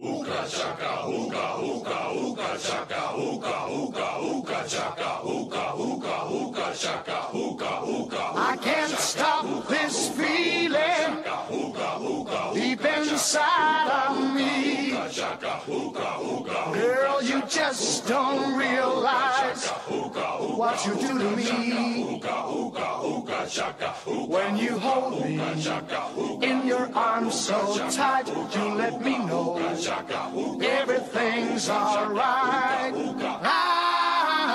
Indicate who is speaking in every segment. Speaker 1: uka chaka uka uka uka chaka uka uka uka chaka uka uka uka chaka uka uka
Speaker 2: I can't stop this feeling
Speaker 1: uka uka
Speaker 2: deep inside of me.
Speaker 1: uka chaka uka uka
Speaker 2: Girl, you just don't realize
Speaker 1: uka uka
Speaker 2: what you do to me
Speaker 1: uka uka uka chaka uka
Speaker 2: when you hold me
Speaker 1: chaka uka
Speaker 2: in your arms so tight. You let me know
Speaker 1: chaka uka
Speaker 2: everything's alright.
Speaker 1: uka
Speaker 2: I'm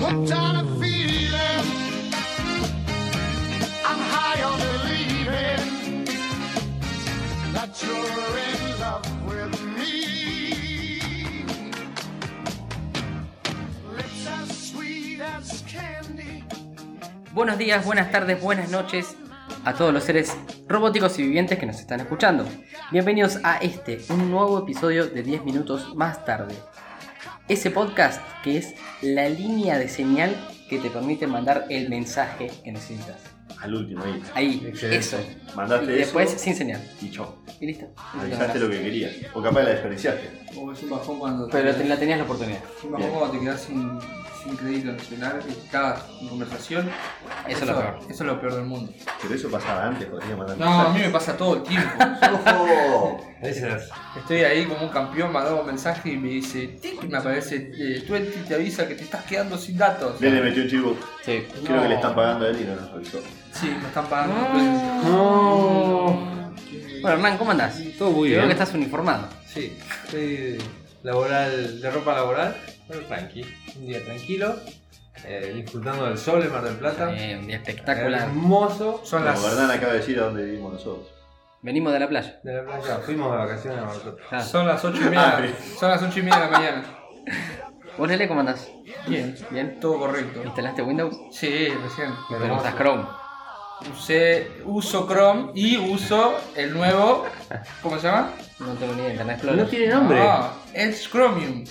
Speaker 2: hooked on a feeling. I'm high on believing that you're in love with me. Lips as sweet as candy.
Speaker 3: Buenos días, buenas tardes, buenas noches a todos los seres robóticos y vivientes que nos están escuchando. Bienvenidos a este, un nuevo episodio de 10 minutos más tarde. Ese podcast que es la línea de señal que te permite mandar el mensaje que necesitas.
Speaker 4: Al último, ahí.
Speaker 3: Ahí,
Speaker 4: Excelente.
Speaker 3: eso.
Speaker 4: Mandaste
Speaker 3: y después Ah,
Speaker 4: eso.
Speaker 3: sin señal.
Speaker 4: Y chau.
Speaker 3: Y listo.
Speaker 4: Avisaste lo que querías. O capaz la desperdiciaste.
Speaker 5: O es un bajón cuando
Speaker 3: Pero te-
Speaker 5: te,
Speaker 3: la tenías la oportunidad.
Speaker 5: es un bajón
Speaker 4: Bien.
Speaker 5: cuando te quedas sin, sin crédito en el celular y te cagas en conversación.
Speaker 3: Eso es lo peor.
Speaker 5: Eso es lo peor del mundo.
Speaker 4: Pero eso pasaba antes, podría mandar
Speaker 5: No, a mí me pasa todo el tiempo.
Speaker 4: ¡Ojo!
Speaker 5: Estoy ahí como un campeón, mandaba un mensaje y me dice, tic, y me aparece eh, 20 y te avisa que te estás quedando sin datos.
Speaker 4: Le le metió un chivo.
Speaker 3: Sí.
Speaker 4: Creo que le están pagando a él y no nos avisó.
Speaker 5: Sí, me están pagando. entonces-
Speaker 3: Ah. Oh. Bueno, Hernán, ¿cómo andás?
Speaker 6: Todo muy
Speaker 3: Creo
Speaker 6: bien.
Speaker 3: que estás uniformado.
Speaker 6: Sí, estoy laboral, de ropa laboral, pero tranqui. Un día tranquilo, eh, disfrutando del sol en Mar del Plata.
Speaker 3: Eh, un día espectacular.
Speaker 6: Hermoso.
Speaker 5: Son
Speaker 4: Como
Speaker 5: las...
Speaker 4: Bernán acaba de decir a dónde vivimos nosotros.
Speaker 3: Venimos de la playa.
Speaker 6: De la playa, fuimos de vacaciones a Mar del Plata.
Speaker 3: Ah.
Speaker 5: Son las 8 y
Speaker 4: Ah,
Speaker 5: media.
Speaker 4: sí.
Speaker 5: Son las 8 y media de la mañana.
Speaker 3: ¿Vos, Lele, cómo andás?
Speaker 5: Bien,
Speaker 3: Bien.
Speaker 5: todo correcto.
Speaker 3: ¿Instalaste Windows?
Speaker 5: Sí, recién.
Speaker 3: Pero usas Chrome.
Speaker 5: Usé, uso Chrome y uso el nuevo. ¿Cómo se llama?
Speaker 3: No tengo ni idea, Internet Explorer.
Speaker 6: No tiene nombre.
Speaker 5: Ah, es Chromium.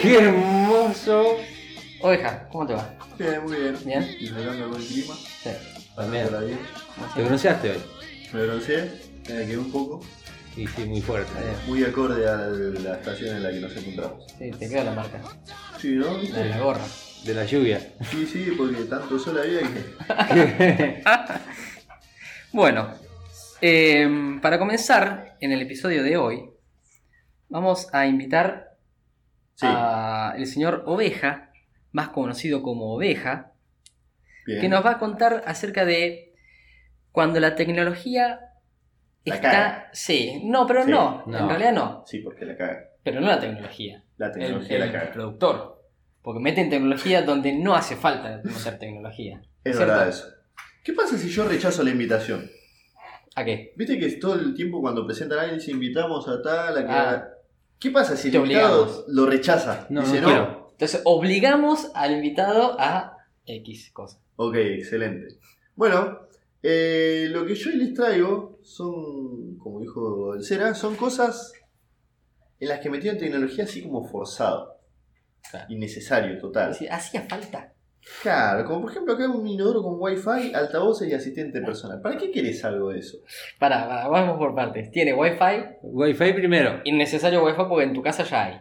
Speaker 6: ¡Qué hermoso!
Speaker 3: Oveja, ¿cómo te va?
Speaker 4: Bien, muy bien.
Speaker 3: ¿Bien?
Speaker 4: Disfrutando con el clima.
Speaker 3: Sí.
Speaker 4: También.
Speaker 6: ¿Te pronunciaste hoy?
Speaker 4: Me bronceé, me quedé un poco.
Speaker 6: Sí, sí, muy fuerte.
Speaker 4: Muy acorde a la estación en la que nos encontramos.
Speaker 3: Sí, te queda la marca.
Speaker 4: Sí, ¿no?
Speaker 3: La de la gorra.
Speaker 6: De la lluvia.
Speaker 4: Sí, sí, porque tanto sol había que.
Speaker 3: Bueno, em, para comenzar en el episodio de hoy, vamos a invitar
Speaker 4: Sí,
Speaker 3: Ah, al señor Oveja, más conocido como Oveja,
Speaker 4: bien.
Speaker 3: que nos va a contar acerca de cuando la tecnología
Speaker 4: La
Speaker 3: está.
Speaker 4: caga.
Speaker 3: Sí, no, pero
Speaker 4: Sí,
Speaker 3: no, en
Speaker 6: no.
Speaker 3: realidad no.
Speaker 4: Sí, porque la caga.
Speaker 3: Pero no la tecnología.
Speaker 4: La
Speaker 3: El,
Speaker 4: tecnología
Speaker 3: el
Speaker 4: la caga.
Speaker 3: productor. Porque meten tecnología donde no hace falta meter tecnología.
Speaker 4: Es
Speaker 3: ¿Cierto?
Speaker 4: verdad eso. ¿Qué pasa si yo rechazo la invitación?
Speaker 3: ¿A qué?
Speaker 4: Viste que todo el tiempo cuando presentan a alguien se invitamos a tal, a que...
Speaker 3: Ah.
Speaker 4: ¿Qué pasa si el
Speaker 3: Te
Speaker 4: invitado
Speaker 3: obligamos.
Speaker 4: lo rechaza?
Speaker 6: No,
Speaker 4: Dice
Speaker 6: no
Speaker 4: no.
Speaker 6: quiero.
Speaker 3: Entonces obligamos al invitado a X cosa.
Speaker 4: Ok, excelente. Bueno, eh, lo que yo les traigo son, como dijo el Cera, son cosas en las que metieron tecnología así como forzado.
Speaker 3: Claro.
Speaker 4: Innecesario, total.
Speaker 3: Decir, Hacía falta.
Speaker 4: Claro, como por ejemplo acá un inodoro con wifi, altavoces y asistente personal. ¿Para qué querés algo de eso?
Speaker 3: Pará, pará, vamos por partes. Tiene wifi,
Speaker 6: Wi-Fi primero.
Speaker 3: innecesario wifi porque en tu casa ya hay.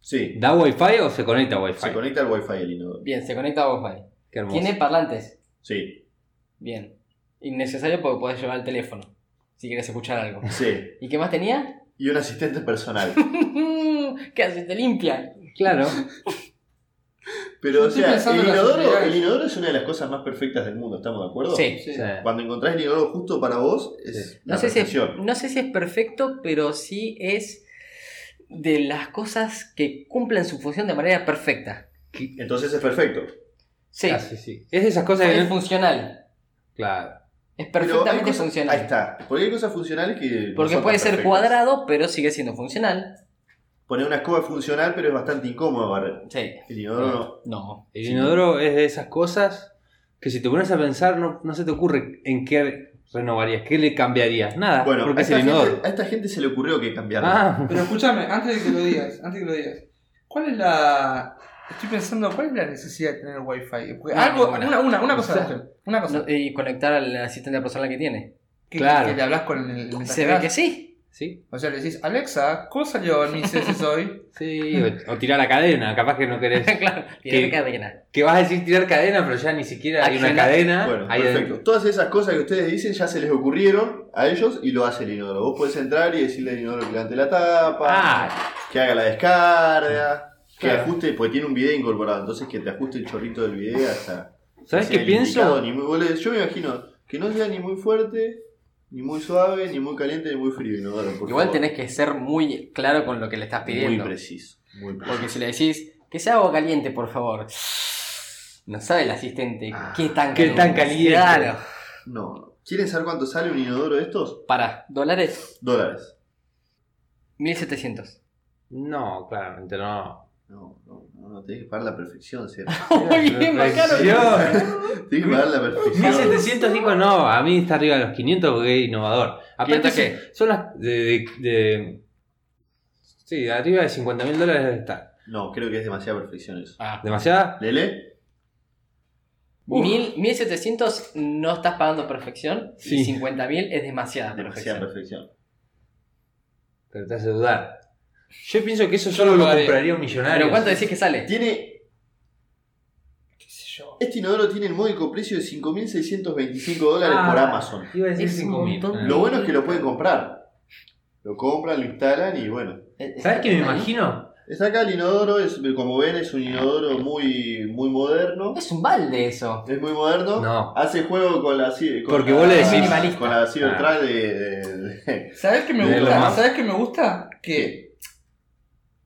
Speaker 4: Sí,
Speaker 6: ¿Da Wi-Fi o se conecta a Wi-Fi?
Speaker 4: se conecta al wifi el inodoro.
Speaker 3: Bien, se conecta a wifi.
Speaker 6: Qué hermoso.
Speaker 3: Tiene parlantes.
Speaker 4: Sí,
Speaker 3: Bien. Innecesario porque podés llevar el teléfono. Si querés escuchar algo.
Speaker 4: Sí,
Speaker 3: ¿Y qué más tenía?
Speaker 4: y un asistente personal.
Speaker 3: ¿Qué haces? Te limpia.
Speaker 6: Claro.
Speaker 4: Pero, o
Speaker 5: Estoy
Speaker 4: sea,
Speaker 5: pensando
Speaker 4: el
Speaker 5: en las
Speaker 4: inodoro,
Speaker 5: utilidades.
Speaker 4: el inodoro es una de las cosas más perfectas del mundo, ¿estamos de acuerdo?
Speaker 3: Sí.
Speaker 6: Sí.
Speaker 4: Cuando encontrás el inodoro justo para vos, es
Speaker 6: Sí.
Speaker 4: la
Speaker 3: No sé, si es,
Speaker 4: perfección.
Speaker 3: no sé si es perfecto, pero sí es de las cosas que cumplen su función de manera perfecta.
Speaker 4: Entonces es perfecto.
Speaker 3: Sí.
Speaker 6: Ah, sí, sí. Es de esas cosas que
Speaker 3: Es
Speaker 6: no...
Speaker 3: funcional.
Speaker 6: Claro.
Speaker 4: Pero
Speaker 3: Es
Speaker 4: hay
Speaker 3: perfectamente
Speaker 4: cosas-
Speaker 3: funcional.
Speaker 4: Ahí está. Porque hay cosas funcionales que. no
Speaker 3: Porque
Speaker 4: son
Speaker 3: puede
Speaker 4: tan
Speaker 3: ser
Speaker 4: perfectas.
Speaker 3: cuadrado, pero sigue siendo funcional.
Speaker 4: Poner una escoba es funcional, pero es bastante incómodo barrer.
Speaker 3: Sí.
Speaker 4: El inodoro no.
Speaker 3: No.
Speaker 6: El inodoro es de esas cosas que si te pones a pensar no, no se te ocurre en qué renovarías, qué le cambiarías,
Speaker 7: Ah,
Speaker 6: nada,
Speaker 4: Bueno,
Speaker 6: porque
Speaker 4: a
Speaker 6: es el
Speaker 4: esta,
Speaker 6: inodoro.
Speaker 4: gente, a esta gente se le ocurrió que cambiarlo.
Speaker 6: Ah,
Speaker 5: Pero escúchame, antes de que lo digas, antes de que lo digas, ¿cuál es la. Estoy pensando, ¿cuál es la necesidad de tener Wi-Fi? Porque
Speaker 3: No,
Speaker 5: algo,
Speaker 3: ninguna.
Speaker 5: una, una, una cosa, una cosa.
Speaker 3: No, y conectar al asistente personal que tiene.
Speaker 5: ¿Qué,
Speaker 3: Claro.
Speaker 5: que le hablas con el
Speaker 3: Se
Speaker 5: mensajero?
Speaker 3: ve que sí.
Speaker 7: ¿Sí?
Speaker 5: O sea, le decís, Alexa, ¿cómo salió en mi CS hoy?
Speaker 7: Sí, o, o tirar la cadena, capaz que no querés.
Speaker 3: claro,
Speaker 7: Que-
Speaker 3: tiene cadena.
Speaker 7: que vas a decir tirar cadena, pero ya ni siquiera hay una
Speaker 3: Accionar.
Speaker 7: cadena.
Speaker 4: Bueno,
Speaker 7: ahí
Speaker 4: perfecto.
Speaker 7: adentro.
Speaker 4: Todas esas cosas que ustedes dicen ya se les ocurrieron a ellos y lo hace el inodoro. Vos podés entrar y decirle al inodoro que levante la tapa,
Speaker 7: Ah,
Speaker 4: que haga la descarga, que
Speaker 5: Claro.
Speaker 4: ajuste, porque tiene un video incorporado, entonces que te ajuste el chorrito del video hasta.
Speaker 7: ¿sabes
Speaker 4: que
Speaker 7: qué
Speaker 4: sea el indicado,
Speaker 7: pienso?
Speaker 4: ni muy- vos le- yo me imagino que no sea ni muy fuerte, ni muy suave, ni muy caliente, ni muy frío. Inodoro, por
Speaker 3: Igual
Speaker 4: favor.
Speaker 3: tenés que ser muy claro con lo que le estás
Speaker 4: Muy
Speaker 3: pidiendo.
Speaker 4: preciso. Muy preciso.
Speaker 3: Porque si le decís, que sea agua caliente, por favor. No sabe el asistente qué tan
Speaker 7: Ah, qué tan caliente.
Speaker 3: Claro.
Speaker 4: No. ¿Quieren saber cuánto sale un inodoro de estos?
Speaker 3: Para, dólares,
Speaker 4: Dólares.
Speaker 3: 1700.
Speaker 7: No, claramente no.
Speaker 4: No, no, no, no, tenés que pagar la perfección, ¿cierto?
Speaker 3: Muy bien,
Speaker 7: Reflexión.
Speaker 4: tenés que pagar la perfección.
Speaker 7: 1700 dijo no, a mí está arriba de los 500 porque es innovador. Aparte,
Speaker 3: ¿500 qué?
Speaker 7: son las. De, de, de- sí, arriba de 50 mil dólares debe estar.
Speaker 4: No, creo que es demasiada perfección eso.
Speaker 3: Ah.
Speaker 7: ¿Demasiada?
Speaker 4: ¿Lele?
Speaker 3: Mil- 1700 no estás pagando perfección.
Speaker 7: Sí.
Speaker 3: Y 50.000 es
Speaker 4: Demasiada
Speaker 3: demasiada perfección.
Speaker 4: perfección.
Speaker 7: Pero te hace dudar. Yo pienso que eso solo lo
Speaker 3: pagaría.
Speaker 7: compraría un millonario.
Speaker 3: Pero ¿cuánto decís que sale?
Speaker 4: Tiene. Este inodoro tiene el módico precio de 5.625 dólares
Speaker 7: Ah.
Speaker 4: por Amazon.
Speaker 7: Iba a decir
Speaker 3: Es un
Speaker 7: 5.000.
Speaker 3: montón.
Speaker 7: Ah.
Speaker 4: Lo bueno es que lo pueden comprar. Lo compran, lo instalan y bueno.
Speaker 3: Eh,
Speaker 7: ¿Sabes qué me imagino?
Speaker 4: Está acá el inodoro, es, como ven es un inodoro muy, muy moderno.
Speaker 3: Es un balde eso.
Speaker 4: Es muy moderno.
Speaker 7: No.
Speaker 4: Hace juego con la ci- con
Speaker 7: Porque
Speaker 4: la-
Speaker 7: vos le decís-
Speaker 3: Minimalista.
Speaker 4: con la Cybertruck de, de- de-
Speaker 5: ¿Sabes qué me
Speaker 7: De Elon
Speaker 5: gusta?
Speaker 7: Musk.
Speaker 5: ¿Sabes qué me gusta? Que,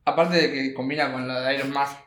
Speaker 5: aparte de que combina con la de Iron Mask,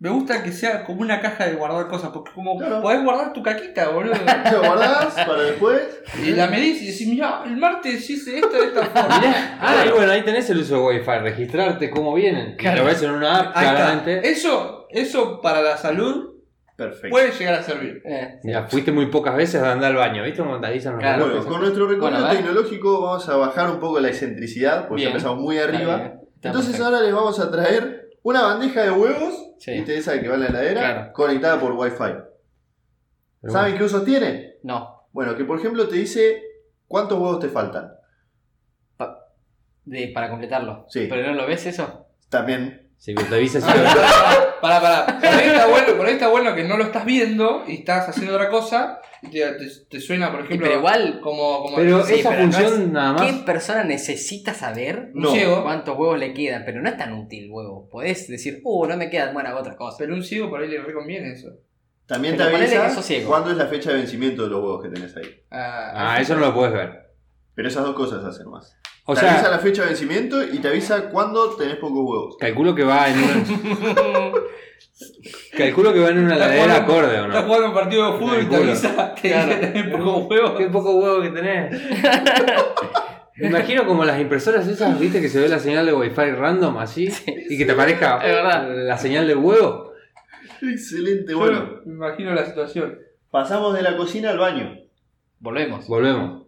Speaker 5: me gusta que sea como una caja de guardar cosas, porque como
Speaker 4: Claro.
Speaker 5: podés guardar tu caquita, boludo.
Speaker 4: Lo guardás para después.
Speaker 5: y la medís y decís, mirá, el martes hice esto de esta forma.
Speaker 7: Mirá, ah, y bueno, ahí tenés el uso de Wi-Fi, registrarte cómo vienen.
Speaker 5: Claro.
Speaker 7: Claro. Lo ves en una app,
Speaker 5: Ahí está.
Speaker 7: claramente.
Speaker 5: Eso, eso para la salud
Speaker 4: Perfecto.
Speaker 5: puede llegar a servir.
Speaker 3: Eh,
Speaker 7: Mira, fuiste muy pocas veces a andar al baño, ¿viste cómo te avisan los
Speaker 3: Claro.
Speaker 7: relojes?
Speaker 4: Bueno, con nuestro recorrido
Speaker 3: Bueno, a ver.
Speaker 4: tecnológico vamos a bajar un poco la excentricidad, porque ya
Speaker 3: Bien.
Speaker 4: empezamos muy
Speaker 3: está
Speaker 4: arriba.
Speaker 3: bien, está
Speaker 4: Entonces
Speaker 3: perfecto.
Speaker 4: ahora les vamos a traer una bandeja de huevos,
Speaker 3: Sí.
Speaker 4: ¿viste esa que va en la heladera?
Speaker 3: Claro.
Speaker 4: Conectada por Wi-Fi.
Speaker 7: Pero
Speaker 4: ¿Saben qué usos tiene?
Speaker 3: No,
Speaker 4: Bueno, que por ejemplo te dice cuántos huevos te faltan.
Speaker 3: de, para completarlo.
Speaker 4: Sí.
Speaker 3: ¿Pero no lo ves eso?
Speaker 4: También.
Speaker 7: bueno, Si te avisas,
Speaker 5: Pará, pará. Por ahí está bueno, por ahí está bueno que no lo estás viendo y estás haciendo otra cosa y te, te- te suena, por
Speaker 3: Y
Speaker 5: ejemplo,
Speaker 3: pero igual,
Speaker 5: como, como
Speaker 7: Pero
Speaker 3: Sí,
Speaker 7: esa
Speaker 3: pero no
Speaker 7: función nada más.
Speaker 3: ¿qué persona necesita saber
Speaker 5: un
Speaker 4: no.
Speaker 5: ciego.
Speaker 3: cuántos huevos le quedan? Pero no es tan útil, huevo. Podés decir, uh, no me quedan, bueno, hago otra cosa.
Speaker 5: Pero un ciego por ahí le reconviene eso.
Speaker 4: También
Speaker 3: Pero
Speaker 4: te
Speaker 3: ponele
Speaker 4: avisa
Speaker 3: que sos ciego.
Speaker 4: cuándo es la fecha de vencimiento de los huevos que tenés ahí.
Speaker 5: Ah,
Speaker 7: Ah, eso no lo puedes ver.
Speaker 4: Pero esas dos cosas hacen más.
Speaker 7: O
Speaker 4: te avisa
Speaker 7: sea,
Speaker 4: la fecha de vencimiento y te avisa cuándo tenés pocos huevos.
Speaker 7: calculo que va en una. calculo que va en una ladera acorde, ¿o
Speaker 5: Estás
Speaker 7: no?
Speaker 5: jugando un partido de fútbol y te
Speaker 7: Calculo.
Speaker 5: avisa, te
Speaker 3: Claro.
Speaker 5: dice tenés poco huevo.
Speaker 7: Qué poco huevo que tenés. Me imagino como las impresoras esas, viste, que se ve la señal de wifi random así y que te aparezca
Speaker 3: Es verdad.
Speaker 7: la señal del huevo.
Speaker 4: Excelente,
Speaker 5: Yo
Speaker 4: bueno.
Speaker 5: me imagino la situación.
Speaker 4: Pasamos de la cocina al baño.
Speaker 3: Volvemos
Speaker 7: Volvemos.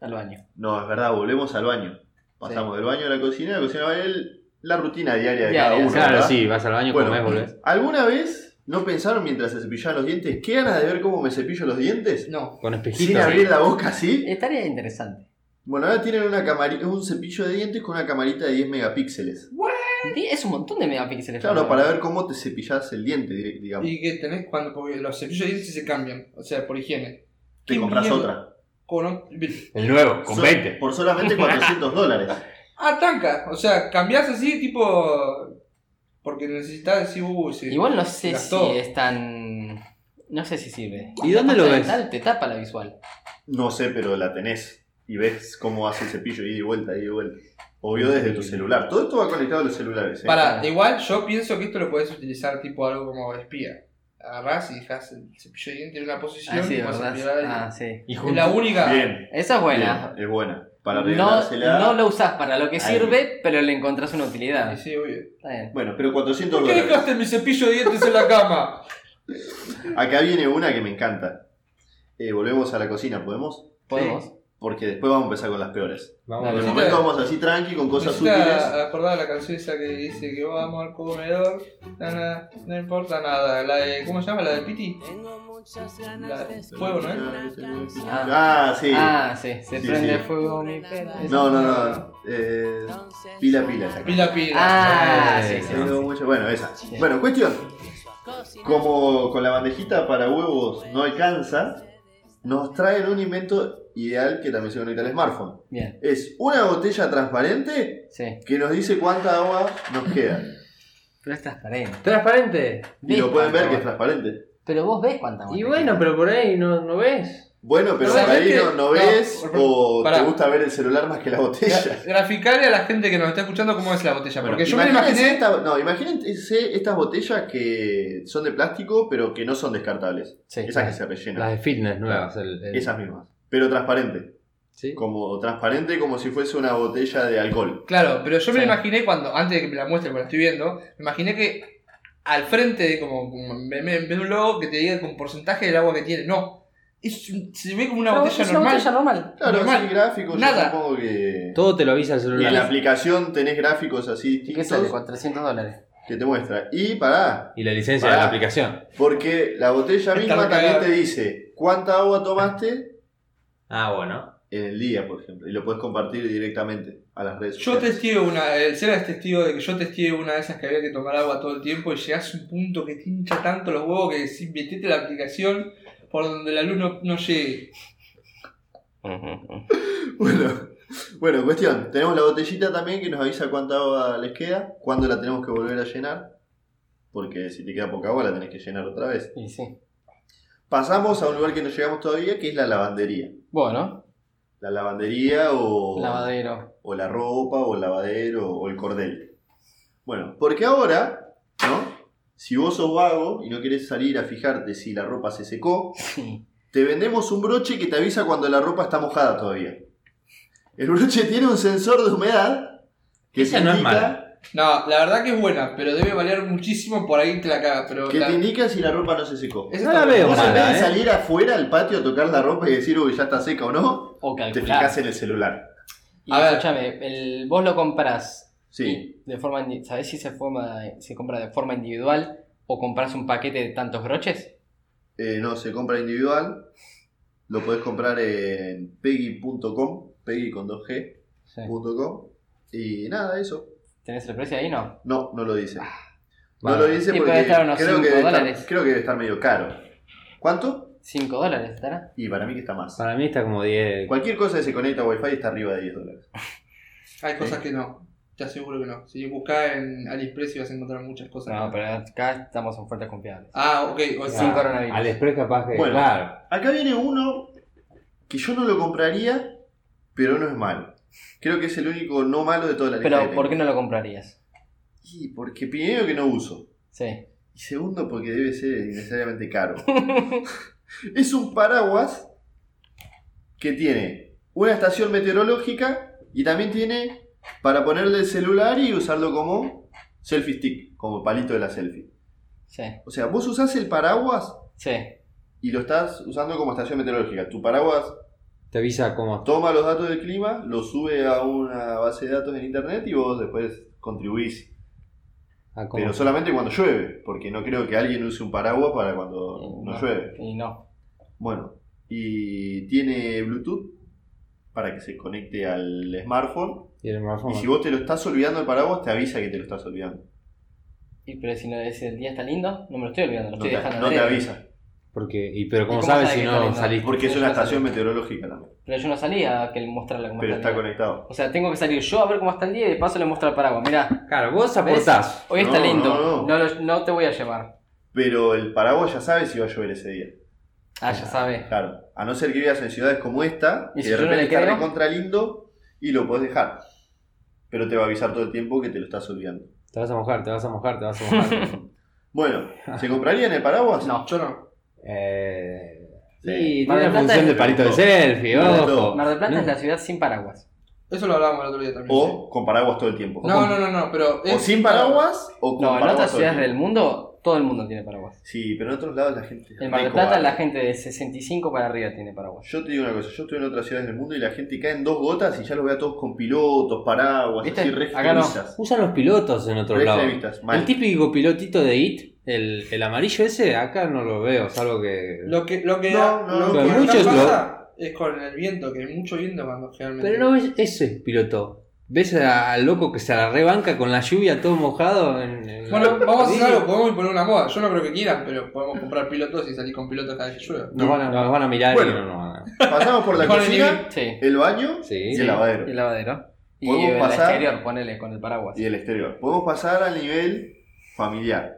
Speaker 3: al baño.
Speaker 4: No, es verdad, volvemos al baño. Pasamos del baño a la cocina, de la cocina al baño, el- la rutina diaria de
Speaker 3: Diaria,
Speaker 4: cada uno.
Speaker 7: Claro,
Speaker 4: ¿verdad?
Speaker 7: sí, vas al baño,
Speaker 4: Bueno.
Speaker 7: comés, volvés.
Speaker 4: ¿Alguna vez no pensaron mientras se cepillaban los dientes, qué ganas de ver cómo me cepillo los dientes?
Speaker 5: No.
Speaker 7: Con espejitos.
Speaker 4: Sin abrir la boca así.
Speaker 3: Estaría interesante.
Speaker 4: Bueno, ahora tienen una camari- un cepillo de dientes con una camarita de 10 megapíxeles.
Speaker 3: Es un montón de megapíxeles.
Speaker 4: Claro,
Speaker 3: boludo.
Speaker 4: para ver cómo te cepillas el diente, dire- digamos.
Speaker 5: Y que tenés cuando porque los cepillos de dientes se cambian, o sea, por higiene.
Speaker 4: Te compras
Speaker 5: mierda?
Speaker 4: otra.
Speaker 5: Con un-
Speaker 7: El nuevo, con
Speaker 4: So-
Speaker 7: 20.
Speaker 4: Por solamente 400 dólares.
Speaker 5: Ah, tanca. O sea, cambiás así, tipo. Porque necesitas decir, uy, sí.
Speaker 3: Igual no sé
Speaker 5: Gastó.
Speaker 3: si es tan. No sé si sirve.
Speaker 7: ¿Y dónde lo
Speaker 3: Pasta
Speaker 7: ves?
Speaker 3: dental Te tapa la visual.
Speaker 4: No sé, pero la tenés. Y ves cómo hace el cepillo, ida y vuelta, ida y vuelta. Obvio desde tu celular. Todo esto va conectado a los celulares. ¿eh?
Speaker 5: Para, igual yo pienso que esto lo podés utilizar tipo algo como espía. Agarrás y dejás el cepillo de dientes en una posición.
Speaker 3: Ah, sí,
Speaker 5: y
Speaker 3: de
Speaker 5: vas a
Speaker 3: verdad.
Speaker 5: mirar y-
Speaker 3: Ah, sí.
Speaker 7: Y
Speaker 5: Es la única.
Speaker 4: Bien.
Speaker 3: Esa es buena.
Speaker 4: bien, es buena. Para
Speaker 3: No,
Speaker 4: arreglársela.
Speaker 3: no lo usás para lo que
Speaker 4: Ahí.
Speaker 3: sirve, pero le encontrás una
Speaker 5: Y
Speaker 3: utilidad.
Speaker 5: sí, obvio.
Speaker 3: Está bien.
Speaker 4: Bueno, pero 400
Speaker 5: ¿Por qué
Speaker 4: dólares.
Speaker 5: dejaste mi cepillo de dientes en la cama?
Speaker 4: Acá viene una que me encanta. Eh, volvemos a la cocina, ¿podemos?
Speaker 3: Podemos.
Speaker 4: Porque después vamos a empezar con las peores.
Speaker 6: Vamos
Speaker 3: Dale,
Speaker 4: De
Speaker 3: Necesita-
Speaker 4: momento vamos así tranqui, con cosas útiles.
Speaker 5: Necesita acordar la canción esa que dice que vamos al comedor, na, na, no importa nada. La de, ¿Cómo se llama? La de Piti.
Speaker 7: Tengo muchas
Speaker 5: La
Speaker 7: ganas
Speaker 5: de
Speaker 7: de
Speaker 5: fuego, ¿no?
Speaker 4: Ah, sí.
Speaker 3: Ah, sí, se
Speaker 4: Sí,
Speaker 3: prende
Speaker 4: sí.
Speaker 3: fuego mi pera.
Speaker 4: no, no, no. Eh, pila, pila. esa.
Speaker 5: Pila pila.
Speaker 3: Ah, sí,
Speaker 6: Eh,
Speaker 3: sí.
Speaker 4: Tengo mucho- Bueno, esa.
Speaker 3: Sí.
Speaker 4: Bueno, cuestión. Como con la bandejita para huevos no alcanza, nos traen un invento ideal que también se conecta al smartphone.
Speaker 3: Bien,
Speaker 4: Es una botella transparente
Speaker 3: sí.
Speaker 4: que nos dice cuánta agua nos queda.
Speaker 3: Pero es transparente.
Speaker 6: Transparente.
Speaker 4: Y
Speaker 3: ¿Ves
Speaker 4: lo pueden ver
Speaker 3: cuánta
Speaker 4: que es transparente.
Speaker 3: agua? Pero vos ves cuánta agua
Speaker 6: Y
Speaker 3: te
Speaker 6: bueno,
Speaker 3: queda.
Speaker 6: pero por ahí no, no ves.
Speaker 4: Bueno, pero
Speaker 5: Pero
Speaker 4: por ahí
Speaker 5: ¿sabes
Speaker 4: no,
Speaker 5: qué?
Speaker 4: no
Speaker 5: No,
Speaker 4: ves
Speaker 5: por-
Speaker 4: o
Speaker 5: pará.
Speaker 4: te gusta ver el celular más que la botella.
Speaker 5: Gra- Graficarle a la gente que nos está escuchando cómo es la botella.
Speaker 4: Bueno,
Speaker 5: porque yo me la
Speaker 4: imagínense
Speaker 5: imaginé.
Speaker 4: esta- no, imagínense estas botellas que son de plástico, pero que no son descartables.
Speaker 3: Sí,
Speaker 4: Esas que
Speaker 3: claro.
Speaker 4: se rellenan.
Speaker 6: Las de fitness nuevas. El, el-
Speaker 4: Esas mismas. Pero transparente.
Speaker 6: Sí.
Speaker 4: Como transparente como si fuese una botella de alcohol.
Speaker 5: Claro, pero yo me la
Speaker 3: Sí.
Speaker 5: imaginé cuando, antes de que me la muestre, porque la estoy viendo, me imaginé que al frente, como, como en vez en vez de un logo que te diga con porcentaje del agua que tiene, no. Es un- se ve como una
Speaker 3: Pero
Speaker 5: botella
Speaker 3: es
Speaker 5: normal.
Speaker 3: botella normal.
Speaker 4: Claro,
Speaker 5: Normal.
Speaker 4: así gráficos,
Speaker 5: Nada.
Speaker 4: yo supongo que.
Speaker 6: Todo te lo avisa el
Speaker 4: Y en la
Speaker 6: celular.
Speaker 4: aplicación tenés gráficos así
Speaker 3: ¿Y qué sale?
Speaker 4: distintos
Speaker 3: 400 dólares.
Speaker 4: que te muestra. Y pará,
Speaker 6: Y la licencia de
Speaker 4: Pará.
Speaker 6: la aplicación.
Speaker 4: porque la botella
Speaker 5: Está
Speaker 4: misma
Speaker 5: recagada.
Speaker 4: también te dice cuánta agua tomaste
Speaker 6: Ah, bueno.
Speaker 4: en el día, por ejemplo. Y lo puedes compartir directamente a las redes
Speaker 5: Yo
Speaker 4: sociales.
Speaker 5: testeo una, el Seba es testigo de que yo testié una de esas que había que tomar agua todo el tiempo y llegás a un punto que te hincha tanto los huevos que si metete la aplicación por donde la luz no, no llegue.
Speaker 4: Bueno, bueno, cuestión. Tenemos la botellita también que nos avisa cuánta agua les queda, cuándo la tenemos que volver a llenar. Porque si te queda poca agua la tenés que llenar otra vez.
Speaker 3: Y sí.
Speaker 4: Pasamos a un lugar que no llegamos todavía, que es la lavandería.
Speaker 3: Bueno,
Speaker 4: La lavandería o,
Speaker 3: lavadero.
Speaker 4: o la ropa, o el lavadero, o el cordel. Bueno, porque ahora, ¿no? Si vos sos vago y no querés salir a fijarte si la ropa se secó,
Speaker 3: Sí.
Speaker 4: te vendemos un broche que te avisa cuando la ropa está mojada todavía. El broche tiene un sensor de humedad que
Speaker 6: Esa
Speaker 4: te
Speaker 6: no es
Speaker 4: indica,
Speaker 6: mala.
Speaker 5: No, la verdad que es buena, pero debe variar muchísimo por ahí te la cagas. Pero
Speaker 4: que
Speaker 5: la-
Speaker 4: te indica si la ropa no se secó.
Speaker 5: esa
Speaker 6: No
Speaker 5: está
Speaker 6: la
Speaker 5: buena.
Speaker 6: veo.
Speaker 4: Vos en
Speaker 6: mala,
Speaker 4: vez de
Speaker 6: ¿eh?
Speaker 4: salir afuera al patio a tocar la ropa y decir, uy, ya está seca o no,
Speaker 3: O
Speaker 4: te
Speaker 3: calcular.
Speaker 4: fijas en el celular.
Speaker 3: Y
Speaker 5: A ver.
Speaker 3: escúchame, el, vos lo compras
Speaker 4: Sí.
Speaker 3: y de forma indi- ¿sabés si se forma se compra de forma individual o compras un paquete de tantos broches?
Speaker 4: Eh, no, se compra individual. Lo podés comprar en peggy.com, peggy con 2g.com.
Speaker 3: Sí.
Speaker 4: Y nada, eso.
Speaker 3: ¿Tenés el precio ahí? No.
Speaker 4: No, no lo dice. No
Speaker 6: Vale.
Speaker 4: lo dice
Speaker 3: Ah. Sí,
Speaker 4: porque
Speaker 3: puede estar unos
Speaker 4: creo, que
Speaker 3: cinco
Speaker 4: debe
Speaker 3: dólares.
Speaker 4: estar, creo que debe estar medio caro. ¿Cuánto?
Speaker 3: 5 dólares estará.
Speaker 4: Y para mí que está más.
Speaker 6: Para mí está como 10.
Speaker 4: Cualquier cosa que se conecta a Wi-Fi está arriba de 10 dólares.
Speaker 5: Hay cosas que no, te aseguro que no. Si buscas en AliExpress vas a encontrar muchas cosas. que
Speaker 3: No,
Speaker 5: no.
Speaker 3: pero acá estamos en fuertes confiables.
Speaker 5: Ah, ok, o sea,
Speaker 3: Sin coronavirus.
Speaker 6: Al express capaz que.
Speaker 4: Bueno.
Speaker 6: Claro.
Speaker 4: Acá viene uno que yo no lo compraría, pero no es malo. Creo que es el único no malo de toda la lista.
Speaker 3: Pero ¿por qué no lo comprarías?
Speaker 4: Y porque primero que no uso.
Speaker 3: Sí.
Speaker 4: Y segundo porque debe ser innecesariamente caro. es un paraguas que tiene una estación meteorológica y también tiene para ponerle el celular y usarlo como selfie stick, como palito de la selfie.
Speaker 3: Sí.
Speaker 4: O sea, vos usás el paraguas
Speaker 3: Sí.
Speaker 4: y lo estás usando como estación meteorológica. Tu paraguas
Speaker 6: Te avisa cómo.
Speaker 4: toma los datos del clima, los sube a una base de datos en internet y vos después contribuís.
Speaker 6: a cómo-
Speaker 4: Pero solamente cuando llueve, porque no creo que alguien use un paraguas para cuando no, llueve.
Speaker 3: Y no.
Speaker 4: Bueno, y tiene Bluetooth para que se conecte al smartphone.
Speaker 6: Y el
Speaker 4: Y
Speaker 6: smartphone.
Speaker 4: si vos te lo estás olvidando el paraguas, te avisa que te lo estás olvidando.
Speaker 3: Y pero si no es el día está lindo, no me lo estoy olvidando, lo
Speaker 4: No
Speaker 3: estoy
Speaker 4: te,
Speaker 3: dejando.
Speaker 4: no te
Speaker 3: adrede.
Speaker 4: avisa,
Speaker 6: Porque, y, pero como
Speaker 3: cómo
Speaker 6: sabes
Speaker 3: sabe
Speaker 6: si
Speaker 3: que
Speaker 6: no
Speaker 3: está
Speaker 6: saliste.
Speaker 3: lindo?
Speaker 4: porque es una estación meteorológica también,
Speaker 3: Pero yo no salía a que le mostrara cómo
Speaker 4: pero está
Speaker 3: está el día.
Speaker 4: conectado.
Speaker 3: O sea, tengo que salir yo a ver cómo está el día y de paso le muestro el paraguas. Mirá,
Speaker 6: Claro, vos aportás.
Speaker 3: hoy está
Speaker 4: No,
Speaker 3: lindo.
Speaker 4: no, no.
Speaker 3: lo- no te voy a llevar.
Speaker 4: Pero el paraguas ya sabe si va a llover ese día.
Speaker 3: Ah, ya sabes.
Speaker 4: Claro, a no ser que vivas en ciudades como esta,
Speaker 3: ¿Y
Speaker 4: que
Speaker 3: si
Speaker 4: de
Speaker 3: yo no
Speaker 4: repente
Speaker 3: le
Speaker 4: está
Speaker 3: creo?
Speaker 4: recontra lindo y lo podés dejar. Pero te va a avisar todo el tiempo que te lo estás olvidando.
Speaker 6: Te vas a mojar, te vas a mojar, te vas a mojar.
Speaker 4: Bueno, ¿se comprarían el paraguas?
Speaker 3: No.
Speaker 5: yo no.
Speaker 6: eh,
Speaker 4: Sí.
Speaker 6: sí, tiene
Speaker 3: Mar
Speaker 6: la
Speaker 3: del Plata
Speaker 6: función
Speaker 3: es-
Speaker 6: del palito de
Speaker 4: No.
Speaker 6: selfie,
Speaker 4: No,
Speaker 6: ojo.
Speaker 3: Mar del Plata
Speaker 6: No.
Speaker 3: es la
Speaker 4: ¿Eh?
Speaker 3: ciudad sin paraguas.
Speaker 5: Eso lo hablábamos el otro día también.
Speaker 4: O con paraguas todo el tiempo.
Speaker 5: sí. No, no, no, no, pero.
Speaker 4: O sin paraguas o con
Speaker 3: No, en
Speaker 4: paraguas
Speaker 3: otras
Speaker 4: todo el
Speaker 3: ciudades del
Speaker 4: tiempo.
Speaker 3: mundo Todo el mundo tiene paraguas.
Speaker 4: Sí, pero en otros lados la gente. es
Speaker 3: En Mar del
Speaker 4: re
Speaker 3: Plata
Speaker 4: cobarde.
Speaker 3: la gente de 65 para arriba tiene paraguas.
Speaker 4: Yo te digo una cosa, yo estoy en otras ciudades del mundo y la gente cae en dos gotas y ya los veo a todos con pilotos, paraguas,
Speaker 3: ¿Viste?
Speaker 4: así re
Speaker 3: Acá no.
Speaker 4: extremistas.
Speaker 7: Usan los pilotos en otro
Speaker 4: Re
Speaker 7: lado.
Speaker 4: extremistas, mal.
Speaker 7: El típico pilotito de IT, el, el amarillo ese, acá no lo veo, salvo que.
Speaker 5: Lo que, lo que,
Speaker 4: No, no,
Speaker 5: lo
Speaker 4: no,
Speaker 5: que acá
Speaker 7: muchos lo-
Speaker 5: pasa es con el viento, que hay mucho viento cuando generalmente.
Speaker 7: Pero no ves ese piloto. Ves a- al loco que se la rebanca con la lluvia todo mojado. En, en-
Speaker 5: Bueno, vamos a hacer
Speaker 7: Sí.
Speaker 5: algo, podemos imponer una moda. Yo no creo que quieran, pero podemos comprar pilotos y salir con pilotos cada vez que llueva.
Speaker 7: Nos van a, nos van a mirar
Speaker 4: Bueno.
Speaker 7: y no nos van a.
Speaker 4: Pasamos por la
Speaker 5: Con el
Speaker 4: cocina,
Speaker 5: living.
Speaker 3: Sí.
Speaker 4: el baño
Speaker 7: Sí.
Speaker 4: y
Speaker 7: sí.
Speaker 4: el lavadero.
Speaker 3: El lavadero. Y
Speaker 4: Eh. Podemos
Speaker 3: el
Speaker 4: pasar-
Speaker 3: exterior, ponele con el paraguas.
Speaker 4: y el exterior. Podemos pasar al nivel familiar.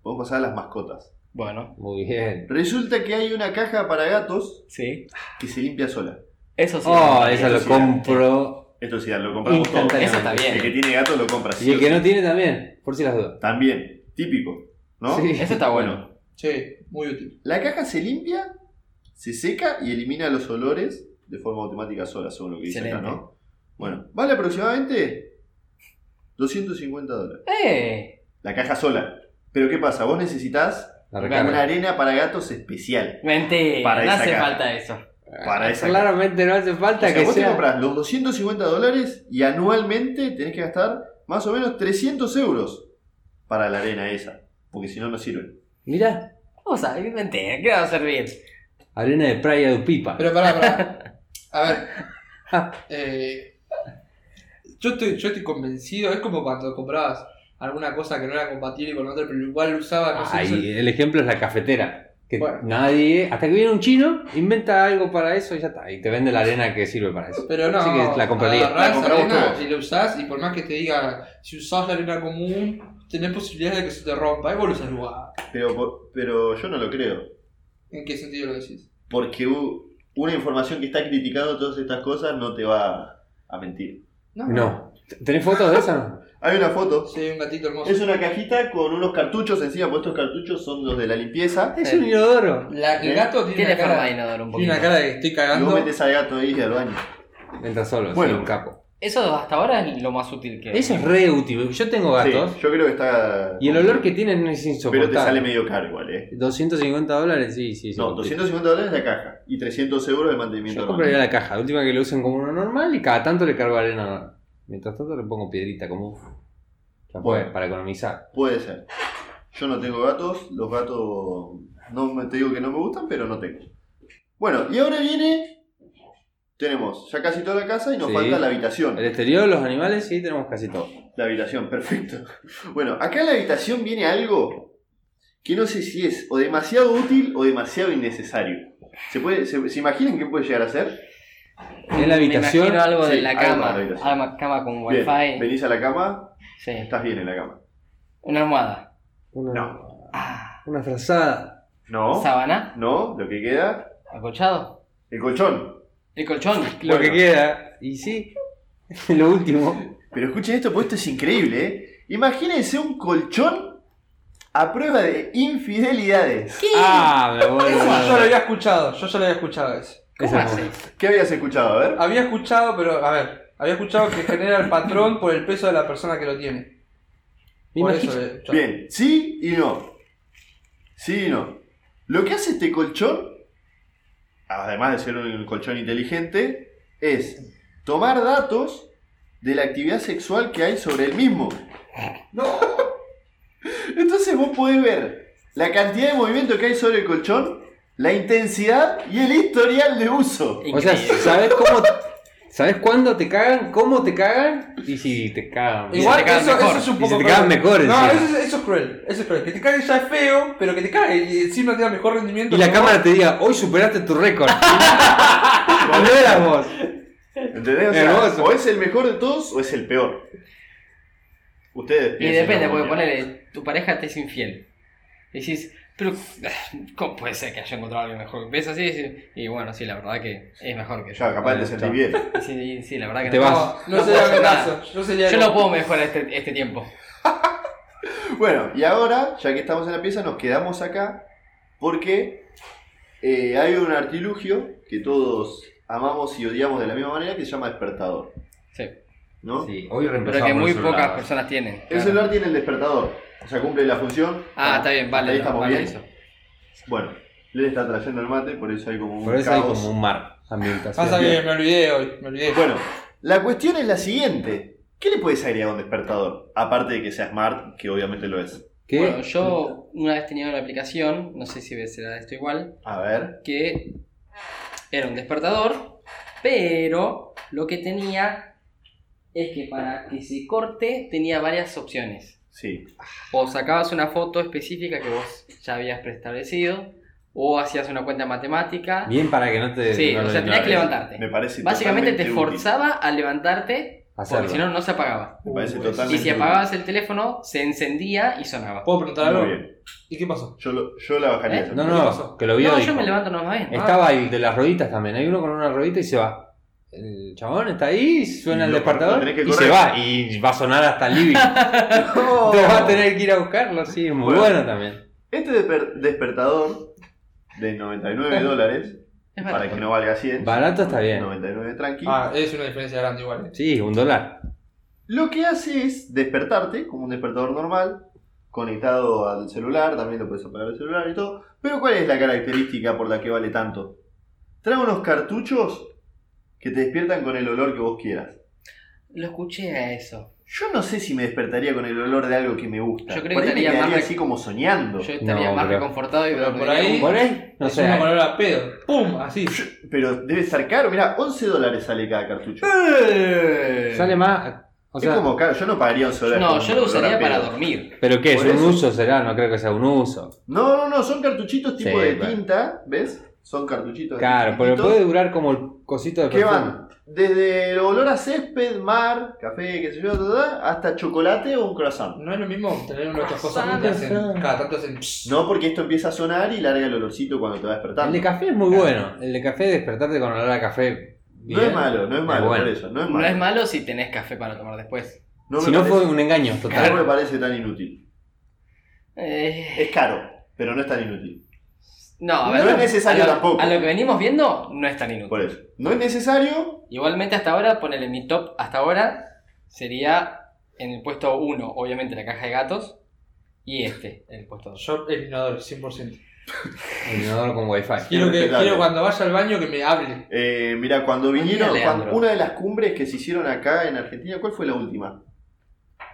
Speaker 4: Podemos pasar a las mascotas.
Speaker 3: Bueno,
Speaker 7: Muy bien.
Speaker 4: Resulta que hay una caja para gatos
Speaker 3: sí.
Speaker 4: que se limpia sola.
Speaker 3: Eso sí.
Speaker 7: Oh,
Speaker 3: Sí,
Speaker 7: esa lo
Speaker 3: sí.
Speaker 7: compro.
Speaker 4: Esto sí, lo compramos todos.
Speaker 7: Instantáneo.
Speaker 3: Eso está
Speaker 4: El que
Speaker 3: bien.
Speaker 4: tiene gatos lo compra. sí
Speaker 7: Y el
Speaker 4: o
Speaker 7: que
Speaker 4: sí.
Speaker 7: no tiene también, por si las dudas.
Speaker 4: También, típico. ¿No?
Speaker 7: Sí.
Speaker 3: Eso está bueno.
Speaker 5: Sí, muy útil.
Speaker 4: La caja se limpia, se seca y elimina los olores de forma automática sola, según lo que dice acá,
Speaker 3: Excelente.
Speaker 4: ¿no? Bueno, vale aproximadamente 250 dólares.
Speaker 3: ¡Eh!
Speaker 4: La caja sola. Pero ¿qué pasa? Vos necesitás
Speaker 7: La
Speaker 4: una
Speaker 7: recarga.
Speaker 4: arena para gatos especial.
Speaker 3: Mentira,
Speaker 4: Para
Speaker 3: no
Speaker 4: esa
Speaker 3: hace
Speaker 4: cara.
Speaker 3: falta eso.
Speaker 4: Para esa caja.
Speaker 7: Claramente no hace
Speaker 4: O
Speaker 7: falta
Speaker 4: sea,
Speaker 7: que
Speaker 4: vos te
Speaker 7: sea.
Speaker 4: compras los 250 dólares y anualmente tenés que gastar más o menos 300 euros para la arena esa. Porque si no, no sirve.
Speaker 7: Mirá,
Speaker 3: Vamos a ver, mentira, ¿qué va a servir?
Speaker 7: arena de playa de Upipa.
Speaker 5: Pero pará, pará. A ver. Eh, yo, estoy, yo estoy convencido, es como cuando comprabas alguna cosa que no era compatible con otra, pero igual usaba, no sé.
Speaker 7: Ahí,
Speaker 5: yo-
Speaker 7: el ejemplo es la cafetera. Que
Speaker 5: Bueno.
Speaker 7: nadie, hasta que viene un chino, inventa algo para eso y ya está. Y te vende la arena que sirve para eso.
Speaker 5: Pero no,
Speaker 7: Así que la compraría.
Speaker 5: agarrás
Speaker 4: La compramos
Speaker 5: arena
Speaker 4: todos.
Speaker 5: y la usás, y por más que te diga, si usás la arena común, tenés posibilidades de que se te rompa. Y vos lo usás igual.
Speaker 4: Pero, po- pero yo no lo creo.
Speaker 5: ¿En qué sentido lo decís?
Speaker 4: Porque u- una información que está criticando todas estas cosas no te va a mentir.
Speaker 7: No. ¿Tenés fotos de eso?
Speaker 4: Hay una foto.
Speaker 5: Sí, un gatito hermoso.
Speaker 4: Es una cajita con unos cartuchos encima, porque estos cartuchos son los de la limpieza.
Speaker 7: Es un inodoro.
Speaker 5: La- el
Speaker 4: ¿Eh?
Speaker 5: gato tiene,
Speaker 3: Tiene
Speaker 5: una cara,
Speaker 3: forma de inodoro un
Speaker 5: tiene
Speaker 3: poquito.
Speaker 5: una cara de que estoy
Speaker 4: Y vos
Speaker 5: cagando.
Speaker 4: metes al gato ahí al baño.
Speaker 7: Entra solo,
Speaker 4: Bueno.
Speaker 7: bueno, un capo.
Speaker 3: Eso hasta ahora es lo más útil que
Speaker 7: Eso es re útil. Yo tengo gatos
Speaker 4: Sí, yo creo que está.
Speaker 7: y el olor que tienen es
Speaker 4: Pero
Speaker 7: insoportable.
Speaker 4: te sale medio caro igual, eh.
Speaker 7: 250 dólares, sí, sí. sí
Speaker 4: No, 250 dólares la caja y 300 euros de mantenimiento.
Speaker 7: Yo
Speaker 4: normal.
Speaker 7: compraría la caja. La última que lo usen como uno normal y cada tanto le cargo arena. Mientras tanto le pongo piedrita como. Ya fue,
Speaker 4: Bueno.
Speaker 7: para economizar.
Speaker 4: Puede ser. Yo no tengo gatos, los gatos no me, te digo que no me gustan, pero no tengo. Bueno, y ahora viene. Tenemos ya casi toda la casa y nos
Speaker 7: Sí. Eh.
Speaker 4: falta la habitación.
Speaker 7: El exterior, los animales, sí, tenemos casi todo.
Speaker 4: La habitación, perfecto. Bueno, acá en la habitación viene algo que no sé si es o demasiado útil o demasiado innecesario. ¿Se, puede, se, se imaginan qué puede llegar a ser?
Speaker 7: En la
Speaker 3: Me
Speaker 7: habitación.
Speaker 3: imagino algo de
Speaker 4: sí,
Speaker 3: la
Speaker 4: algo
Speaker 3: cama.
Speaker 4: de la habitación.
Speaker 3: Alma, cama con
Speaker 4: Bien,
Speaker 3: wifi.
Speaker 4: venís a la cama,
Speaker 3: Sí.
Speaker 4: estás bien en la cama.
Speaker 3: Una almohada.
Speaker 7: Una,
Speaker 4: No.
Speaker 3: Ah,
Speaker 7: una frazada.
Speaker 4: No,
Speaker 3: sábana.
Speaker 4: no, lo que queda,
Speaker 3: Acolchado.
Speaker 4: el colchón.
Speaker 3: El colchón.
Speaker 7: Lo que queda. Y sí, lo último.
Speaker 4: Pero escuchen esto, porque esto es increíble, ¿eh? Imagínense un colchón a prueba de infidelidades.
Speaker 7: Ah, me voy.
Speaker 5: Eso
Speaker 7: me
Speaker 5: yo lo
Speaker 7: voy.
Speaker 5: había escuchado, yo ya lo había escuchado eso.
Speaker 7: Es hermoso.
Speaker 4: ¿Qué habías escuchado? A ver.
Speaker 5: Había escuchado, pero a ver, había escuchado que genera el patrón por el peso de la persona que lo tiene.
Speaker 7: Me
Speaker 5: Por
Speaker 7: imagino-
Speaker 5: eso lo había escuchado.
Speaker 4: Bien, sí y no. Sí y no. Lo que hace este colchón, además de ser un colchón inteligente, es tomar datos de la actividad sexual que hay sobre el mismo. No. Entonces vos podés ver la cantidad de movimiento que hay sobre el colchón, la intensidad y el historial de uso.
Speaker 7: O sea, ¿sabes cómo.? ¿Sabes cuándo te cagan? ¿Cómo te cagan? Y si te cagan.
Speaker 3: Y
Speaker 5: Igual
Speaker 3: se te cagan
Speaker 5: eso, eso
Speaker 3: mejor.
Speaker 5: es un
Speaker 7: Y
Speaker 5: poco.
Speaker 7: se te cagan
Speaker 5: cruel.
Speaker 7: mejor
Speaker 5: No,
Speaker 7: encima.
Speaker 5: eso, es- eso es cruel. Eso es cruel. Que te caguen ya es feo, pero que te caguen y encima tenga mejor rendimiento.
Speaker 7: Y la
Speaker 5: que
Speaker 7: cámara
Speaker 5: vos.
Speaker 7: te diga, hoy superaste tu récord. no eras vos.
Speaker 4: ¿Entendés? O, sea,
Speaker 7: Hermoso.
Speaker 4: o es el mejor de todos o es el peor. Ustedes.
Speaker 3: Y
Speaker 4: piensen
Speaker 3: depende,
Speaker 4: cómo
Speaker 3: porque
Speaker 4: quieran.
Speaker 3: ponele, tu pareja te es infiel. Decís, pero ¿cómo puede ser que haya encontrado algo mejor? Ves así y decís, y bueno, sí, la verdad que es mejor que yo.
Speaker 4: Ya, capaz
Speaker 7: Bueno,
Speaker 4: te sentís
Speaker 7: chao.
Speaker 4: bien.
Speaker 3: Y Sí, sí, la verdad que
Speaker 7: Te
Speaker 3: no.
Speaker 7: vas.
Speaker 5: No,
Speaker 3: No
Speaker 5: no sería
Speaker 3: puedo
Speaker 5: mi
Speaker 3: hacer
Speaker 5: caso.
Speaker 3: nada.
Speaker 5: Yo sería.
Speaker 3: Yo no puedo mejorar este, este tiempo.
Speaker 4: Bueno, y ahora, ya que estamos en la pieza, nos quedamos acá porque eh, hay un artilugio que todos amamos y odiamos de la misma manera que se llama despertador.
Speaker 3: Sí.
Speaker 4: ¿no?
Speaker 7: Sí, hoy reemplazamos
Speaker 3: Pero que muy
Speaker 7: el celular.
Speaker 3: pocas personas tienen.
Speaker 4: El
Speaker 3: claro.
Speaker 4: celular tiene el despertador, o sea, cumple la función.
Speaker 3: Ah, está bien, vale.
Speaker 4: Ahí estamos
Speaker 3: vale
Speaker 4: bien.
Speaker 3: eso.
Speaker 4: Bueno, le está trayendo el mate, por eso hay como un
Speaker 7: Por eso hay
Speaker 4: caos.
Speaker 7: como un mar ambientación.
Speaker 5: Pasa que me olvidé hoy, me olvidé.
Speaker 4: Bueno, la cuestión es la siguiente. ¿Qué le puedes agregar a un despertador? Aparte de que sea smart, que obviamente lo es.
Speaker 7: ¿Qué?
Speaker 3: Bueno, yo una vez tenía una aplicación, no sé si será esto igual,
Speaker 4: A ver.
Speaker 3: que era un despertador, pero lo que tenía es que para que se corte tenía varias opciones.
Speaker 4: Sí.
Speaker 3: O sacabas una foto específica que vos ya habías preestablecido, o hacías una cuenta matemática.
Speaker 7: Bien para que no te.
Speaker 3: Sí,
Speaker 7: no
Speaker 3: o
Speaker 7: lo
Speaker 3: sea, tenías que
Speaker 7: ignores.
Speaker 3: levantarte.
Speaker 4: Me parece
Speaker 3: Básicamente te
Speaker 4: totalmente útil.
Speaker 3: forzaba a levantarte,
Speaker 7: Hacerlo.
Speaker 3: porque si no, no se apagaba.
Speaker 4: Me parece
Speaker 5: Uh,
Speaker 3: Y
Speaker 4: totalmente
Speaker 3: si apagabas el teléfono, se encendía y sonaba.
Speaker 5: ¿Puedo preguntar
Speaker 4: Muy
Speaker 5: algo?
Speaker 4: bien.
Speaker 5: ¿Y qué pasó?
Speaker 4: Yo, lo- yo la bajaría.
Speaker 3: ¿Eh?
Speaker 4: esa.
Speaker 7: No,
Speaker 5: ¿Qué
Speaker 7: no,
Speaker 5: pasó?
Speaker 7: que lo vio.
Speaker 3: No, yo
Speaker 7: dijo.
Speaker 3: me levanto nomás ¿eh? Ah, bien.
Speaker 7: Estaba el de las rueditas también. Hay uno con una ruedita y se va. El chabón está ahí, suena
Speaker 4: Y
Speaker 7: el
Speaker 4: lo- lo
Speaker 7: despertador
Speaker 4: tenés que
Speaker 7: y
Speaker 4: correr.
Speaker 7: se va. Y va a sonar hasta el living. Te vas a tener que ir a buscarlo, sí, es muy
Speaker 4: Bueno.
Speaker 7: bueno, también.
Speaker 4: Este desper- despertador de 99 dólares,
Speaker 3: Es
Speaker 4: para
Speaker 3: barato.
Speaker 4: que no valga 100.
Speaker 7: Barato está bien.
Speaker 4: 99 tranqui.
Speaker 5: Ah, es una diferencia grande igual. eh.
Speaker 7: Sí, un dólar.
Speaker 4: Lo que hace es despertarte como un despertador normal, conectado al celular, también lo puedes apagar el celular y todo. Pero ¿cuál es la característica por la que vale tanto? Trae unos cartuchos que te despiertan con el olor que vos quieras.
Speaker 3: Lo escuché a eso.
Speaker 4: Yo no sé si me despertaría con el olor de algo que me gusta.
Speaker 3: Yo creo
Speaker 4: por
Speaker 3: que
Speaker 4: ahí me
Speaker 3: estaría
Speaker 4: quedaría
Speaker 3: más rec-
Speaker 4: así como soñando.
Speaker 3: Yo estaría
Speaker 7: No,
Speaker 3: más
Speaker 7: pero-
Speaker 3: reconfortado y
Speaker 5: pero por
Speaker 3: dormiría
Speaker 5: ahí-
Speaker 3: como-
Speaker 7: ¿Por ahí? No
Speaker 5: es
Speaker 7: sé.
Speaker 5: una palabra a pedo. ¡Pum! Así.
Speaker 4: Pero debe estar caro, mirá, 11 dólares sale cada cartucho.
Speaker 5: ¡Eh!
Speaker 7: Sale más. O sea,
Speaker 4: es como caro, yo no pagaría 11 dólares.
Speaker 3: No,
Speaker 4: por un
Speaker 3: yo lo
Speaker 4: olor a
Speaker 3: usaría
Speaker 4: pedo.
Speaker 3: para dormir.
Speaker 7: ¿Pero qué? ¿Es
Speaker 4: por
Speaker 7: un
Speaker 4: eso.
Speaker 7: uso? ¿Será? No creo que sea un uso.
Speaker 4: No, no, no, son cartuchitos tipo
Speaker 7: Sí,
Speaker 4: de
Speaker 7: bueno.
Speaker 4: tinta, ¿ves? Son cartuchitos.
Speaker 7: Claro, pero
Speaker 4: chiquititos.
Speaker 7: puede durar como el cosito de
Speaker 4: que
Speaker 7: perfume.
Speaker 4: van desde el olor a césped, mar, café, qué sé yo, ta, ta, ta, hasta chocolate o un croissant.
Speaker 5: No es lo mismo tener unas cosas que te hacen. Cada tanto hacen. pss.
Speaker 4: No, porque esto empieza a sonar y larga el olorcito cuando te va
Speaker 7: El
Speaker 4: despertando.
Speaker 7: de café es muy bueno. El de café, despertarte con olor a café.
Speaker 4: No
Speaker 7: bien,
Speaker 4: es malo, no es malo,
Speaker 7: ¿eh? bueno.
Speaker 4: por eso, no es
Speaker 3: No
Speaker 4: malo.
Speaker 3: es malo si tenés café para tomar después.
Speaker 4: No me
Speaker 7: si no
Speaker 4: parece-
Speaker 7: fue un engaño total.
Speaker 4: no me parece tan inútil.
Speaker 3: Eh,
Speaker 4: Es caro, pero no es tan inútil.
Speaker 3: No, a
Speaker 4: No
Speaker 3: ver,
Speaker 4: es necesario
Speaker 3: a lo,
Speaker 4: tampoco.
Speaker 3: A lo que venimos viendo, no es tan inútil.
Speaker 4: Por eso. No es necesario.
Speaker 3: Igualmente hasta ahora, ponele mi top hasta ahora, sería en el puesto 1, obviamente la caja de gatos, y este, en el puesto 2.
Speaker 5: Yo, el inodoro, 100%.
Speaker 7: El inodoro con wifi.
Speaker 5: Quiero que
Speaker 4: Respetable.
Speaker 5: quiero cuando vaya al baño que me hable.
Speaker 4: Eh, mira, cuando
Speaker 3: día,
Speaker 4: vinieron, cuando-
Speaker 3: Leandro.
Speaker 4: una de las cumbres que se hicieron acá en Argentina, ¿cuál fue la última?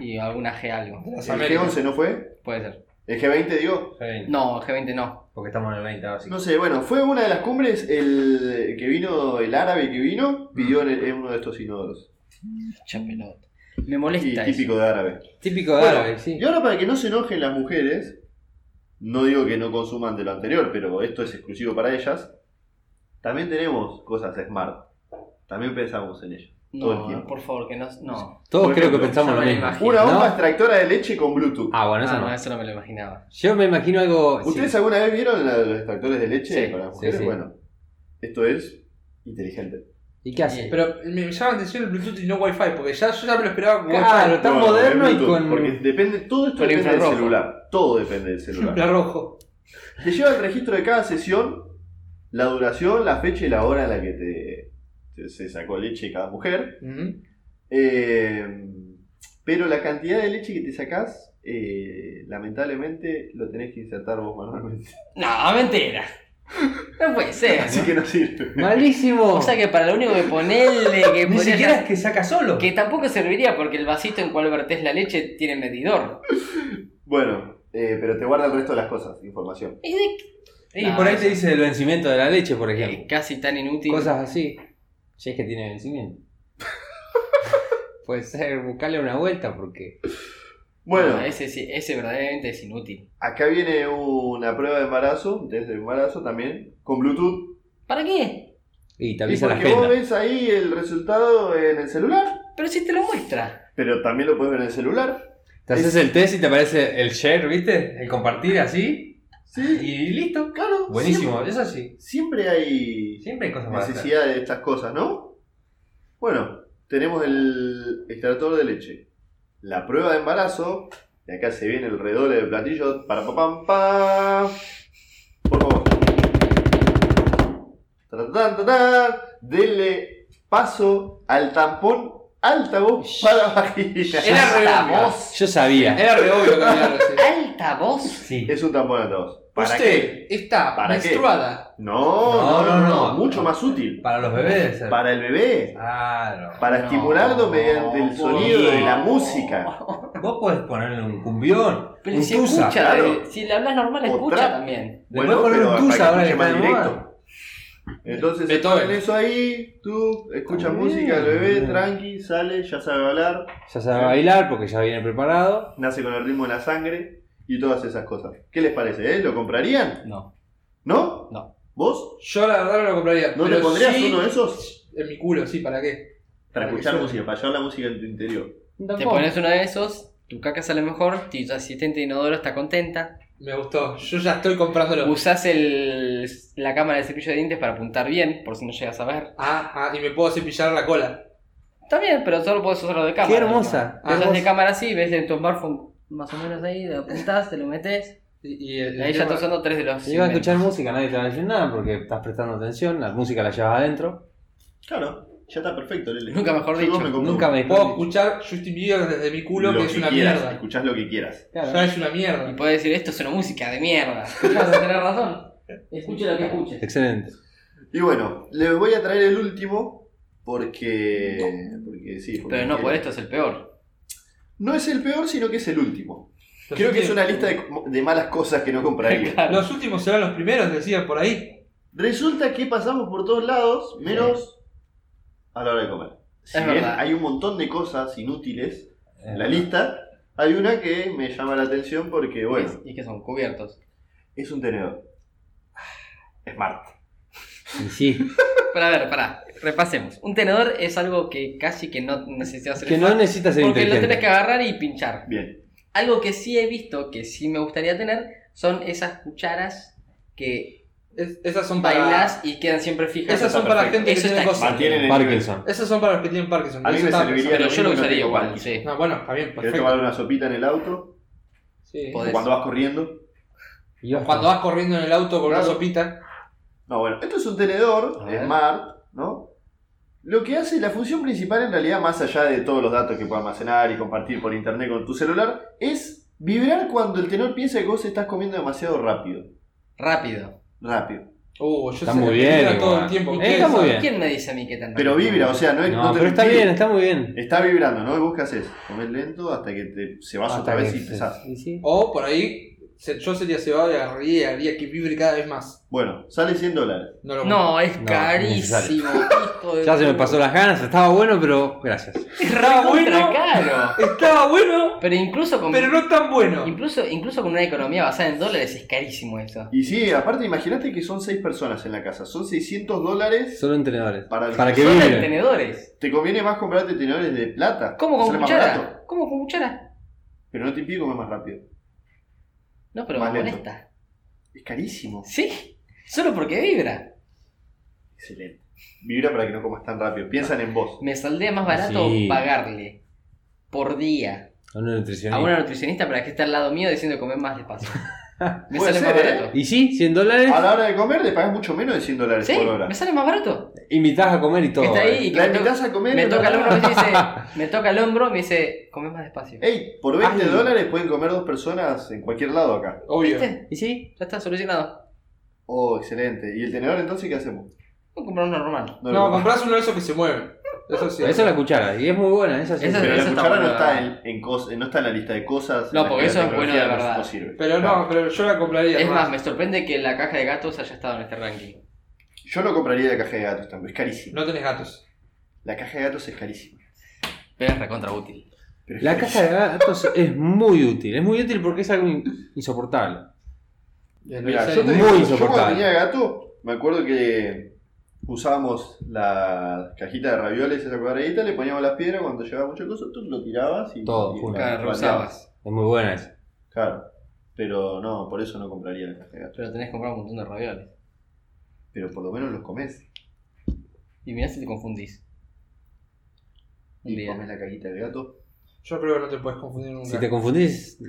Speaker 3: Y alguna G algo,
Speaker 5: Las
Speaker 4: ¿El
Speaker 5: Américas.
Speaker 4: G11 no fue?
Speaker 3: puede ser.
Speaker 4: ¿El G20 digo?
Speaker 3: No, G20 no.
Speaker 7: Porque estamos en el 20
Speaker 4: No sé, bueno, fue una de las cumbres el que vino, el árabe que vino, pidió en, el- en uno de estos inodoros.
Speaker 3: Mucha pelota. Me
Speaker 4: Y
Speaker 3: molesta
Speaker 4: típico de árabe.
Speaker 7: Típico de
Speaker 4: Bueno,
Speaker 7: árabe, sí.
Speaker 4: Y ahora para que no se enojen las mujeres, no digo que no consuman de lo anterior, pero esto es exclusivo para ellas, también tenemos cosas smart. También pensamos en ello.
Speaker 3: eso.
Speaker 4: todo el
Speaker 3: No,
Speaker 4: tiempo.
Speaker 3: por favor, que no... no.
Speaker 7: Todos
Speaker 4: por
Speaker 7: creo que
Speaker 4: ejemplo,
Speaker 7: pensamos
Speaker 3: ya
Speaker 7: lo
Speaker 3: me lo
Speaker 7: mismo.
Speaker 3: imagino.
Speaker 4: Una
Speaker 7: ¿No?
Speaker 4: bomba extractora de leche con Bluetooth.
Speaker 7: Ah, bueno, eso
Speaker 3: Ah,
Speaker 7: no.
Speaker 3: no, eso no me lo imaginaba.
Speaker 7: Yo me imagino algo. sí.
Speaker 4: ¿Ustedes alguna vez vieron la- los extractores de leche
Speaker 3: Sí,
Speaker 4: para las
Speaker 7: sí,
Speaker 4: mujeres?
Speaker 7: sí.
Speaker 4: Bueno, esto es inteligente.
Speaker 7: ¿Y qué hace?
Speaker 5: Pero me llama la atención el Bluetooth y no Wi-Fi, porque ya, yo ya me lo esperaba con
Speaker 7: Claro,
Speaker 5: Wi-Fi.
Speaker 7: tan
Speaker 4: No, no,
Speaker 7: moderno
Speaker 4: es
Speaker 7: y
Speaker 4: Bluetooth,
Speaker 7: con.
Speaker 4: Porque depende, todo esto
Speaker 3: con
Speaker 4: depende del
Speaker 3: infrarrojo.
Speaker 4: celular. Todo depende del celular.
Speaker 5: Siempre rojo.
Speaker 4: Te lleva el registro de cada sesión, la duración, la fecha y la hora en la que te, te- se sacó leche cada mujer.
Speaker 6: Mm.
Speaker 5: Ujú.
Speaker 4: Eh, pero la cantidad de leche que te sacás, eh, lamentablemente lo tenés que insertar vos manualmente.
Speaker 3: No, mentira. No puede ser. ¿no?
Speaker 4: Así que no sirve.
Speaker 7: Malísimo.
Speaker 3: O sea que para lo único que ponele que
Speaker 6: Ni
Speaker 3: podría
Speaker 6: siquiera
Speaker 3: ser-
Speaker 6: es que saca solo.
Speaker 3: Que tampoco serviría porque el vasito en cual vertés la leche tiene medidor.
Speaker 4: Bueno, eh, pero te guarda el resto de las cosas, información.
Speaker 3: ¿Y de qué?
Speaker 7: y
Speaker 3: Nah,
Speaker 7: por ahí te
Speaker 3: eso-
Speaker 7: dice el vencimiento de la leche, por ejemplo.
Speaker 3: Eh, Casi tan inútil.
Speaker 7: Cosas así. Si es que tiene vencimiento. Puede ser, buscarle una vuelta porque.
Speaker 4: Bueno,
Speaker 3: Ah, ese, sí- ese verdaderamente es inútil.
Speaker 4: acá viene una prueba de embarazo, un test de embarazo también, con Bluetooth.
Speaker 3: ¿Para qué?
Speaker 7: Y te
Speaker 4: Y
Speaker 7: avisa la
Speaker 4: porque vos
Speaker 7: agenda.
Speaker 4: ves ahí el resultado en el celular,
Speaker 3: Pero si te lo muestra.
Speaker 4: pero también lo puedes ver en el celular.
Speaker 7: Te haces el test y te aparece el share, ¿viste? El compartir así.
Speaker 4: Sí,
Speaker 7: Y listo.
Speaker 4: claro.
Speaker 7: Buenísimo, eso sí.
Speaker 4: Siempre, siempre hay
Speaker 7: Siempre hay cosas más.
Speaker 4: necesidad de estas cosas, ¿no? Bueno, tenemos el extractor de leche, la prueba de embarazo, y acá se viene el redoble de platillo para pa pam pa. Por favor. Tra, ta, ta, ta, ta. Dele paso al tampón Alta voz para vagina.
Speaker 5: Era re
Speaker 3: Alta
Speaker 5: obvio.
Speaker 3: voz.
Speaker 7: Yo sabía.
Speaker 5: Era re obvio caminar así.
Speaker 3: Alta voz.
Speaker 7: Sí.
Speaker 4: Es un tampón altavoz. ¿Para qué?
Speaker 5: Usted está
Speaker 4: ¿Para qué?
Speaker 5: menstruada.
Speaker 4: No, no, no,
Speaker 6: no.
Speaker 4: Mucho más útil.
Speaker 6: Para los bebés debe ser.
Speaker 4: Para el bebé.
Speaker 6: Claro.
Speaker 4: Para
Speaker 3: No,
Speaker 4: estimularlo mediante el sonido de la música.
Speaker 6: Vos podés ponerle un cumbión,
Speaker 3: Pero
Speaker 6: un
Speaker 3: si
Speaker 6: tusa.
Speaker 3: escucha,
Speaker 4: claro.
Speaker 3: eh, si le hablas normal, escucha
Speaker 4: Otra.
Speaker 3: también.
Speaker 6: Le podés poner un tusa ahora que está de moda.
Speaker 4: Entonces se
Speaker 5: Beethoven.
Speaker 4: ponen eso ahí, tú escuchas
Speaker 7: Bien.
Speaker 4: música, el bebé
Speaker 7: Bien.
Speaker 4: tranqui, sale, ya sabe hablar,
Speaker 7: Ya sabe bailar porque ya viene preparado.
Speaker 4: nace con el ritmo de la sangre y todas esas cosas. ¿Qué les parece? eh? ¿Lo comprarían?
Speaker 3: No.
Speaker 4: ¿No?
Speaker 3: No.
Speaker 4: ¿Vos?
Speaker 5: Yo la verdad no lo compraría.
Speaker 4: ¿No
Speaker 5: pero
Speaker 4: te pondrías
Speaker 5: sí
Speaker 4: uno de esos?
Speaker 5: En mi culo, sí, ¿para qué?
Speaker 4: Para
Speaker 5: Para que
Speaker 4: escuchar
Speaker 5: suene.
Speaker 4: música, para llevar la música en tu interior.
Speaker 3: Te pones uno de esos, tu caca sale mejor, tu asistente de inodoro está contenta.
Speaker 5: Me gustó. Yo ya estoy comprándolo.
Speaker 3: Usás el, la cámara de cepillo de dientes para apuntar bien, por si no llegas a ver.
Speaker 5: Ah, ah, y me puedo cepillar la cola.
Speaker 3: También, pero solo puedes usarlo de cámara.
Speaker 7: Qué hermosa,
Speaker 3: ¿no? Usás
Speaker 7: hermosa.
Speaker 3: de cámara así, ves en tu smartphone más o menos ahí, lo apuntás, te lo metes.
Speaker 5: Y, y el,
Speaker 3: Ahí
Speaker 5: el
Speaker 3: ya
Speaker 5: tema-
Speaker 3: estás usando tres de los.
Speaker 7: Si vas a
Speaker 3: inventos.
Speaker 7: escuchar música, nadie te va a decir nada porque estás prestando atención, la música la llevas adentro.
Speaker 4: Claro, ya está perfecto, Lele.
Speaker 3: Nunca mejor
Speaker 4: Yo
Speaker 3: dicho.
Speaker 4: vos me compro
Speaker 7: Nunca
Speaker 4: un-
Speaker 7: me
Speaker 5: Puedo escuchar Justin Bieber desde mi culo,
Speaker 4: lo
Speaker 5: que es una
Speaker 4: quieras,
Speaker 5: mierda.
Speaker 4: Escuchás lo que quieras.
Speaker 7: Claro.
Speaker 5: Ya es una
Speaker 3: Y
Speaker 5: mierda.
Speaker 3: puedes decir, esto es una música de mierda. Vas a tener razón. Escuche lo que escuche.
Speaker 7: Excelente.
Speaker 4: Y bueno, les voy a traer el último porque. porque sí. porque
Speaker 3: Pero no, por
Speaker 4: quiero.
Speaker 3: esto es el peor.
Speaker 4: No es el peor, sino que es el último. Creo que es una lista de, de malas cosas que no compraría.
Speaker 5: Los últimos serán los primeros, decían por ahí.
Speaker 4: Resulta que pasamos por todos lados, menos a la hora de comer. Si
Speaker 3: Es
Speaker 4: bien
Speaker 3: verdad.
Speaker 4: hay un montón de cosas inútiles en la
Speaker 7: Eh,
Speaker 4: lista, hay una que me llama la atención porque, bueno,
Speaker 3: Y que son cubiertos.
Speaker 4: es un tenedor. Smart.
Speaker 7: y sí.
Speaker 3: Pero a ver, pará, repasemos. Un tenedor es algo que casi que no necesitas hacer
Speaker 7: Que no
Speaker 3: esfuerzo,
Speaker 7: necesitas ser
Speaker 3: Porque lo
Speaker 7: inteligente.
Speaker 3: tenés que agarrar y pinchar.
Speaker 4: Bien.
Speaker 3: Algo que sí he visto, que sí me gustaría tener, son esas cucharas que
Speaker 5: Es- esas son para.
Speaker 3: bailás y quedan siempre fijas.
Speaker 5: esas son
Speaker 4: está
Speaker 5: para
Speaker 4: perfecto.
Speaker 5: gente que
Speaker 3: Eso
Speaker 5: tiene
Speaker 3: está
Speaker 5: cosas.
Speaker 4: Mantienen el
Speaker 7: Parkinson.
Speaker 5: Esas son para los que tienen Parkinson.
Speaker 4: A mí
Speaker 5: Eso
Speaker 4: me
Speaker 5: estaba
Speaker 4: serviría
Speaker 5: pensando.
Speaker 3: Pero yo lo
Speaker 4: mismo que
Speaker 3: usaría
Speaker 4: tengo
Speaker 3: igual,
Speaker 4: Parkinson.
Speaker 3: sí.
Speaker 5: No, bueno, está bien,
Speaker 4: Querés
Speaker 5: perfecto.
Speaker 4: tomar una sopita en el auto,
Speaker 5: Sí.
Speaker 3: Podés.
Speaker 4: cuando vas corriendo.
Speaker 7: Y vas
Speaker 5: Cuando vas corriendo en el auto con una
Speaker 4: Claro.
Speaker 5: sopita.
Speaker 4: No, bueno, esto es un tenedor
Speaker 3: A ver.
Speaker 4: Smart, ¿no? Lo que hace la función principal, en realidad, más allá de todos los datos que puede almacenar y compartir por internet con tu celular, es vibrar cuando el tenedor piensa que vos estás comiendo demasiado rápido.
Speaker 3: Rápido.
Speaker 4: Rápido.
Speaker 5: Uh, yo
Speaker 7: Está
Speaker 5: sé
Speaker 7: muy
Speaker 5: que vibra
Speaker 7: bien,
Speaker 5: todo
Speaker 7: igual.
Speaker 5: el tiempo.
Speaker 7: Eh,
Speaker 5: ¿Ustedes
Speaker 7: está muy
Speaker 5: saben?
Speaker 7: bien.
Speaker 3: ¿Quién me dice a mí que tan
Speaker 4: Pero
Speaker 3: rápido?
Speaker 4: vibra, o sea, no es.
Speaker 7: No,
Speaker 4: te
Speaker 7: pero está
Speaker 4: respira.
Speaker 7: bien, está muy bien.
Speaker 4: Está vibrando, ¿no? Y vos qué haces? Comés lento hasta que te, se vas
Speaker 7: Hasta
Speaker 4: otra vez
Speaker 7: que-
Speaker 4: y pesás.
Speaker 7: y sí.
Speaker 5: O por ahí, se- yo sería cebado y agarraría y haría que vibre cada vez más.
Speaker 4: Bueno, sale 100 dólares.
Speaker 5: No lo
Speaker 3: No, es
Speaker 7: No,
Speaker 3: carísimo. hijo de
Speaker 7: Ya se me
Speaker 3: puta.
Speaker 7: pasó las ganas, estaba bueno, pero gracias.
Speaker 5: Estaba
Speaker 3: Contra
Speaker 5: bueno,
Speaker 3: caro.
Speaker 5: estaba bueno,
Speaker 3: Pero incluso con
Speaker 5: pero no tan bueno.
Speaker 3: incluso, incluso con una economía basada en dólares es carísimo eso.
Speaker 4: Y sí, aparte, imagínate que son 6 personas en la casa. Son 600 dólares.
Speaker 7: Solo entrenadores.
Speaker 4: Para-
Speaker 7: Para que
Speaker 3: Solo en
Speaker 7: vibren.
Speaker 3: tenedores.
Speaker 4: Te conviene más comprarte tenedores de plata.
Speaker 3: ¿Cómo con
Speaker 4: Sale más barato.
Speaker 3: cuchara? ¿Cómo con cuchara?
Speaker 4: Pero no te impide comer más rápido.
Speaker 3: No, pero me
Speaker 4: Más lento.
Speaker 3: molesta.
Speaker 4: Es carísimo.
Speaker 3: Sí, solo porque vibra.
Speaker 4: Excelente. Vibra para que no comas tan rápido. Piensan en vos.
Speaker 3: Me saldría más barato
Speaker 7: Sí.
Speaker 3: pagarle por día
Speaker 7: A una
Speaker 3: a una
Speaker 7: nutricionista.
Speaker 3: nutricionista para que esté al lado mío diciendo comer más despacio. Me
Speaker 4: Puede
Speaker 3: sale más
Speaker 4: ser, ¿eh?
Speaker 3: barato.
Speaker 7: Y sí, 100 dólares,
Speaker 4: A la hora de comer le pagas mucho menos de 100 dólares
Speaker 3: Sí,
Speaker 4: por hora.
Speaker 3: me sale más barato.
Speaker 7: invitás a comer y todo.
Speaker 3: Que está ahí
Speaker 7: eh.
Speaker 3: y que
Speaker 4: La
Speaker 3: me, to-
Speaker 4: invitás a comer.
Speaker 3: me
Speaker 4: y no
Speaker 3: toca el
Speaker 4: la-
Speaker 3: hombro y me dice, me toca el hombro y me dice, come más despacio.
Speaker 4: Ey, por 20
Speaker 7: Ay.
Speaker 4: dólares pueden comer dos personas en cualquier lado acá.
Speaker 5: Obvio.
Speaker 3: ¿Viste?
Speaker 7: Y sí,
Speaker 3: Ya está solucionado.
Speaker 4: Oh, excelente. ¿Y el tenedor entonces qué hacemos?
Speaker 3: Voy a comprar uno normal.
Speaker 4: No,
Speaker 5: No,
Speaker 4: lo-
Speaker 5: compras uno de esos que se mueven. Eso sí.
Speaker 7: eso es la cuchara. Y es muy buena, esa sí.
Speaker 3: Esa-
Speaker 4: Pero la
Speaker 3: está
Speaker 4: cuchara no
Speaker 3: bueno,
Speaker 4: está
Speaker 3: ¿verdad?
Speaker 4: en, en cos- no está en la lista de cosas.
Speaker 3: No,
Speaker 4: en las
Speaker 3: porque
Speaker 4: que
Speaker 3: eso
Speaker 4: la
Speaker 3: es bueno de
Speaker 4: tecnología
Speaker 3: verdad.
Speaker 4: sirve.
Speaker 5: Pero
Speaker 4: Claro.
Speaker 5: no, pero yo la compraría.
Speaker 3: Es más,
Speaker 5: hermano.
Speaker 3: me sorprende que la caja de gatos haya estado en este ranking.
Speaker 4: Yo no compraría la caja de gatos tampoco. Es carísimo.
Speaker 5: No tenés gatos.
Speaker 4: La caja de gatos es carísima.
Speaker 3: Pero es recontra útil.
Speaker 4: Pero es
Speaker 7: La
Speaker 4: carísima.
Speaker 7: caja de gatos es muy útil. Es muy útil porque es algo in- insoportable.
Speaker 4: Mira,
Speaker 5: Sí.
Speaker 4: yo, te
Speaker 7: muy
Speaker 4: digo, yo
Speaker 7: insoportable.
Speaker 4: cuando tenía gato, me acuerdo que usábamos la cajita de ravioles, esa cuadradita, le poníamos las piedras, cuando llegaba mucho cosa, tú lo tirabas y...
Speaker 7: Todo,
Speaker 4: y-
Speaker 7: full.
Speaker 4: y-
Speaker 3: Claro,
Speaker 4: lo
Speaker 3: usabas.
Speaker 7: Es muy buena esa.
Speaker 4: Claro, pero no, por eso no compraría la caja de gato.
Speaker 3: Pero tenés que comprar un montón de ravioles.
Speaker 4: Pero por lo menos los comes.
Speaker 3: Y mirá si te confundís. Un
Speaker 4: Y
Speaker 3: día.
Speaker 4: comes la cajita de gato.
Speaker 3: Ah.
Speaker 5: Yo creo que no te puedes confundir nunca.
Speaker 7: Si te confundís,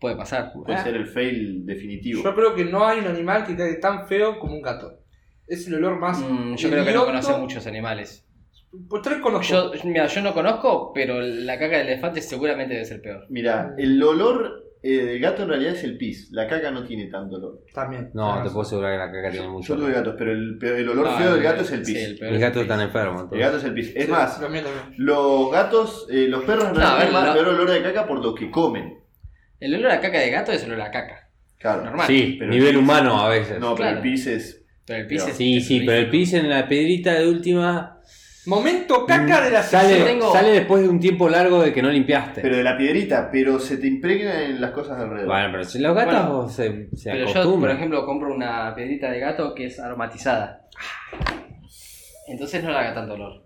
Speaker 3: Puede pasar.
Speaker 4: Puede ser el fail definitivo.
Speaker 5: Yo creo que no hay un animal que cague tan feo como un gato. Es Ah. el olor más.
Speaker 3: Mm, yo creo que no
Speaker 5: Idioto.
Speaker 3: conoce muchos animales.
Speaker 5: Por tres
Speaker 3: Yo,
Speaker 5: conozco.
Speaker 3: mira, yo no conozco, pero la caca del elefante seguramente debe ser peor.
Speaker 4: Mira, el olor eh, del gato en realidad es el pis. La caca no tiene tanto olor.
Speaker 5: También.
Speaker 7: No, te puedo asegurar que la caca tiene mucho.
Speaker 4: Yo tuve
Speaker 7: olor.
Speaker 4: gatos, pero el, pero el olor
Speaker 3: Ah,
Speaker 4: feo del
Speaker 3: el-
Speaker 4: gato es el
Speaker 3: sí,
Speaker 4: pis.
Speaker 3: el
Speaker 4: el,
Speaker 3: peor
Speaker 7: El gato
Speaker 3: es
Speaker 7: está
Speaker 3: el pis.
Speaker 7: enfermo. entonces.
Speaker 4: gato es el pis. Es más,
Speaker 5: Lo mío también.
Speaker 4: los gatos, eh, los perros en
Speaker 3: No, a
Speaker 4: realidad
Speaker 3: ver,
Speaker 4: tienen
Speaker 3: la-
Speaker 4: peor olor de caca por lo que comen.
Speaker 3: El olor a caca de gato es olor a caca.
Speaker 4: Claro.
Speaker 3: Normal.
Speaker 7: Sí,
Speaker 4: Pero
Speaker 7: nivel
Speaker 4: el pis-
Speaker 7: humano a veces.
Speaker 4: No, pero
Speaker 3: Claro.
Speaker 4: el pis es.
Speaker 3: Pero el pis
Speaker 4: Pero-
Speaker 3: es-
Speaker 7: sí,
Speaker 3: es
Speaker 7: sí, pero el
Speaker 3: horrible.
Speaker 7: pis en la pedrita de última
Speaker 5: Momento caca de la
Speaker 7: Mm, sale,
Speaker 3: yo tengo-
Speaker 7: sale después de un tiempo largo de que no limpiaste.
Speaker 4: Pero de la piedrita, pero se te impregna en las cosas de alrededor.
Speaker 7: bueno, pero si los gatos
Speaker 3: Bueno,
Speaker 7: vos se, se
Speaker 3: Pero yo, por
Speaker 7: acostumbran.
Speaker 3: ejemplo, compro una piedrita de gato que es aromatizada. Entonces no le haga tanto olor.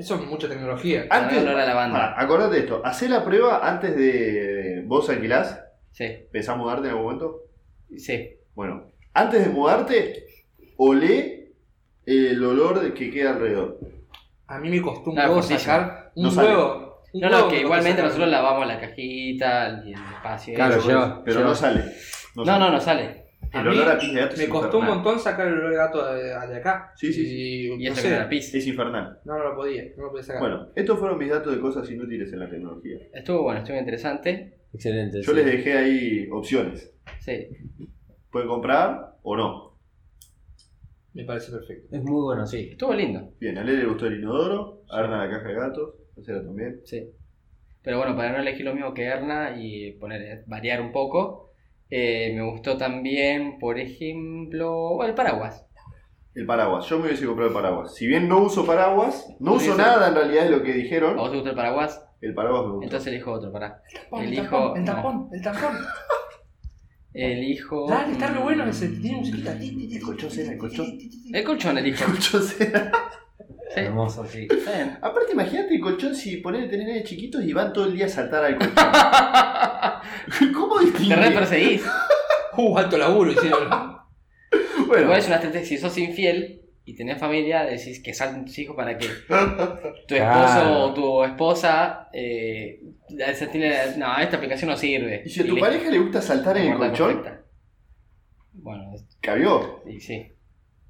Speaker 5: Eso es mucha tecnología.
Speaker 3: Ah. Haga olor a lavanda.
Speaker 4: Pará, acordate de esto. Hacé la prueba antes de. ¿Vos alquilás?
Speaker 3: Sí,
Speaker 4: ¿Pensás mudarte en algún momento?
Speaker 3: sí.
Speaker 4: Bueno, antes de mudarte, olé el olor de que queda alrededor.
Speaker 5: A mí me costó un
Speaker 3: Claro,
Speaker 5: huevo
Speaker 3: fortísimo.
Speaker 5: sacar un
Speaker 4: No sale.
Speaker 5: huevo. Un
Speaker 3: No, no,
Speaker 5: huevo me
Speaker 3: que
Speaker 5: costó
Speaker 3: igualmente
Speaker 5: sacar.
Speaker 3: nosotros lavamos la cajita y el espacio.
Speaker 7: Claro,
Speaker 3: eso. pues.
Speaker 7: lleva-
Speaker 4: Pero
Speaker 7: lleva-
Speaker 4: no sale. No,
Speaker 3: No,
Speaker 4: sale.
Speaker 3: no, no sale.
Speaker 5: A
Speaker 4: El
Speaker 5: mí
Speaker 4: olor a pis de gato es
Speaker 5: Me costó un
Speaker 4: infernal.
Speaker 5: montón sacar el olor de gato de, de acá.
Speaker 4: Sí, sí,
Speaker 5: Y,
Speaker 3: Y
Speaker 5: no
Speaker 3: eso
Speaker 5: sé,
Speaker 3: que era pis.
Speaker 4: Es infernal.
Speaker 5: No, no lo podía, no lo podía sacar.
Speaker 4: Bueno, estos fueron mis datos de cosas inútiles en la tecnología.
Speaker 3: Estuvo bueno, estuvo interesante.
Speaker 7: Excelente.
Speaker 4: Yo
Speaker 7: sí.
Speaker 4: les dejé ahí opciones.
Speaker 3: Sí.
Speaker 4: Pueden comprar o no.
Speaker 5: Me parece perfecto.
Speaker 7: Es muy bueno, sí.
Speaker 3: Estuvo lindo.
Speaker 4: Bien, a Lele le gustó el inodoro, a Arna la caja de gatos, a Cera también.
Speaker 3: Sí. Pero bueno, para no elegir lo mismo que Erna y poner, eh, variar un poco, eh, me gustó también, por ejemplo, el paraguas.
Speaker 4: El paraguas. Yo me hubiese comprado el paraguas. Si bien no uso paraguas, no
Speaker 3: Hubiese-
Speaker 4: uso nada en realidad de lo que
Speaker 3: ¿A
Speaker 4: dijeron,
Speaker 3: vos te gustó el paraguas?
Speaker 4: el paraguas me gustó.
Speaker 3: Entonces elijo otro, pará.
Speaker 5: El,
Speaker 3: Elijo-
Speaker 5: tampón, el
Speaker 3: no.
Speaker 5: tampón, el tampón.
Speaker 3: Elijo.
Speaker 5: Dale, está re bueno
Speaker 3: mm,
Speaker 5: ese. Tiene musiquita.
Speaker 4: El colchón cena, el colchón.
Speaker 3: El colchón elijo.
Speaker 4: Yo sé.
Speaker 3: Sí.
Speaker 7: Hermoso, sí.
Speaker 3: Está bien.
Speaker 4: Aparte, imagínate el colchón si ponele tenés nenes chiquitos y van todo el día a saltar al colchón. ¿Cómo
Speaker 3: Te re
Speaker 4: distingue?
Speaker 3: perseguís.
Speaker 5: Uh, alto laburo hicieron.
Speaker 4: Bueno,
Speaker 3: Igual es una estrategia. Si sos infiel y tenés familia, decís que salten tus hijos para que tu esposo
Speaker 7: Claro.
Speaker 3: o tu esposa. Eh, se tiene- no, esta aplicación no sirve.
Speaker 4: y si a
Speaker 3: Y
Speaker 4: tu
Speaker 3: le-
Speaker 4: pareja le gusta saltar en el
Speaker 3: Guarda
Speaker 4: colchón,
Speaker 3: perfecta. Bueno, es-
Speaker 4: cabió,
Speaker 3: y sí.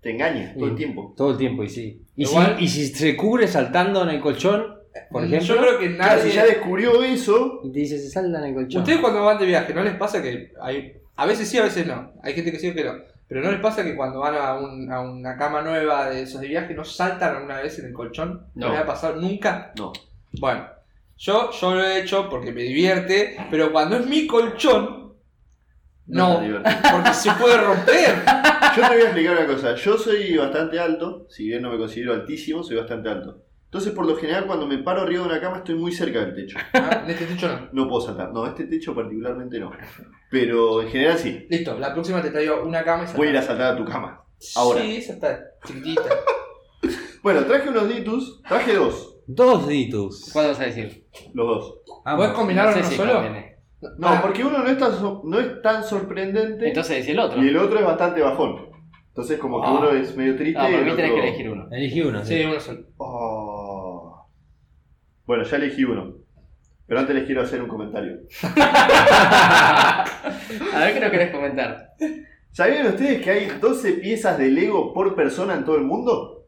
Speaker 4: te engañas todo el
Speaker 7: Sí.
Speaker 4: tiempo.
Speaker 7: Todo el tiempo, y sí. Y,
Speaker 5: Igual-
Speaker 7: si, y si se cubre saltando en el colchón,
Speaker 3: Mm,
Speaker 7: por ejemplo,
Speaker 5: Yo creo que
Speaker 3: Ah,
Speaker 4: Claro, si
Speaker 5: nadie.
Speaker 3: eh.
Speaker 4: ya descubrió eso,
Speaker 7: y te dice, se salta en el colchón.
Speaker 5: Ustedes cuando van de viaje, ¿no les pasa que hay... A veces sí, a veces no. Hay gente que sí o que no. Pero ¿no les pasa que cuando van a, un- a una cama nueva de esos de viaje no saltan alguna vez en el colchón? ¿No,
Speaker 3: No.
Speaker 5: les ha pasado nunca?
Speaker 4: No.
Speaker 5: Bueno, yo, yo lo he hecho porque me divierte, pero cuando es mi colchón,
Speaker 4: no.
Speaker 5: no,
Speaker 4: te divertís.
Speaker 5: porque se puede romper.
Speaker 4: Yo te voy a explicar una cosa. Yo soy bastante alto, si bien no me considero altísimo, soy bastante alto. Entonces, por lo general, cuando me paro arriba de una cama, estoy muy cerca del techo.
Speaker 5: Ah, en este techo no.
Speaker 4: No puedo saltar. No, este techo particularmente no. Pero en general sí.
Speaker 5: Listo, la próxima te traigo una cama y saltas.
Speaker 4: Voy a ir a saltar a tu cama. ahora.
Speaker 5: Sí, esa está chiquitita.
Speaker 4: Bueno, traje unos ditus, traje dos,
Speaker 7: Dos ditus.
Speaker 3: ¿Cuál vas a decir?
Speaker 4: los dos.
Speaker 5: ¿Puedes
Speaker 7: Ambos.
Speaker 5: combinar
Speaker 3: No sé
Speaker 5: uno
Speaker 3: si
Speaker 5: solo?
Speaker 3: conviene.
Speaker 4: No,
Speaker 5: Ah,
Speaker 4: porque uno no es tan, so- no es tan sorprendente
Speaker 3: Entonces decí el otro.
Speaker 4: y el otro es bastante bajón. Entonces como que
Speaker 3: Ah.
Speaker 4: uno es medio triste
Speaker 3: No,
Speaker 4: y
Speaker 3: para
Speaker 4: el
Speaker 3: mí tenés
Speaker 4: otro-
Speaker 3: que elegir uno.
Speaker 7: Elegí uno, sí.
Speaker 5: Sí, uno solo.
Speaker 4: Oh. Bueno, ya elegí uno. Pero antes les quiero hacer un comentario.
Speaker 3: A ver qué nos querés comentar.
Speaker 4: ¿Sabían ustedes que hay 12 piezas de Lego por persona en todo el mundo?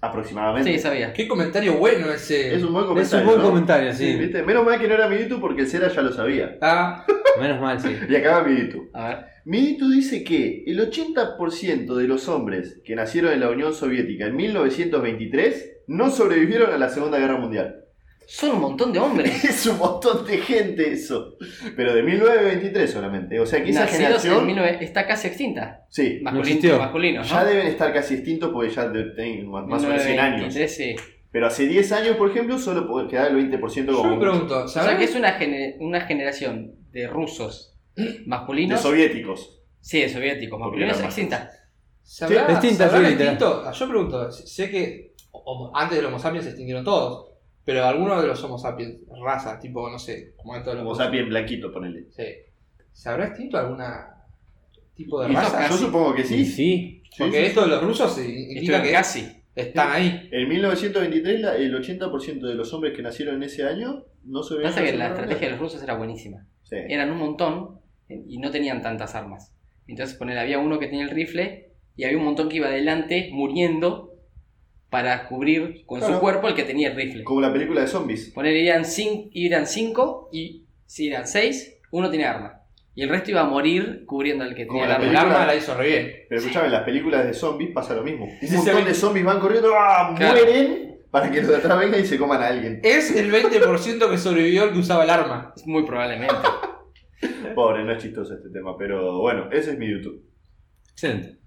Speaker 4: Aproximadamente.
Speaker 3: Sí, sabía.
Speaker 5: Qué comentario bueno ese.
Speaker 4: es un buen
Speaker 7: Es
Speaker 4: comentario.
Speaker 7: un buen
Speaker 4: ¿no?
Speaker 7: comentario, sí.
Speaker 4: ¿Viste? Menos mal que no era Miditu porque el Cera ya lo sabía.
Speaker 5: Ah,
Speaker 7: Menos mal, sí.
Speaker 4: Y acaba Miditu.
Speaker 3: A ver.
Speaker 4: Miditu dice que el 80% de los hombres que nacieron en la Unión Soviética en 1923 no sobrevivieron a la Segunda Guerra Mundial.
Speaker 3: Son un montón de hombres.
Speaker 4: Es un montón de gente eso. Pero de 1923 solamente. O sea que esa
Speaker 3: Nacidos en
Speaker 4: generación...
Speaker 3: 19... Está casi extinta.
Speaker 4: Sí.
Speaker 3: Masculino,
Speaker 7: existió.
Speaker 3: masculino, ¿no?
Speaker 4: Ya deben estar casi extintos porque ya de- tienen más más o menos 100 años.
Speaker 3: 1923, sí.
Speaker 4: Pero hace 10 años, por ejemplo, solo po- quedaba el 20%
Speaker 5: yo me
Speaker 4: como
Speaker 5: pregunto,
Speaker 3: O sea que
Speaker 5: ¿sabes?
Speaker 3: es una, gene- una generación de rusos
Speaker 4: de
Speaker 3: masculinos.
Speaker 4: soviéticos.
Speaker 3: Sí, de soviéticos,
Speaker 4: Porque eran
Speaker 3: masculinos
Speaker 4: más-
Speaker 3: extinta.
Speaker 5: ¿Sabrá,
Speaker 7: Sí, distinta,
Speaker 5: sabrá
Speaker 7: sí,
Speaker 5: el
Speaker 7: literal.
Speaker 5: instinto? Ah, Yo pregunto, sé- sé que homo- antes de los Homo sapiens se extinguieron todos, pero algunos de los Homo sapiens, razas, tipo, no sé, como antes de los
Speaker 4: Como sapien blanquito, ponele.
Speaker 5: Sí. ¿Se habrá extinto alguna tipo de
Speaker 3: Y
Speaker 5: raza?
Speaker 3: Casi.
Speaker 4: Yo supongo que
Speaker 7: Sí,
Speaker 4: sí.
Speaker 7: sí.
Speaker 4: Sí,
Speaker 5: Porque
Speaker 4: sí.
Speaker 5: esto de los rusos se indica
Speaker 3: Estuvieron
Speaker 5: que
Speaker 3: casi.
Speaker 5: están ahí.
Speaker 4: En 1923, la- el 80% de los hombres que nacieron en ese año no sobrevivieron.
Speaker 3: Pasa
Speaker 4: a
Speaker 3: que la
Speaker 4: Segunda Guerra
Speaker 3: estrategia de los rusos era buenísima.
Speaker 4: Mundial. Sí.
Speaker 3: Eran un montón eh, y no tenían tantas armas. Entonces, poner, había uno que tenía el rifle y había un montón que iba adelante muriendo para cubrir con su
Speaker 4: Claro.
Speaker 3: cuerpo el que tenía el rifle.
Speaker 4: Como la película de zombies.
Speaker 3: Poner eran 5 eran cinco y si eran 6, uno tenía arma. Y el resto iba a morir cubriendo al que
Speaker 4: Como
Speaker 3: tenía el
Speaker 4: la
Speaker 3: arma.
Speaker 5: El
Speaker 4: película.
Speaker 5: arma la hizo re bien.
Speaker 4: Pero escuchame, en las películas de zombies pasa lo mismo. Un
Speaker 5: sí,
Speaker 4: montón
Speaker 5: sí.
Speaker 4: de zombies van corriendo, ¡ah!
Speaker 3: Claro.
Speaker 4: mueren para que los de atrás vengan y se coman a alguien.
Speaker 5: Es el 20% que sobrevivió el que usaba el arma.
Speaker 3: Muy probablemente.
Speaker 4: Pobre, no es chistoso este tema, pero bueno, ese es mi YouTube.
Speaker 7: Excelente.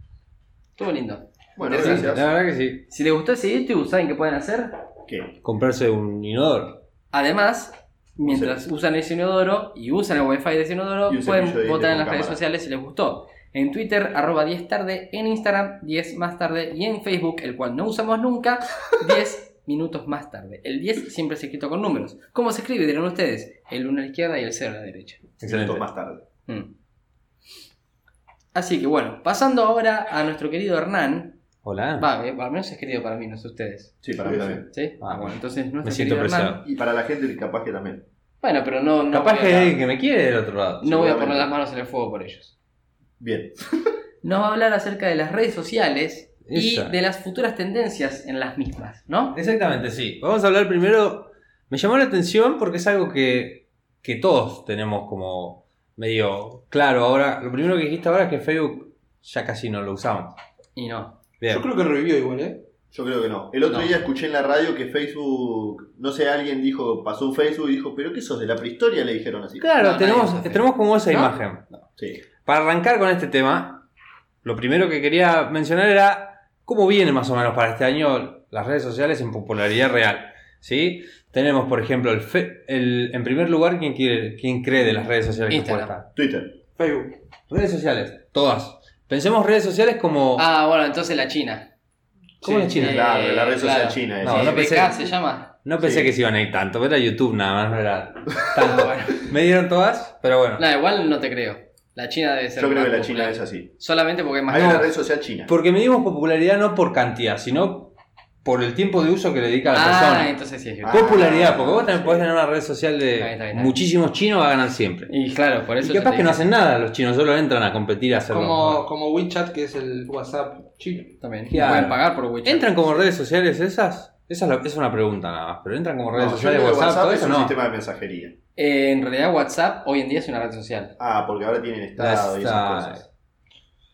Speaker 3: Estuvo lindo.
Speaker 4: Bueno,
Speaker 3: Sí,
Speaker 4: gracias.
Speaker 7: La verdad que sí.
Speaker 3: Si les gustó ese YouTube, ¿saben qué pueden hacer?
Speaker 4: ¿Qué?
Speaker 7: Comprarse un inodoro.
Speaker 3: Además, mientras usan ese inodoro y usan el wifi de ese inodoro,
Speaker 4: Y un cepillo de
Speaker 3: pueden
Speaker 4: dientes
Speaker 3: votar en
Speaker 4: con
Speaker 3: las redes
Speaker 4: cámara.
Speaker 3: sociales si les gustó. En Twitter, arroba 10 tarde, en Instagram, 10 más tarde, y en Facebook, el cual no usamos nunca, 10 minutos más tarde. El 10 siempre es escrito con números. ¿Cómo se escribe? Dirán ustedes. El 1 a la izquierda y el 0 a la derecha.
Speaker 4: Minutos más tarde.
Speaker 3: Mm. Así que bueno, pasando ahora a nuestro querido Hernán.
Speaker 7: Hola.
Speaker 3: Va, eh, al menos es querido para mí, no sé ustedes.
Speaker 4: Sí, para mí también.
Speaker 3: ¿Sí?
Speaker 7: Ah,
Speaker 3: bueno, entonces nuestro
Speaker 7: Me siento
Speaker 3: querido Hernán-
Speaker 7: preciado.
Speaker 4: Y para la gente capaz que también.
Speaker 3: Bueno, pero no. no
Speaker 7: Capaz
Speaker 3: voy a
Speaker 7: que hay
Speaker 3: hablar-
Speaker 7: alguien que me quiere del otro lado.
Speaker 3: No voy a
Speaker 4: Seguramente.
Speaker 3: poner las manos en el fuego por ellos.
Speaker 4: Bien.
Speaker 3: Nos va a hablar acerca de las redes sociales y
Speaker 7: Exacto.
Speaker 3: de las futuras tendencias en las mismas, ¿no?
Speaker 7: Exactamente, sí. Vamos a hablar primero. Me llamó la atención porque es algo que, que todos tenemos como medio claro ahora. Lo primero que dijiste ahora es que Facebook ya casi no lo usamos.
Speaker 3: Y no.
Speaker 7: Bien.
Speaker 5: Yo creo que revivió igual, ¿eh?
Speaker 4: Yo creo que no. El otro
Speaker 3: No.
Speaker 4: día escuché en la radio que Facebook, no sé, alguien dijo, pasó un Facebook y dijo, pero ¿qué sos de la prehistoria? Le dijeron así.
Speaker 7: Claro,
Speaker 3: No, nadie usa
Speaker 7: tenemos, tenemos como esa
Speaker 3: ¿No?
Speaker 7: imagen.
Speaker 4: Sí.
Speaker 7: Para arrancar con este tema, lo primero que quería mencionar era cómo vienen más o menos para este año las redes sociales en popularidad real. ¿sí? Tenemos, por ejemplo, el, fe- el- en primer lugar, ¿quién, quiere, quién cree de las redes sociales
Speaker 3: Instagram.
Speaker 7: que cuesta?
Speaker 4: Twitter.
Speaker 5: Facebook.
Speaker 7: Redes sociales, todas. Pensemos redes sociales como...
Speaker 3: Ah, bueno, entonces la China.
Speaker 7: ¿Cómo
Speaker 5: sí,
Speaker 7: es China?
Speaker 3: Eh,
Speaker 4: claro, la red social china,
Speaker 7: No,
Speaker 3: Sí,
Speaker 7: no pensé.
Speaker 3: BK se llama.
Speaker 7: No pensé
Speaker 4: sí.
Speaker 7: que se iban a ir tanto, pero era YouTube nada más, no era
Speaker 3: Ah,
Speaker 7: tanto.
Speaker 3: bueno.
Speaker 7: Me dieron todas, pero bueno.
Speaker 3: No, igual no te creo. La China debe ser.
Speaker 4: Yo creo
Speaker 3: más
Speaker 4: que la
Speaker 3: popular.
Speaker 7: pues.
Speaker 4: China es así.
Speaker 3: Solamente porque es más
Speaker 4: Hay una
Speaker 3: cara.
Speaker 4: red social china.
Speaker 7: Porque medimos popularidad no por cantidad, sino por el tiempo de uso que le dedica la
Speaker 3: Ah,
Speaker 7: persona.
Speaker 3: entonces sí es
Speaker 4: Ah,
Speaker 3: YouTube.
Speaker 7: Popularidad, porque vos también
Speaker 4: sí.
Speaker 7: podés tener una red social
Speaker 3: Está
Speaker 7: de
Speaker 3: bien, está bien, está bien.
Speaker 7: muchísimos chinos va a ganar
Speaker 4: Ah.
Speaker 7: siempre.
Speaker 3: Y claro, por eso.
Speaker 7: y capaz
Speaker 3: yo te
Speaker 7: que no
Speaker 3: dije.
Speaker 7: hacen nada los chinos, solo entran a competir a hacer
Speaker 5: Como, como WeChat, que es el WhatsApp chino.
Speaker 3: También.
Speaker 7: Claro.
Speaker 3: Pueden pagar por WeChat.
Speaker 7: ¿Entran como redes sociales esas? Esa es, la- es una pregunta nada más, pero entran como redes
Speaker 4: No, yo
Speaker 7: sociales
Speaker 4: creo que
Speaker 7: WhatsApp, todo
Speaker 4: es
Speaker 7: eso
Speaker 4: un
Speaker 7: no.
Speaker 4: sistema de mensajería.
Speaker 3: Eh, en realidad, WhatsApp hoy en día es una red social.
Speaker 4: Ah, porque ahora tienen
Speaker 7: Las-
Speaker 4: estado y esas cosas.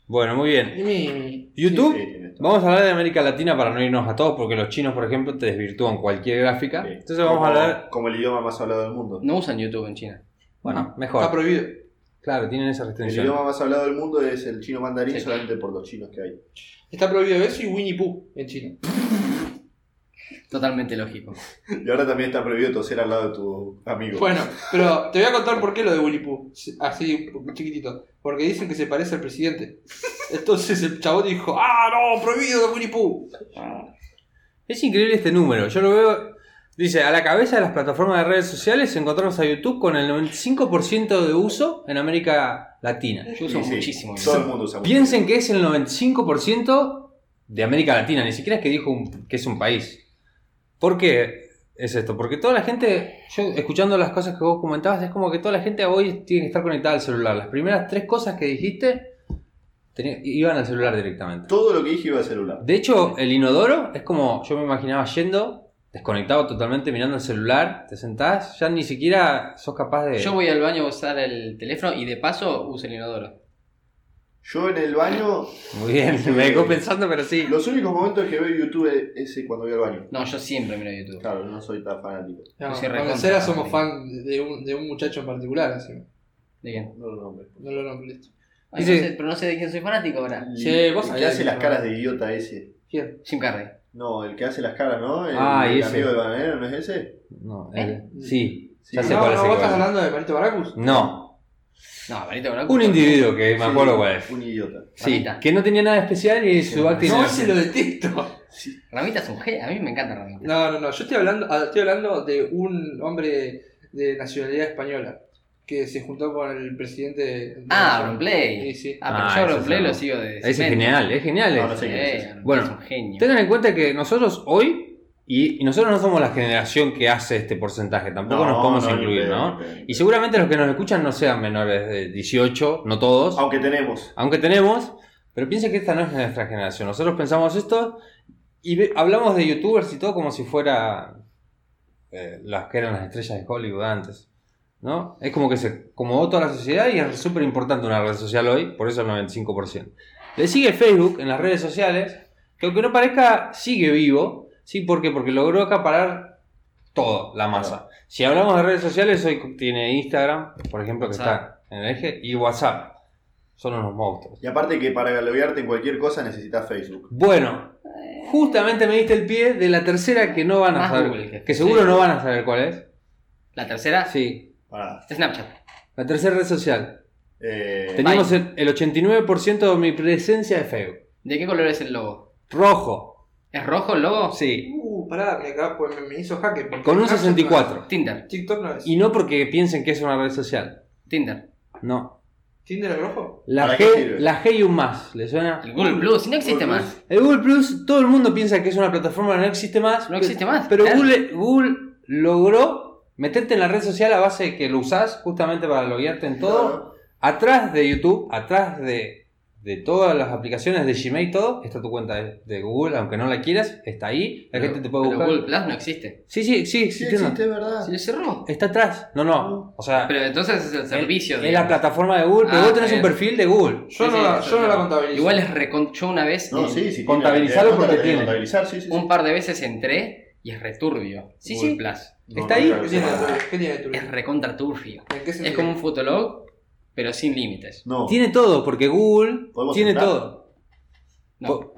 Speaker 7: Bueno, muy bien.
Speaker 5: Y mi-
Speaker 7: YouTube,
Speaker 4: Sí, sí, tienen estado.
Speaker 7: vamos a hablar de América Latina para no irnos a todos, porque los chinos, por ejemplo, te desvirtúan cualquier gráfica.
Speaker 4: Sí.
Speaker 7: Entonces vamos a
Speaker 4: Como-
Speaker 7: hablar.
Speaker 4: Como el idioma más hablado del mundo.
Speaker 3: No usan YouTube en China.
Speaker 7: Bueno,
Speaker 5: Está
Speaker 7: mejor.
Speaker 5: prohibido.
Speaker 7: Claro, tienen esa
Speaker 4: El
Speaker 7: restricción.
Speaker 4: idioma más hablado del mundo es el chino mandarín
Speaker 3: Sí.
Speaker 4: solamente por los chinos que hay.
Speaker 5: Está prohibido eso y Winnie Pooh en China.
Speaker 3: Totalmente lógico.
Speaker 4: Y ahora también está prohibido toser al lado de tu amigo.
Speaker 5: Bueno, pero te voy a contar por qué lo de Winnie Pooh. Así, chiquitito. Porque dicen que se parece al presidente. Entonces el chabón dijo, ¡ah, no! ¡Prohibido de Winnie Pooh!
Speaker 7: Es increíble este número. Yo lo veo. Dice, a la cabeza de las plataformas de redes sociales encontramos a YouTube con el 95% de uso en América Latina.
Speaker 3: Yo uso
Speaker 4: Y sí,
Speaker 3: muchísimo.
Speaker 4: Todo el
Speaker 3: YouTube.
Speaker 4: mundo usa mucho.
Speaker 7: Piensen que es el 95% de América Latina, ni siquiera es que dijo un- que es un país. ¿Por qué es esto? Porque toda la gente, yo escuchando las cosas que vos comentabas, es como que toda la gente hoy tiene que estar conectada al celular. Las primeras tres cosas que dijiste tenía- iban al celular directamente.
Speaker 4: Todo lo que dije iba al celular.
Speaker 7: De hecho, el inodoro es como yo me imaginaba yendo, desconectado totalmente, mirando el celular, te sentás, ya ni siquiera sos capaz de.
Speaker 3: Yo voy al baño a usar el teléfono y de paso uso el inodoro.
Speaker 4: Yo en el baño,
Speaker 7: Muy bien, me dejó pensando, pero sí.
Speaker 4: los únicos momentos que veo YouTube es ese cuando voy al baño.
Speaker 3: No, yo siempre miro YouTube.
Speaker 7: Ah.
Speaker 4: Claro, no soy tan fanático.
Speaker 5: No,
Speaker 3: Yo soy
Speaker 5: con
Speaker 3: recontra
Speaker 5: el Cera somos
Speaker 3: fanático.
Speaker 5: fan de un, de un muchacho en particular, así.
Speaker 3: ¿De quién?
Speaker 4: No lo nombres.
Speaker 5: No lo nombro, listo.
Speaker 3: Ay,
Speaker 7: Dice-
Speaker 3: no sé, pero no sé de quién soy fanático ahora.
Speaker 5: Che, vos
Speaker 4: el
Speaker 5: sabés
Speaker 4: que hace
Speaker 5: que-
Speaker 4: las caras de idiota ese.
Speaker 5: ¿Quién?
Speaker 3: Jim Carrey.
Speaker 4: No, el que hace las caras, ¿no? El,
Speaker 7: Ah, y
Speaker 4: el
Speaker 7: ese.
Speaker 4: amigo de Bananero, ¿no es ese?
Speaker 7: No,
Speaker 3: ¿Eh?
Speaker 7: eh, sí, ya
Speaker 4: Sí.
Speaker 7: sé
Speaker 5: no,
Speaker 7: cuál
Speaker 5: no,
Speaker 7: es el
Speaker 5: vos
Speaker 7: que
Speaker 5: estás
Speaker 7: va.
Speaker 5: hablando de Marito Baracus.
Speaker 7: No,
Speaker 3: No, Marito Blanco.
Speaker 7: un individuo que me
Speaker 4: Sí,
Speaker 7: acuerdo cuál es.
Speaker 4: Un idiota.
Speaker 7: Sí,
Speaker 3: Ramita.
Speaker 7: que no tenía nada especial y
Speaker 4: Sí,
Speaker 7: su acting.
Speaker 5: No,
Speaker 7: era-
Speaker 5: ese lo detesto.
Speaker 3: Ramita es un genio. A mí me encanta Ramita.
Speaker 5: No, no, no. Yo estoy hablando, ah, estoy hablando de un hombre de nacionalidad española que se juntó con el presidente. de-
Speaker 3: Ah,
Speaker 5: de-
Speaker 3: Auronplay.
Speaker 5: Sí, sí.
Speaker 3: Ah, pero
Speaker 7: Ah,
Speaker 3: yo
Speaker 7: ese
Speaker 3: Auronplay
Speaker 7: es
Speaker 3: lo
Speaker 7: otro.
Speaker 3: sigo de.
Speaker 7: Ese es genial, es genial.
Speaker 4: No,
Speaker 7: ese.
Speaker 4: no sé quién es ese.
Speaker 3: bueno,
Speaker 7: Bueno,
Speaker 3: es un genio.
Speaker 7: Tengan en cuenta que nosotros hoy, y, y nosotros no somos la generación que hace este porcentaje, tampoco nos podemos
Speaker 4: no, ni
Speaker 7: incluir,
Speaker 4: pedo,
Speaker 7: ¿no?
Speaker 4: ni pedo.
Speaker 7: Y seguramente los que nos escuchan no sean menores de 18, no todos,
Speaker 4: Aunque tenemos.
Speaker 7: aunque tenemos, pero piensen que esta no es nuestra generación. Nosotros pensamos esto Y ve- hablamos de youtubers y todo como si fuera eh, las que eran las estrellas de Hollywood antes. ¿No? Es como que se acomodó toda la sociedad y es súper importante una red social hoy, por eso el 95%. Le sigue Facebook en las redes sociales, que aunque no parezca, sigue vivo. ¿Sí? ¿Por qué? Porque logró acaparar todo, la masa. Si hablamos de redes sociales, hoy tiene Instagram, por ejemplo, que
Speaker 3: WhatsApp.
Speaker 7: está en el eje, y WhatsApp. Son unos monstruos.
Speaker 4: Y aparte que para galobearte en cualquier cosa necesitas Facebook.
Speaker 7: Bueno, justamente me diste el pie de la tercera que no van a
Speaker 3: Más
Speaker 7: saber.
Speaker 3: Google que-
Speaker 7: que seguro
Speaker 3: sí.
Speaker 7: no van a saber cuál es.
Speaker 3: La tercera,
Speaker 7: Sí.
Speaker 4: Pará.
Speaker 3: Snapchat.
Speaker 7: La tercera red social.
Speaker 4: Eh,
Speaker 7: Teníamos el, el 89% de mi presencia de Facebook.
Speaker 3: ¿De qué color es el logo?
Speaker 7: Rojo.
Speaker 3: ¿Es rojo el logo?
Speaker 7: Sí.
Speaker 5: Uh, pará, me, acabo- me, me hizo jaque. porque
Speaker 7: Con un
Speaker 5: Snapchat
Speaker 7: 64.
Speaker 5: no
Speaker 3: Tinder.
Speaker 5: es. TikTok no es.
Speaker 7: Y no porque piensen que es una red social.
Speaker 3: Tinder.
Speaker 7: No.
Speaker 5: ¿Tinder es rojo?
Speaker 7: La
Speaker 4: ¿Para qué
Speaker 7: G,
Speaker 4: sirve?
Speaker 7: la G y un más. ¿Le suena?
Speaker 3: El Google Plus. No existe
Speaker 4: Google
Speaker 3: más.
Speaker 7: El Google Plus, todo el mundo piensa que es una plataforma que no existe más.
Speaker 3: No existe más,
Speaker 7: Pero
Speaker 3: claro.
Speaker 7: Google, Google logró meterte en la red social a base de que lo usás justamente para loguearte en todo. Atrás de YouTube, atrás de, de todas las aplicaciones de Gmail, todo, está tu cuenta de, de Google, aunque no la quieras, está ahí. La gente te puede
Speaker 3: Pero
Speaker 7: buscar. Ah.
Speaker 3: Google Plus no existe.
Speaker 7: Sí, sí,
Speaker 4: Sí
Speaker 7: sí, sí, entiendo.
Speaker 4: existe, es verdad.
Speaker 3: Se lo cerró.
Speaker 7: Está atrás. No, no. O sea,
Speaker 3: Pero entonces es el
Speaker 7: es-
Speaker 3: servicio.
Speaker 7: es,
Speaker 3: de
Speaker 7: la plataforma de Google, pero
Speaker 3: Ah,
Speaker 7: vos tenés
Speaker 3: bien.
Speaker 7: un perfil de Google.
Speaker 5: Yo
Speaker 3: Sí,
Speaker 5: no,
Speaker 3: sí,
Speaker 5: la,
Speaker 3: eso es
Speaker 5: yo no la
Speaker 3: verdad.
Speaker 5: contabilizo.
Speaker 3: Igual es recon... Yo una vez,
Speaker 4: No, sí, sí.
Speaker 7: Contabilizarlo porque tiene.
Speaker 4: Contabilizar, sí, sí. sí.
Speaker 3: un par de veces entré y es returbio.
Speaker 7: Sí,
Speaker 3: Google
Speaker 7: sí.
Speaker 3: Plus.
Speaker 4: No,
Speaker 7: está
Speaker 4: no,
Speaker 7: ahí.
Speaker 4: claro,
Speaker 5: ¿Qué
Speaker 4: sí,
Speaker 5: tiene,
Speaker 4: no.
Speaker 5: ¿Qué tiene tu
Speaker 3: Es recontra turbio.
Speaker 5: ¿En qué sentido?
Speaker 3: Es como un fotolog, pero sin límites.
Speaker 4: No.
Speaker 7: Tiene todo, porque Google
Speaker 4: ¿Podemos
Speaker 7: tiene
Speaker 4: entrar?
Speaker 7: todo.
Speaker 3: No.
Speaker 7: Po-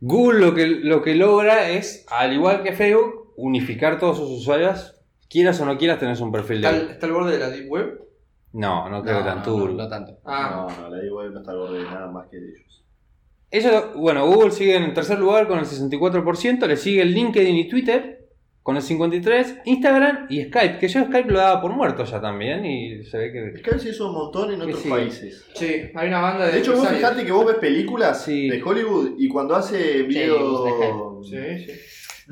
Speaker 7: Google lo que, lo que logra es, al igual que Facebook, unificar todos sus usuarios. Quieras o no quieras, tenés un perfil de
Speaker 5: ¿Está, el- está el borde de la Deep Web?
Speaker 7: No, no creo
Speaker 3: no,
Speaker 7: tan
Speaker 3: no,
Speaker 7: duro.
Speaker 3: no tanto.
Speaker 5: Ah,
Speaker 4: No, no, la digo no está gordo de nada más que de ellos.
Speaker 7: Ellos- bueno, Google sigue en tercer lugar con el 64%, le sigue el LinkedIn y Twitter con el 53%, Instagram y Skype, que yo Skype lo daba por muerto ya también y se ve que...
Speaker 4: Es que a veces hizo un montón en otros
Speaker 7: Sí.
Speaker 4: países.
Speaker 5: sí, hay una banda de.
Speaker 4: De hecho, vos
Speaker 5: empresarios.
Speaker 4: fijate que vos ves películas
Speaker 7: Sí.
Speaker 4: de Hollywood y cuando hace video...
Speaker 5: Sí, sí.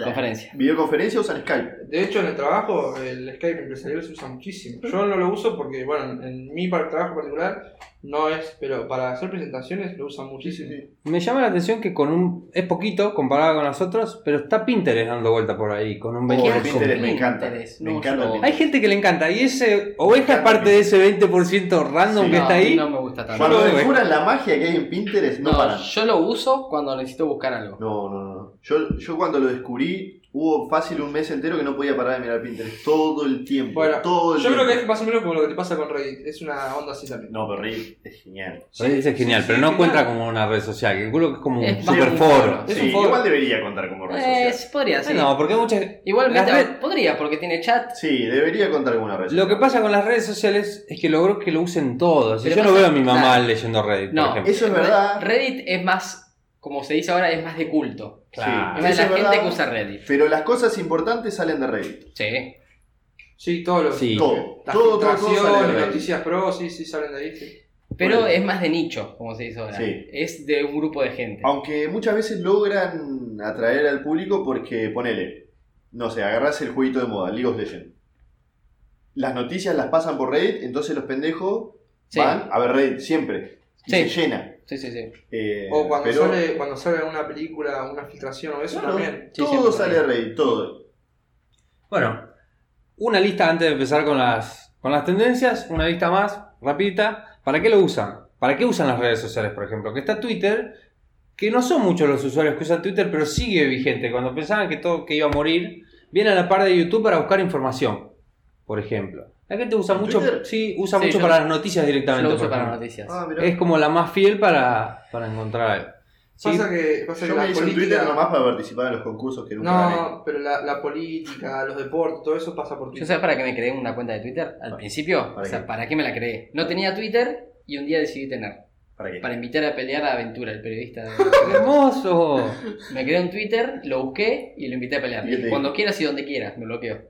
Speaker 3: Conferencia.
Speaker 4: videoconferencia usan Skype.
Speaker 5: De hecho, en el trabajo, el Skype empresarial se usa muchísimo. Yo no lo uso porque, bueno, en mi par- trabajo particular no es, pero para hacer presentaciones lo usan muchísimo.
Speaker 7: Me llama la atención que con un... es poquito comparado con las otras, pero está Pinterest dando vuelta por ahí con un
Speaker 4: Oh,
Speaker 7: 20%.
Speaker 4: Pinterest, me encanta.
Speaker 3: Pinterest,
Speaker 4: Me
Speaker 3: no,
Speaker 4: encanta
Speaker 3: yo-
Speaker 4: Pinterest.
Speaker 7: Hay gente que le encanta y ese oveja es parte de ese 20% random
Speaker 4: Sí.
Speaker 7: que
Speaker 3: No,
Speaker 7: está ahí.
Speaker 3: No me gusta tanto.
Speaker 4: Cuando
Speaker 7: lo veo.
Speaker 4: descubran la magia que hay en Pinterest, no,
Speaker 3: No,
Speaker 4: paran.
Speaker 3: yo lo uso cuando necesito buscar algo.
Speaker 4: No, no, no. Yo, yo cuando lo descubrí, hubo fácil un mes entero que no podía parar de mirar Pinterest. Todo el tiempo.
Speaker 5: Bueno,
Speaker 4: todo el
Speaker 5: Yo creo
Speaker 4: tiempo.
Speaker 5: que es más o menos como lo que te pasa con Reddit. Es una onda así también.
Speaker 4: No, pero Reddit es genial.
Speaker 7: Reddit es genial,
Speaker 5: sí,
Speaker 7: pero
Speaker 5: sí,
Speaker 7: no
Speaker 5: genial.
Speaker 7: cuenta como una red social, que creo que es como un
Speaker 3: Es más
Speaker 7: super
Speaker 3: un
Speaker 7: foro.
Speaker 5: Es
Speaker 4: Sí,
Speaker 5: un foro.
Speaker 4: igual debería contar como red social.
Speaker 3: Eh, podría, sí.
Speaker 7: No, porque muchas...
Speaker 3: Igual
Speaker 7: Las
Speaker 3: Meta
Speaker 7: red-
Speaker 3: podría, porque tiene chat.
Speaker 4: Sí, debería contar como una red
Speaker 7: Lo
Speaker 4: social.
Speaker 7: que pasa con las redes sociales es que logró que lo usen todos.
Speaker 3: Pero
Speaker 7: yo no
Speaker 3: pasa-
Speaker 7: veo a mi mamá
Speaker 3: claro.
Speaker 7: leyendo Reddit,
Speaker 3: No,
Speaker 7: por ejemplo.
Speaker 4: Eso es verdad.
Speaker 3: Reddit es más, como se dice ahora, es más de culto. Es
Speaker 7: Claro.
Speaker 4: Sí,
Speaker 3: más de
Speaker 4: Ah, eso
Speaker 3: la
Speaker 4: es
Speaker 3: gente
Speaker 4: verdad.
Speaker 3: que usa Reddit.
Speaker 4: Pero las cosas importantes salen de Reddit.
Speaker 3: Sí.
Speaker 5: Sí, todos los.
Speaker 7: Sí.
Speaker 4: Todo.
Speaker 5: Las
Speaker 4: Todo, todo, todo sale de
Speaker 5: filtraciones,
Speaker 4: Reddit.
Speaker 5: noticias pro, sí, sí, salen de ahí. Sí.
Speaker 3: Pero
Speaker 4: Bueno.
Speaker 3: es más de nicho, como se dice ahora.
Speaker 4: Sí. Oh,
Speaker 3: Es de un grupo de gente.
Speaker 4: Aunque muchas veces logran atraer al público porque, ponele, no sé, agarrás el jueguito de moda, League of Legends. Las noticias las pasan por Reddit, entonces los pendejos
Speaker 3: Sí.
Speaker 4: van a ver Reddit siempre. Y
Speaker 3: Sí.
Speaker 4: se llena.
Speaker 3: Sí, sí, sí.
Speaker 4: Eh,
Speaker 5: O cuando
Speaker 4: pero-
Speaker 5: sale cuando sale una película, una filtración o eso
Speaker 4: Claro,
Speaker 5: también.
Speaker 3: Sí,
Speaker 4: todo
Speaker 3: siempre
Speaker 4: sale de Reddit, todo.
Speaker 7: Bueno, una lista antes de empezar con las, con las tendencias, una lista más, rapidita. ¿Para qué lo usan? ¿Para qué usan las redes sociales, por ejemplo? Que está Twitter, que no son muchos los usuarios que usan Twitter, pero sigue vigente. Cuando pensaban que todo que iba a morir, viene a la par de YouTube para buscar información, por ejemplo. La gente usa mucho,
Speaker 4: ¿Twitter?
Speaker 7: sí, usa
Speaker 3: Sí,
Speaker 7: mucho
Speaker 3: yo-
Speaker 7: para las noticias
Speaker 3: Yo
Speaker 7: directamente.
Speaker 3: lo uso
Speaker 7: por
Speaker 3: para
Speaker 7: ejemplo.
Speaker 3: noticias.
Speaker 4: Ah, mirá.
Speaker 7: es como la más fiel para, para encontrar algo. Sí,
Speaker 5: Pasa que, pasa que
Speaker 4: Yo
Speaker 5: la
Speaker 4: me hice un
Speaker 5: política.
Speaker 4: Twitter nomás para participar en los concursos que nunca gané.
Speaker 5: No, pero la, la política, los deportes, todo eso pasa por
Speaker 3: Yo
Speaker 5: Twitter.
Speaker 3: sabes para qué me creé una cuenta de Twitter al
Speaker 4: ¿Para-
Speaker 3: principio.
Speaker 4: Ah, para
Speaker 3: o sea,
Speaker 4: qué?
Speaker 3: ¿para qué me la creé? No tenía Twitter y un día decidí tener.
Speaker 4: ¿Para qué?
Speaker 3: Para invitar a pelear a Aventura, el periodista. de-
Speaker 7: ¡Hermoso!
Speaker 3: me creé un Twitter, lo busqué y lo invité a pelear.
Speaker 4: ¿Y qué te dijo?
Speaker 3: Cuando quieras y donde quieras, me bloqueo.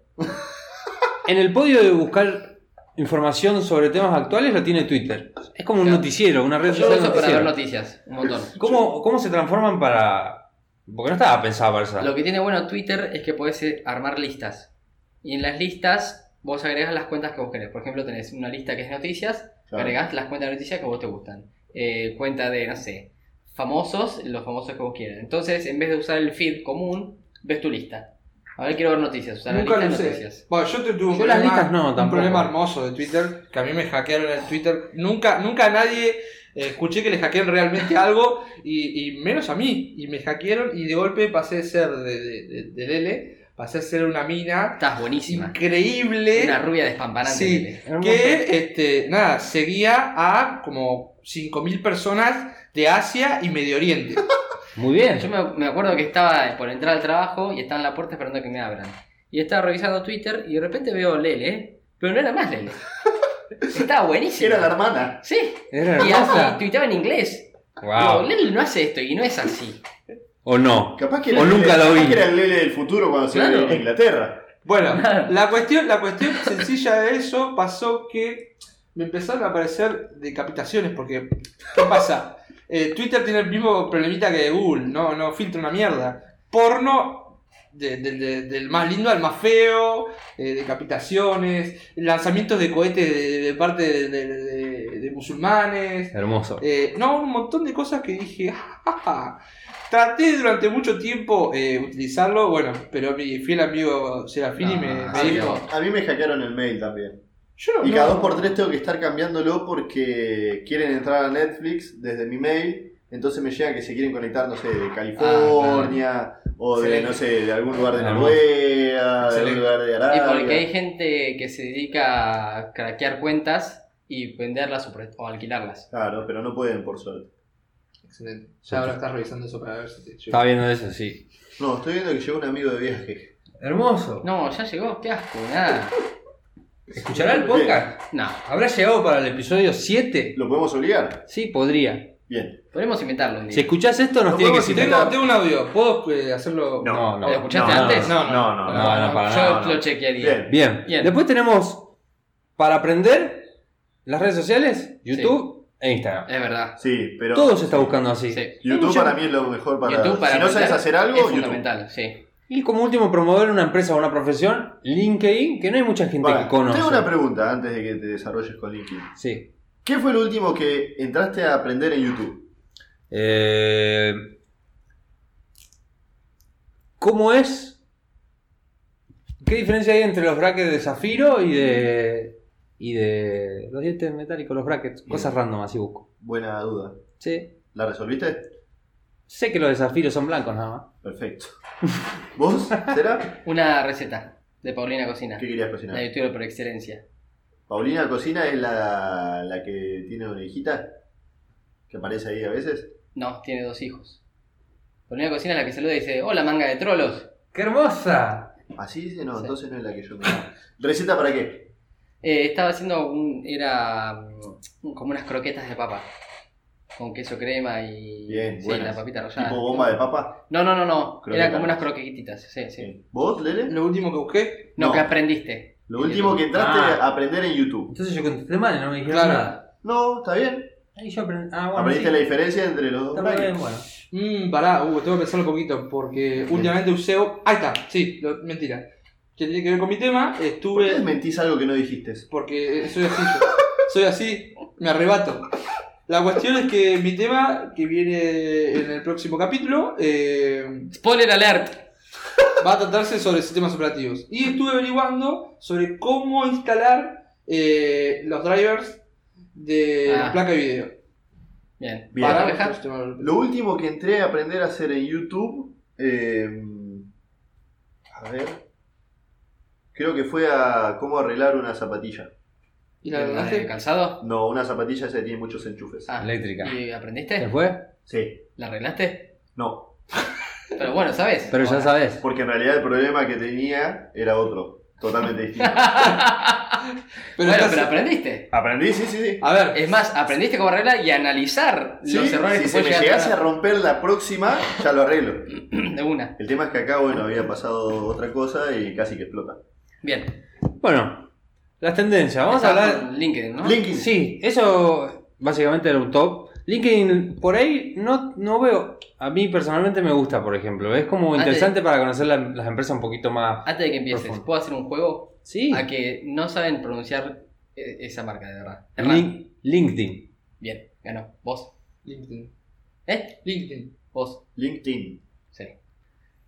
Speaker 7: En el podio de buscar información sobre temas actuales lo tiene Twitter. Es como un
Speaker 3: Claro.
Speaker 7: noticiero, una red
Speaker 3: Yo lo
Speaker 7: social
Speaker 3: uso para ver
Speaker 7: noticiera.
Speaker 3: noticias, un montón.
Speaker 7: ¿Cómo, ¿Cómo se transforman para...? Porque no estaba pensado para
Speaker 3: Lo
Speaker 7: eso.
Speaker 3: que tiene bueno Twitter es que podés eh, armar listas. Y en las listas vos agregás las cuentas que vos querés. Por ejemplo, tenés una lista que es noticias,
Speaker 4: Claro.
Speaker 3: agregás las cuentas de noticias que vos te gustan. Eh, cuenta de, no sé, famosos, los famosos que vos quieras. Entonces, en vez de usar el feed común, ves tu lista. Ahora quiero ver noticias, usar
Speaker 5: Nunca
Speaker 3: la
Speaker 5: lo
Speaker 3: lista de
Speaker 5: usé.
Speaker 3: noticias.
Speaker 5: Bueno, yo tu- tuve un,
Speaker 7: Yo las
Speaker 5: problema,
Speaker 7: listas no,
Speaker 5: un
Speaker 7: tampoco.
Speaker 5: problema hermoso de Twitter, que a mí me hackearon el Twitter. Nunca, nunca a nadie eh, escuché que le hackearon realmente algo, y, y menos a mí. Y me hackearon y de golpe pasé de ser de, de, de- del L, pasé a ser una mina
Speaker 3: Estás buenísima.
Speaker 5: increíble.
Speaker 3: Una rubia despampanante.
Speaker 5: Sí.
Speaker 3: Lele.
Speaker 5: que este, nada, seguía a como 5.000 personas de Asia y Medio Oriente.
Speaker 7: Muy bien.
Speaker 3: Yo me, me acuerdo que estaba por entrar al trabajo y estaba en la puerta esperando que me abran. Y estaba revisando Twitter y de repente veo Lele, pero no era más Lele. Estaba buenísimo.
Speaker 4: Era la hermana.
Speaker 3: Sí.
Speaker 7: Era
Speaker 3: Y
Speaker 7: hermosa.
Speaker 3: así, tuiteaba en inglés. Digo,
Speaker 7: Wow.
Speaker 3: Lele no hace esto y no es así.
Speaker 7: O no.
Speaker 4: Capaz que era
Speaker 7: O
Speaker 4: el
Speaker 7: nunca
Speaker 4: Lele-
Speaker 7: lo
Speaker 4: capaz
Speaker 7: vi.
Speaker 4: que era el Lele del futuro cuando se
Speaker 3: Claro.
Speaker 4: vio en Inglaterra.
Speaker 5: Bueno,
Speaker 3: Claro.
Speaker 5: la cuestión, la cuestión sencilla de eso pasó que me empezaron a aparecer decapitaciones, porque ¿qué pasa? Eh, Twitter tiene el mismo problemita que Google, no, no filtra una mierda. Porno de- de- de- del más lindo al más feo, eh, decapitaciones, lanzamientos de cohetes de, de parte de, de- de- de musulmanes.
Speaker 7: Hermoso.
Speaker 5: Eh, no, un montón de cosas que dije, "Ja, ja, ja". Traté durante mucho tiempo eh, utilizarlo, bueno, pero mi fiel amigo Serafini
Speaker 3: Ah,
Speaker 5: me, me
Speaker 3: sí,
Speaker 5: dijo,
Speaker 3: no.
Speaker 4: A mí me hackearon el mail también.
Speaker 5: yo no,
Speaker 4: Y cada
Speaker 5: no-
Speaker 4: dos por tres tengo que estar cambiándolo porque quieren entrar a Netflix desde mi mail. Entonces me llega que se quieren conectar, no sé, de California o de,
Speaker 5: Excelente.
Speaker 4: no sé, de algún lugar de
Speaker 7: Hermoso.
Speaker 4: Noruega, de algún
Speaker 7: Excelente.
Speaker 4: lugar de
Speaker 3: Y
Speaker 4: Arabia.
Speaker 3: porque hay gente que se dedica a craquear cuentas y venderlas o, pre- o alquilarlas.
Speaker 4: Claro, pero no pueden, por suerte.
Speaker 5: Excelente. Ya ahora estás revisando eso para ver si te llega.
Speaker 7: Estaba viendo eso, sí.
Speaker 4: No, estoy viendo que llegó un amigo de viaje.
Speaker 6: Hermoso.
Speaker 3: No, ya llegó, qué asco, nada.
Speaker 6: ¿Escuchará el podcast?
Speaker 3: No,
Speaker 6: ¿Habrá llegado para el episodio 7?
Speaker 4: ¿Lo podemos obligar?
Speaker 7: Sí, podría.
Speaker 4: Bien.
Speaker 3: podemos inventarlo un día.
Speaker 7: Si escuchás esto, nos
Speaker 4: No
Speaker 7: tiene que
Speaker 4: podemos
Speaker 7: citar.
Speaker 5: Tengo, tengo un audio, ¿puedo eh, hacerlo?
Speaker 7: No, no.
Speaker 3: ¿Lo escuchaste antes?
Speaker 5: no,
Speaker 4: No, no, no.
Speaker 7: No, no, para
Speaker 3: yo
Speaker 7: nada,
Speaker 3: lo
Speaker 7: no.
Speaker 3: chequearía.
Speaker 4: Bien.
Speaker 7: Bien.
Speaker 3: Bien.
Speaker 7: Después tenemos para aprender las redes sociales, YouTube e Instagram.
Speaker 3: Es verdad.
Speaker 4: Sí, pero
Speaker 7: Todo se está buscando así.
Speaker 3: Sí.
Speaker 4: YouTube
Speaker 7: Mucho-
Speaker 4: para mí es lo mejor para...
Speaker 3: YouTube para
Speaker 4: si no sabes
Speaker 3: aprender
Speaker 4: hacer algo,
Speaker 3: es
Speaker 4: YouTube.
Speaker 3: fundamental, sí.
Speaker 7: Y como último, promover una empresa o una profesión, LinkedIn, que no hay mucha gente
Speaker 4: Pará,
Speaker 7: que conoce.
Speaker 4: tengo una pregunta antes de que te desarrolles con LinkedIn.
Speaker 7: Sí.
Speaker 4: ¿Qué fue lo último que entraste a aprender en YouTube?
Speaker 7: Eh, ¿Cómo es? ¿Qué diferencia hay entre los brackets de zafiro y de. y de. los dientes metálicos, los brackets? Cosas random, así busco.
Speaker 4: Buena duda.
Speaker 7: Sí.
Speaker 4: ¿La resolviste?
Speaker 7: Sé que los de zafiro son blancos nada más.
Speaker 4: Perfecto. ¿Vos, será?
Speaker 3: Una receta de Paulina Cocina.
Speaker 4: ¿Qué querías
Speaker 3: La
Speaker 4: cocinar?
Speaker 3: youtuber por excelencia.
Speaker 4: ¿Paulina Cocina es la, la que tiene orejita? ¿Que aparece ahí a veces?
Speaker 3: No, tiene dos hijos. Paulina Cocina es la que saluda y dice, hola manga de trolos.
Speaker 6: ¡Qué hermosa!
Speaker 4: ¿Así dice? No,
Speaker 3: Sí.
Speaker 4: entonces no es la que yo me... ¿Receta para qué?
Speaker 3: Eh, estaba haciendo un... era mm, como unas croquetas de papa. Con queso crema y...
Speaker 4: Bien,
Speaker 3: sí,
Speaker 4: buenas.
Speaker 3: la papita rallada.
Speaker 4: ¿Tipo bomba de papa?
Speaker 3: No, no, no, no.
Speaker 4: Croquetas.
Speaker 3: Era como unas croquetitas, sí, sí.
Speaker 4: ¿Vos, Lele?
Speaker 5: Lo último que busqué,
Speaker 3: No,
Speaker 4: No.
Speaker 3: que aprendiste.
Speaker 4: Lo último que entraste
Speaker 6: Ah.
Speaker 4: a aprender en YouTube.
Speaker 6: Entonces yo contesté mal y no me dijeron
Speaker 5: Claro.
Speaker 6: nada.
Speaker 4: No, está bien.
Speaker 6: Ahí yo aprendí. Ah, bueno.
Speaker 4: Aprendiste
Speaker 6: sí.
Speaker 4: la diferencia entre los dos.
Speaker 6: Está muy
Speaker 4: brackets.
Speaker 6: bien, bueno.
Speaker 5: mmm, pará, uh, tengo que pensarlo un poquito, porque últimamente usé. oh, Ahí está, sí, lo- mentira. Que tiene que ver con mi tema,
Speaker 4: ¿Por qué
Speaker 5: estuve.
Speaker 4: desmentís algo que no dijiste?
Speaker 5: Porque soy así yo. Soy así, me arrebato. La cuestión es que mi tema, que viene en el próximo capítulo, eh,
Speaker 3: Spoiler alert.
Speaker 5: va a tratarse sobre sistemas operativos. Y estuve averiguando sobre cómo instalar eh, los drivers de
Speaker 3: Ah.
Speaker 5: la placa de video.
Speaker 3: Bien.
Speaker 4: Bien.
Speaker 3: ¿Para
Speaker 5: Para
Speaker 3: dejar?
Speaker 5: los sistemas operativos.
Speaker 4: Lo último que entré a aprender a hacer en YouTube. eh, a ver. Creo que fue a cómo arreglar una zapatilla.
Speaker 5: ¿Y la
Speaker 7: Eh,
Speaker 3: ¿La
Speaker 5: verdad
Speaker 3: de calzado?
Speaker 4: No, una zapatilla esa que tiene muchos enchufes.
Speaker 3: Ah.
Speaker 7: Eléctrica.
Speaker 3: ¿Y
Speaker 7: ¿Se
Speaker 3: aprendiste?
Speaker 7: fue?
Speaker 4: Sí,
Speaker 3: ¿La arreglaste?
Speaker 4: no.
Speaker 3: Pero bueno, ¿sabes?
Speaker 7: Pero ya sabes.
Speaker 4: Porque en realidad el problema que tenía era otro. Totalmente distinto.
Speaker 5: Pero
Speaker 3: bueno,
Speaker 5: estás-
Speaker 3: pero aprendiste.
Speaker 4: Aprendí, sí, sí, sí.
Speaker 5: A ver,
Speaker 3: Es más, aprendiste cómo arreglar y analizar
Speaker 4: Sí,
Speaker 3: los errores
Speaker 4: si
Speaker 3: que
Speaker 4: se
Speaker 3: puede
Speaker 4: me
Speaker 3: llegar
Speaker 4: llegase a
Speaker 3: a
Speaker 4: romper la próxima, ya lo arreglo.
Speaker 3: de una.
Speaker 4: El tema es que acá, bueno, había pasado otra cosa y casi que explota.
Speaker 3: Bien.
Speaker 7: eh, Bueno, las tendencias. Vamos a
Speaker 3: Estaba
Speaker 7: hablar.
Speaker 3: con LinkedIn, ¿no?
Speaker 4: LinkedIn.
Speaker 7: Sí, eso básicamente era un top. LinkedIn, por ahí no, no veo. A mí personalmente me gusta, por ejemplo. Es como
Speaker 3: Ah,
Speaker 7: interesante para conocer la- las empresas un poquito más.
Speaker 3: Antes de que empieces,
Speaker 7: Profundo.
Speaker 3: ¿puedo hacer un juego
Speaker 7: Sí,
Speaker 6: Ah,
Speaker 3: a que no saben pronunciar eh, esa marca, de verdad? Hernán.
Speaker 7: Lin- LinkedIn.
Speaker 3: Bien, ganó. Vos.
Speaker 5: LinkedIn.
Speaker 3: ¿Eh?
Speaker 5: LinkedIn.
Speaker 3: Vos.
Speaker 4: LinkedIn.
Speaker 3: Sí.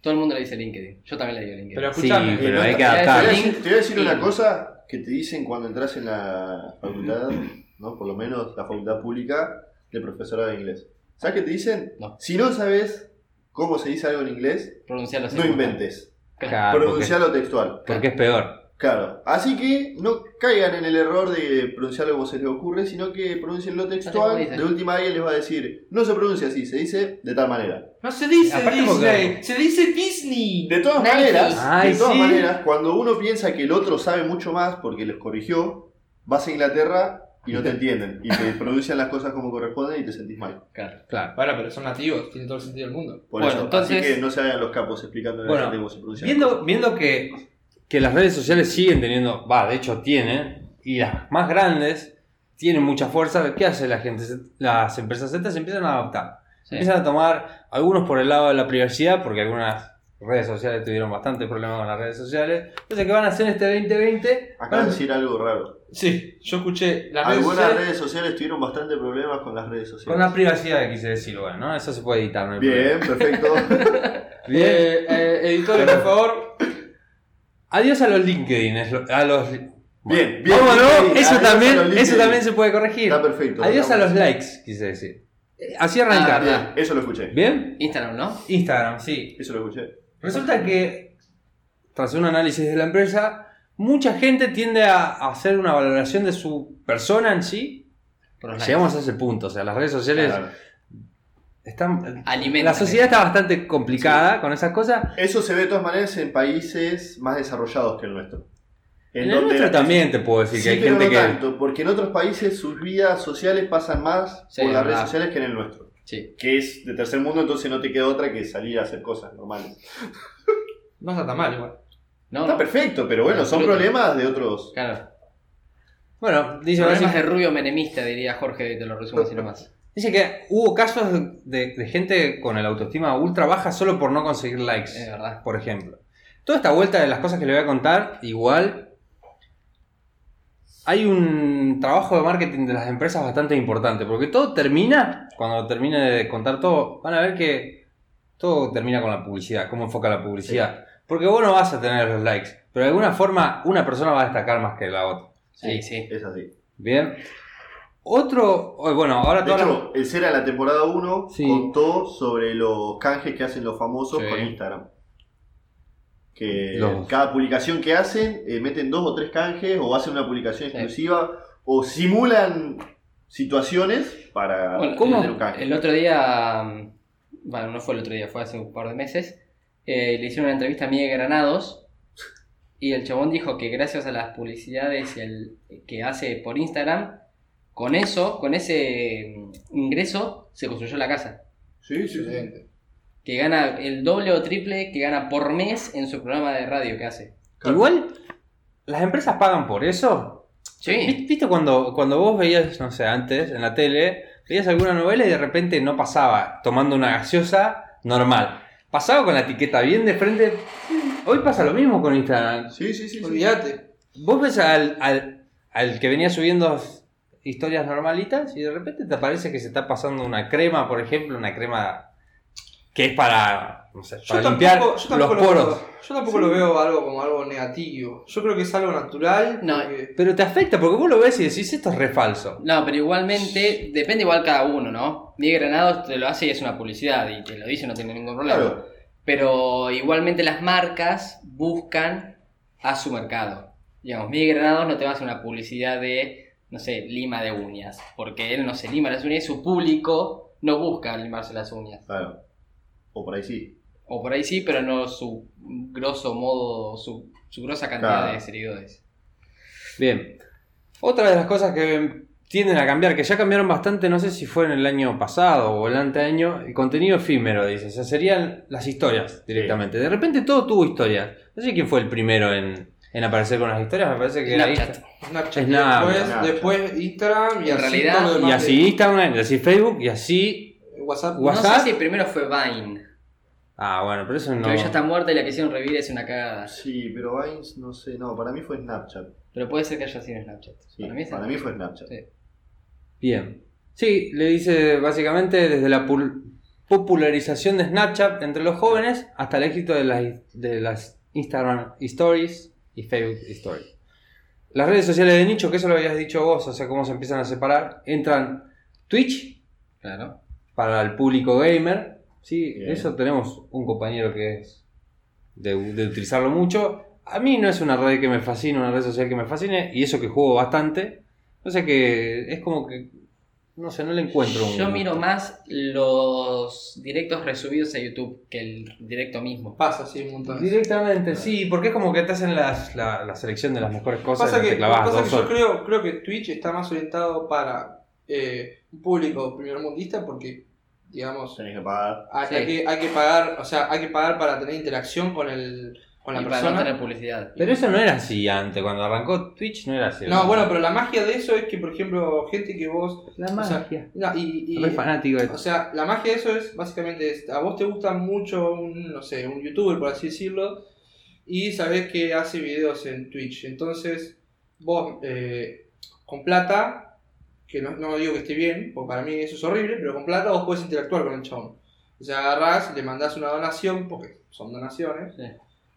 Speaker 3: Todo el mundo le dice LinkedIn. Yo también le digo LinkedIn.
Speaker 5: Pero
Speaker 7: Sí,
Speaker 5: escuchame.
Speaker 7: pero hay que
Speaker 4: Te voy, a
Speaker 7: adaptar.
Speaker 4: decir, te voy a decir una
Speaker 3: LinkedIn.
Speaker 4: cosa que te dicen cuando entras en la facultad, ¿no? Por lo menos la facultad pública de profesora de inglés. ¿Sabes qué te dicen?
Speaker 3: No.
Speaker 4: Si no sabes cómo se dice algo en inglés,
Speaker 3: Pronunciarlo así.
Speaker 4: no inventes.
Speaker 3: Ah,
Speaker 7: Claro, porque,
Speaker 4: Pronuncialo textual.
Speaker 7: porque es peor.
Speaker 4: Claro. Así que no caigan en el error de pronunciarlo como se les ocurre, sino que pronuncienlo
Speaker 3: cómo
Speaker 4: textual.
Speaker 3: dice.
Speaker 4: De última alguien les va a decir, no se pronuncia así, se dice de tal manera.
Speaker 5: No se dice
Speaker 7: Aparte porque-
Speaker 5: Disney, se dice Disney.
Speaker 4: De todas
Speaker 3: Nike.
Speaker 4: maneras,
Speaker 7: Ay,
Speaker 4: de todas
Speaker 7: sí.
Speaker 4: maneras, cuando uno piensa que el otro sabe mucho más porque los corrigió, vas a Inglaterra y no te entienden. Y te pronuncian las cosas como corresponden y te sentís mal.
Speaker 3: Claro.
Speaker 7: Claro.
Speaker 5: Bueno, pero son nativos, tiene todo el sentido del mundo.
Speaker 4: Por
Speaker 3: Bueno,
Speaker 4: eso,
Speaker 3: entonces-
Speaker 4: así que no se hagan los capos explicando
Speaker 7: Bueno,
Speaker 4: la gente cómo se pronuncia.
Speaker 7: Viendo, viendo que, que las redes sociales siguen teniendo, va, de hecho tienen, y las más grandes tienen mucha fuerza, ¿qué hace la gente? Se- Las empresas Z se empiezan a adaptar.
Speaker 3: Sí.
Speaker 7: Empiezan a tomar algunos por el lado de la privacidad, porque algunas redes sociales tuvieron bastante problemas con las redes sociales. Entonces, ¿qué van a hacer en este 2020?
Speaker 4: Acá
Speaker 7: Van
Speaker 4: de
Speaker 7: a-
Speaker 4: decir algo raro.
Speaker 5: Sí, yo escuché las redes
Speaker 4: Algunas
Speaker 5: sociales.
Speaker 4: redes sociales tuvieron bastante problemas con las redes sociales.
Speaker 7: Con la privacidad, quise decir, bueno, ¿no? Eso se puede editar, no hay problema.
Speaker 4: Bien, perfecto.
Speaker 7: Bien.
Speaker 5: Eh, eh, editores, por favor.
Speaker 7: Adiós a los LinkedIn, es lo- a los...
Speaker 4: bien, bien.
Speaker 7: ¿Cómo no?
Speaker 4: LinkedIn,
Speaker 7: Eso
Speaker 4: adiós a
Speaker 7: también,
Speaker 4: los
Speaker 7: eso
Speaker 4: LinkedIn.
Speaker 7: también se puede corregir.
Speaker 4: Está perfecto.
Speaker 7: Adiós a
Speaker 4: Vamos.
Speaker 7: los likes, quise decir. Eh, Así
Speaker 3: Ah,
Speaker 7: arrancar.
Speaker 4: Bien, eso lo escuché.
Speaker 7: ¿Bien?
Speaker 3: Instagram, ¿no?
Speaker 7: Instagram, sí.
Speaker 4: Eso lo escuché.
Speaker 7: Resulta que, tras un análisis de la empresa, mucha gente tiende a a hacer una valoración de su persona en sí.
Speaker 3: Por los likes.
Speaker 7: Llegamos a ese punto, o sea, las redes sociales
Speaker 4: Claro.
Speaker 7: están...
Speaker 3: Alimenta.
Speaker 7: La sociedad está bastante complicada con esas cosas.
Speaker 4: Eso se ve de todas maneras en países más desarrollados que el nuestro.
Speaker 7: En el nuestro también te puedo decir
Speaker 4: Sí,
Speaker 7: que hay
Speaker 4: pero
Speaker 7: gente
Speaker 4: no
Speaker 7: que...
Speaker 4: tanto, porque en otros países sus vidas sociales pasan más
Speaker 3: Sí,
Speaker 4: por
Speaker 3: es
Speaker 4: las redes
Speaker 3: verdad.
Speaker 4: sociales que en el nuestro.
Speaker 3: Sí.
Speaker 4: Que es de tercer mundo, entonces no te queda otra que salir a hacer cosas normales.
Speaker 5: No está tan mal igual.
Speaker 3: No,
Speaker 4: Está
Speaker 3: no.
Speaker 4: perfecto, pero bueno, son
Speaker 3: Absoluto.
Speaker 4: problemas de otros.
Speaker 3: Claro.
Speaker 7: Bueno, dice...
Speaker 3: Problemas de rubio menemista, diría Jorge, te lo resumo así nomás.
Speaker 7: Dice que hubo casos de, de gente con el autoestima ultra baja solo por no conseguir likes,
Speaker 4: Eh,
Speaker 3: Es verdad.
Speaker 7: por ejemplo. Toda esta vuelta de las cosas que le voy a contar, igual hay un trabajo de marketing de las empresas bastante importante, porque todo termina, cuando termine de contar todo, van a ver que todo termina con la publicidad, cómo enfoca la publicidad. Porque vos no vas a tener los likes, pero de alguna forma una persona va a destacar más que la otra.
Speaker 3: Sí, sí.
Speaker 4: Es así.
Speaker 7: Bien. Otro, oh, bueno, ahora
Speaker 4: De
Speaker 7: todas las-
Speaker 4: hecho, el Cera, la temporada 1,
Speaker 7: Sí.
Speaker 4: contó sobre los canjes que hacen los famosos
Speaker 7: Sí.
Speaker 4: con Instagram. Que
Speaker 7: Los-
Speaker 4: cada publicación que hacen, eh, meten dos o tres canjes, o hacen una publicación
Speaker 3: Sí.
Speaker 4: exclusiva, o simulan situaciones para
Speaker 3: Bueno,
Speaker 7: ¿cómo?
Speaker 4: hacer un canje.
Speaker 3: El otro día, mm, bueno, no fue el otro día, fue hace un par de meses, eh, le hicieron una entrevista a Miguel Granados y el chabón dijo que gracias a las publicidades y el, que hace por Instagram, con eso, con ese mm, ingreso, se construyó la casa.
Speaker 4: Sí, sí, sí.
Speaker 3: Que gana el doble o triple que gana por mes en su programa de radio que hace.
Speaker 4: Claro.
Speaker 7: Igual, las empresas pagan por eso.
Speaker 3: Sí,
Speaker 7: ¿Viste viste cuando, cuando vos veías, no sé, antes en la tele, veías alguna novela y de repente no pasaba tomando una gaseosa normal? Pasaba con la etiqueta bien de frente. Hoy pasa lo mismo con Instagram.
Speaker 4: Sí, sí, sí, sí.
Speaker 5: Olvídate.
Speaker 7: Vos ves al, al, al que venía subiendo historias normalitas y de repente te parece que se está pasando una crema, por ejemplo, una crema que es para, no sé, para limpiar los
Speaker 5: lo
Speaker 7: poros.
Speaker 5: veo- yo tampoco lo veo algo como algo negativo. Yo creo que es algo natural.
Speaker 3: No.
Speaker 5: porque-
Speaker 7: Pero te afecta porque vos lo ves y decís, esto es re falso.
Speaker 3: No, pero igualmente, depende igual cada uno, ¿no? Miguel Granados te lo hace y es una publicidad y te lo dice, no tiene ningún problema.
Speaker 4: Claro.
Speaker 3: Pero igualmente las marcas buscan a su mercado. Digamos, Miguel Granados no te va a hacer una publicidad de, no sé, lima de uñas. Porque él no se lima las uñas y su público no busca limarse las uñas.
Speaker 4: Claro. O por ahí sí.
Speaker 3: O por ahí sí, pero no su grosso modo, su, su grosa cantidad
Speaker 4: Claro.
Speaker 3: de seguidores.
Speaker 7: Bien. Otra de las cosas que tienden a cambiar, que ya cambiaron bastante, no sé si fue en el año pasado o el anteaño, el contenido efímero, dice. O sea, serían las historias directamente. De repente todo tuvo historias. No sé quién fue el primero en, en aparecer con las historias, me parece que era
Speaker 3: Snapchat.
Speaker 7: Insta-
Speaker 5: Snapchat.
Speaker 7: Es nada,
Speaker 5: después,
Speaker 4: nada.
Speaker 5: después Instagram y
Speaker 3: En
Speaker 5: así
Speaker 3: realidad-
Speaker 5: todo lo demás
Speaker 7: Y
Speaker 5: de-
Speaker 7: así Instagram, y así Facebook, y así...
Speaker 5: WhatsApp.
Speaker 7: Gua-
Speaker 3: No
Speaker 7: WhatsApp.
Speaker 3: sé si primero fue Vine,
Speaker 7: Ah, bueno, pero eso no...
Speaker 3: pero ya está muerta y la que hicieron revivir es una cagada.
Speaker 4: Sí, pero Vines, no sé. No, para mí fue Snapchat.
Speaker 3: Pero puede ser que haya sido en Snapchat.
Speaker 4: Sí,
Speaker 3: para mí es Snapchat.
Speaker 4: fue Snapchat.
Speaker 3: Sí.
Speaker 7: Bien. Sí, le dice básicamente desde la pul- popularización de Snapchat entre los jóvenes hasta el éxito de las, de las Instagram Stories y Facebook Stories. Las redes sociales de nicho, que eso lo habías dicho vos, o sea, cómo se empiezan a separar, entran Twitch
Speaker 6: Claro.
Speaker 7: para el público gamer, sí,
Speaker 4: Bien.
Speaker 7: eso tenemos un compañero que es de, de utilizarlo mucho. A mí no es una red que me fascine, una red social que me fascine, y eso que juego bastante, no sé que es como que, no sé, no le encuentro. un
Speaker 3: Yo miro
Speaker 7: gusto.
Speaker 3: más los directos resubidos a YouTube que el directo mismo.
Speaker 5: Pasa así un montón.
Speaker 7: Directamente, sí, porque es como que te hacen las- la, la selección de las mejores cosas
Speaker 5: Pasa
Speaker 7: y
Speaker 5: que,
Speaker 7: te clavas
Speaker 5: pasa
Speaker 7: dos
Speaker 5: que yo
Speaker 7: horas.
Speaker 5: creo, creo que Twitch está más orientado para eh, un público primermundista porque, digamos,
Speaker 4: Tenés que pagar.
Speaker 5: hay,
Speaker 3: Sí.
Speaker 5: hay que, hay que pagar, o sea, hay que pagar para tener interacción con el con la
Speaker 3: y para
Speaker 5: persona.
Speaker 3: no tener publicidad.
Speaker 7: Pero eso no era así antes, cuando arrancó Twitch no era así.
Speaker 5: No, bueno, pero la magia de eso es que, por ejemplo, gente que vos...
Speaker 7: la
Speaker 5: o sea, no, y, y-
Speaker 7: Soy fanático de
Speaker 5: o sea, la magia de eso es básicamente, es, a vos te gusta mucho un, no sé, un youtuber, por así decirlo, y sabés que hace videos en Twitch. Entonces, vos, eh, con plata, que no, no digo que esté bien, porque para mí eso es horrible, pero con plata vos podés interactuar con el chabón. O sea, agarrás, le mandás una donación, porque son donaciones,
Speaker 3: Sí.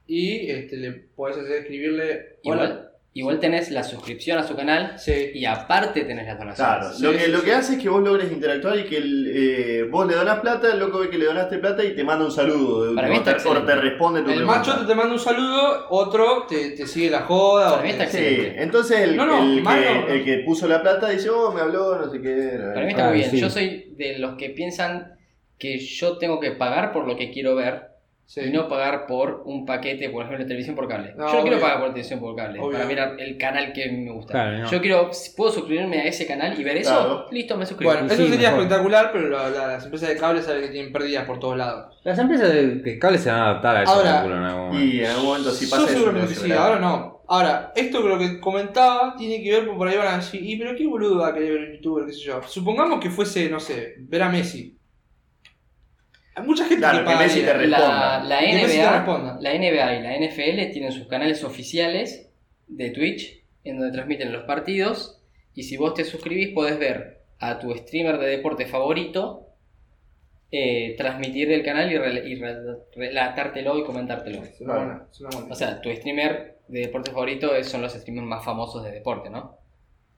Speaker 5: y este, le podés hacer escribirle...
Speaker 3: Igual, igual tenés la suscripción a su canal
Speaker 5: Sí,
Speaker 3: y aparte tenés las donaciones.
Speaker 4: Claro,
Speaker 5: sí,
Speaker 4: lo, que,
Speaker 5: sí,
Speaker 4: lo
Speaker 5: sí.
Speaker 4: que hace es que vos logres interactuar y que el, eh, vos le donás plata, el loco ve que le donaste plata y te manda un saludo.
Speaker 3: Para mí
Speaker 4: o, te,
Speaker 3: está
Speaker 4: o te
Speaker 3: excelente.
Speaker 4: responde tu
Speaker 5: El
Speaker 4: pregunta.
Speaker 5: macho te manda un saludo, otro te, te sigue la joda.
Speaker 3: Para
Speaker 5: o
Speaker 3: mí
Speaker 5: te-
Speaker 3: está
Speaker 4: Sí,
Speaker 3: excelente.
Speaker 4: entonces el,
Speaker 5: No, no,
Speaker 4: el
Speaker 5: malo,
Speaker 4: que,
Speaker 5: no.
Speaker 4: el que puso la plata dice, oh, me habló, no sé qué.
Speaker 3: Para mí está
Speaker 7: Ah,
Speaker 3: muy bien.
Speaker 7: sí.
Speaker 3: Yo soy de los que piensan que yo tengo que pagar por lo que quiero ver
Speaker 5: Sí.
Speaker 3: y no pagar por un paquete, por ejemplo, de televisión por cable.
Speaker 5: No,
Speaker 3: yo no quiero
Speaker 5: obvio.
Speaker 3: pagar por televisión por cable
Speaker 5: Obvio.
Speaker 3: para mirar el canal que me gusta.
Speaker 7: Claro, no.
Speaker 3: Yo quiero, si puedo suscribirme a ese canal y ver eso,
Speaker 4: Claro.
Speaker 3: listo, me suscribo.
Speaker 5: Bueno,
Speaker 7: Sí,
Speaker 5: eso sería
Speaker 7: mejor.
Speaker 5: espectacular, pero la- la- las empresas de cable saben que tienen pérdidas por todos lados.
Speaker 7: Las empresas de, de cable se van a adaptar a eso,
Speaker 5: Ahora,
Speaker 7: calculo, en algún momento.
Speaker 4: Y en algún momento si
Speaker 5: Yo
Speaker 4: pasa eso.
Speaker 5: seguramente
Speaker 4: te vas
Speaker 5: que
Speaker 4: a
Speaker 5: sí,
Speaker 4: llorar.
Speaker 5: ahora no. Ahora, esto con lo que comentaba tiene que ver, porque por ahí van a decir, y pero qué boludo va a querer ver un youtuber, qué sé yo. Supongamos que fuese, no sé, ver a Messi. Hay mucha gente
Speaker 4: Claro,
Speaker 5: que
Speaker 4: que Messi te
Speaker 5: pagaría.
Speaker 3: la,
Speaker 4: responda.
Speaker 3: la
Speaker 5: Que Messi te
Speaker 3: NBA,
Speaker 5: responda.
Speaker 3: la NBA y la NFL tienen sus canales oficiales de Twitch en donde transmiten los partidos y si vos te suscribís podés ver a tu streamer de deporte favorito eh, transmitir el canal y, rel- y rel- relatártelo y comentártelo.
Speaker 5: Es una buena, es una buena.
Speaker 3: O sea, tu streamer de deporte favorito es- son los streamers más famosos de deporte, ¿no?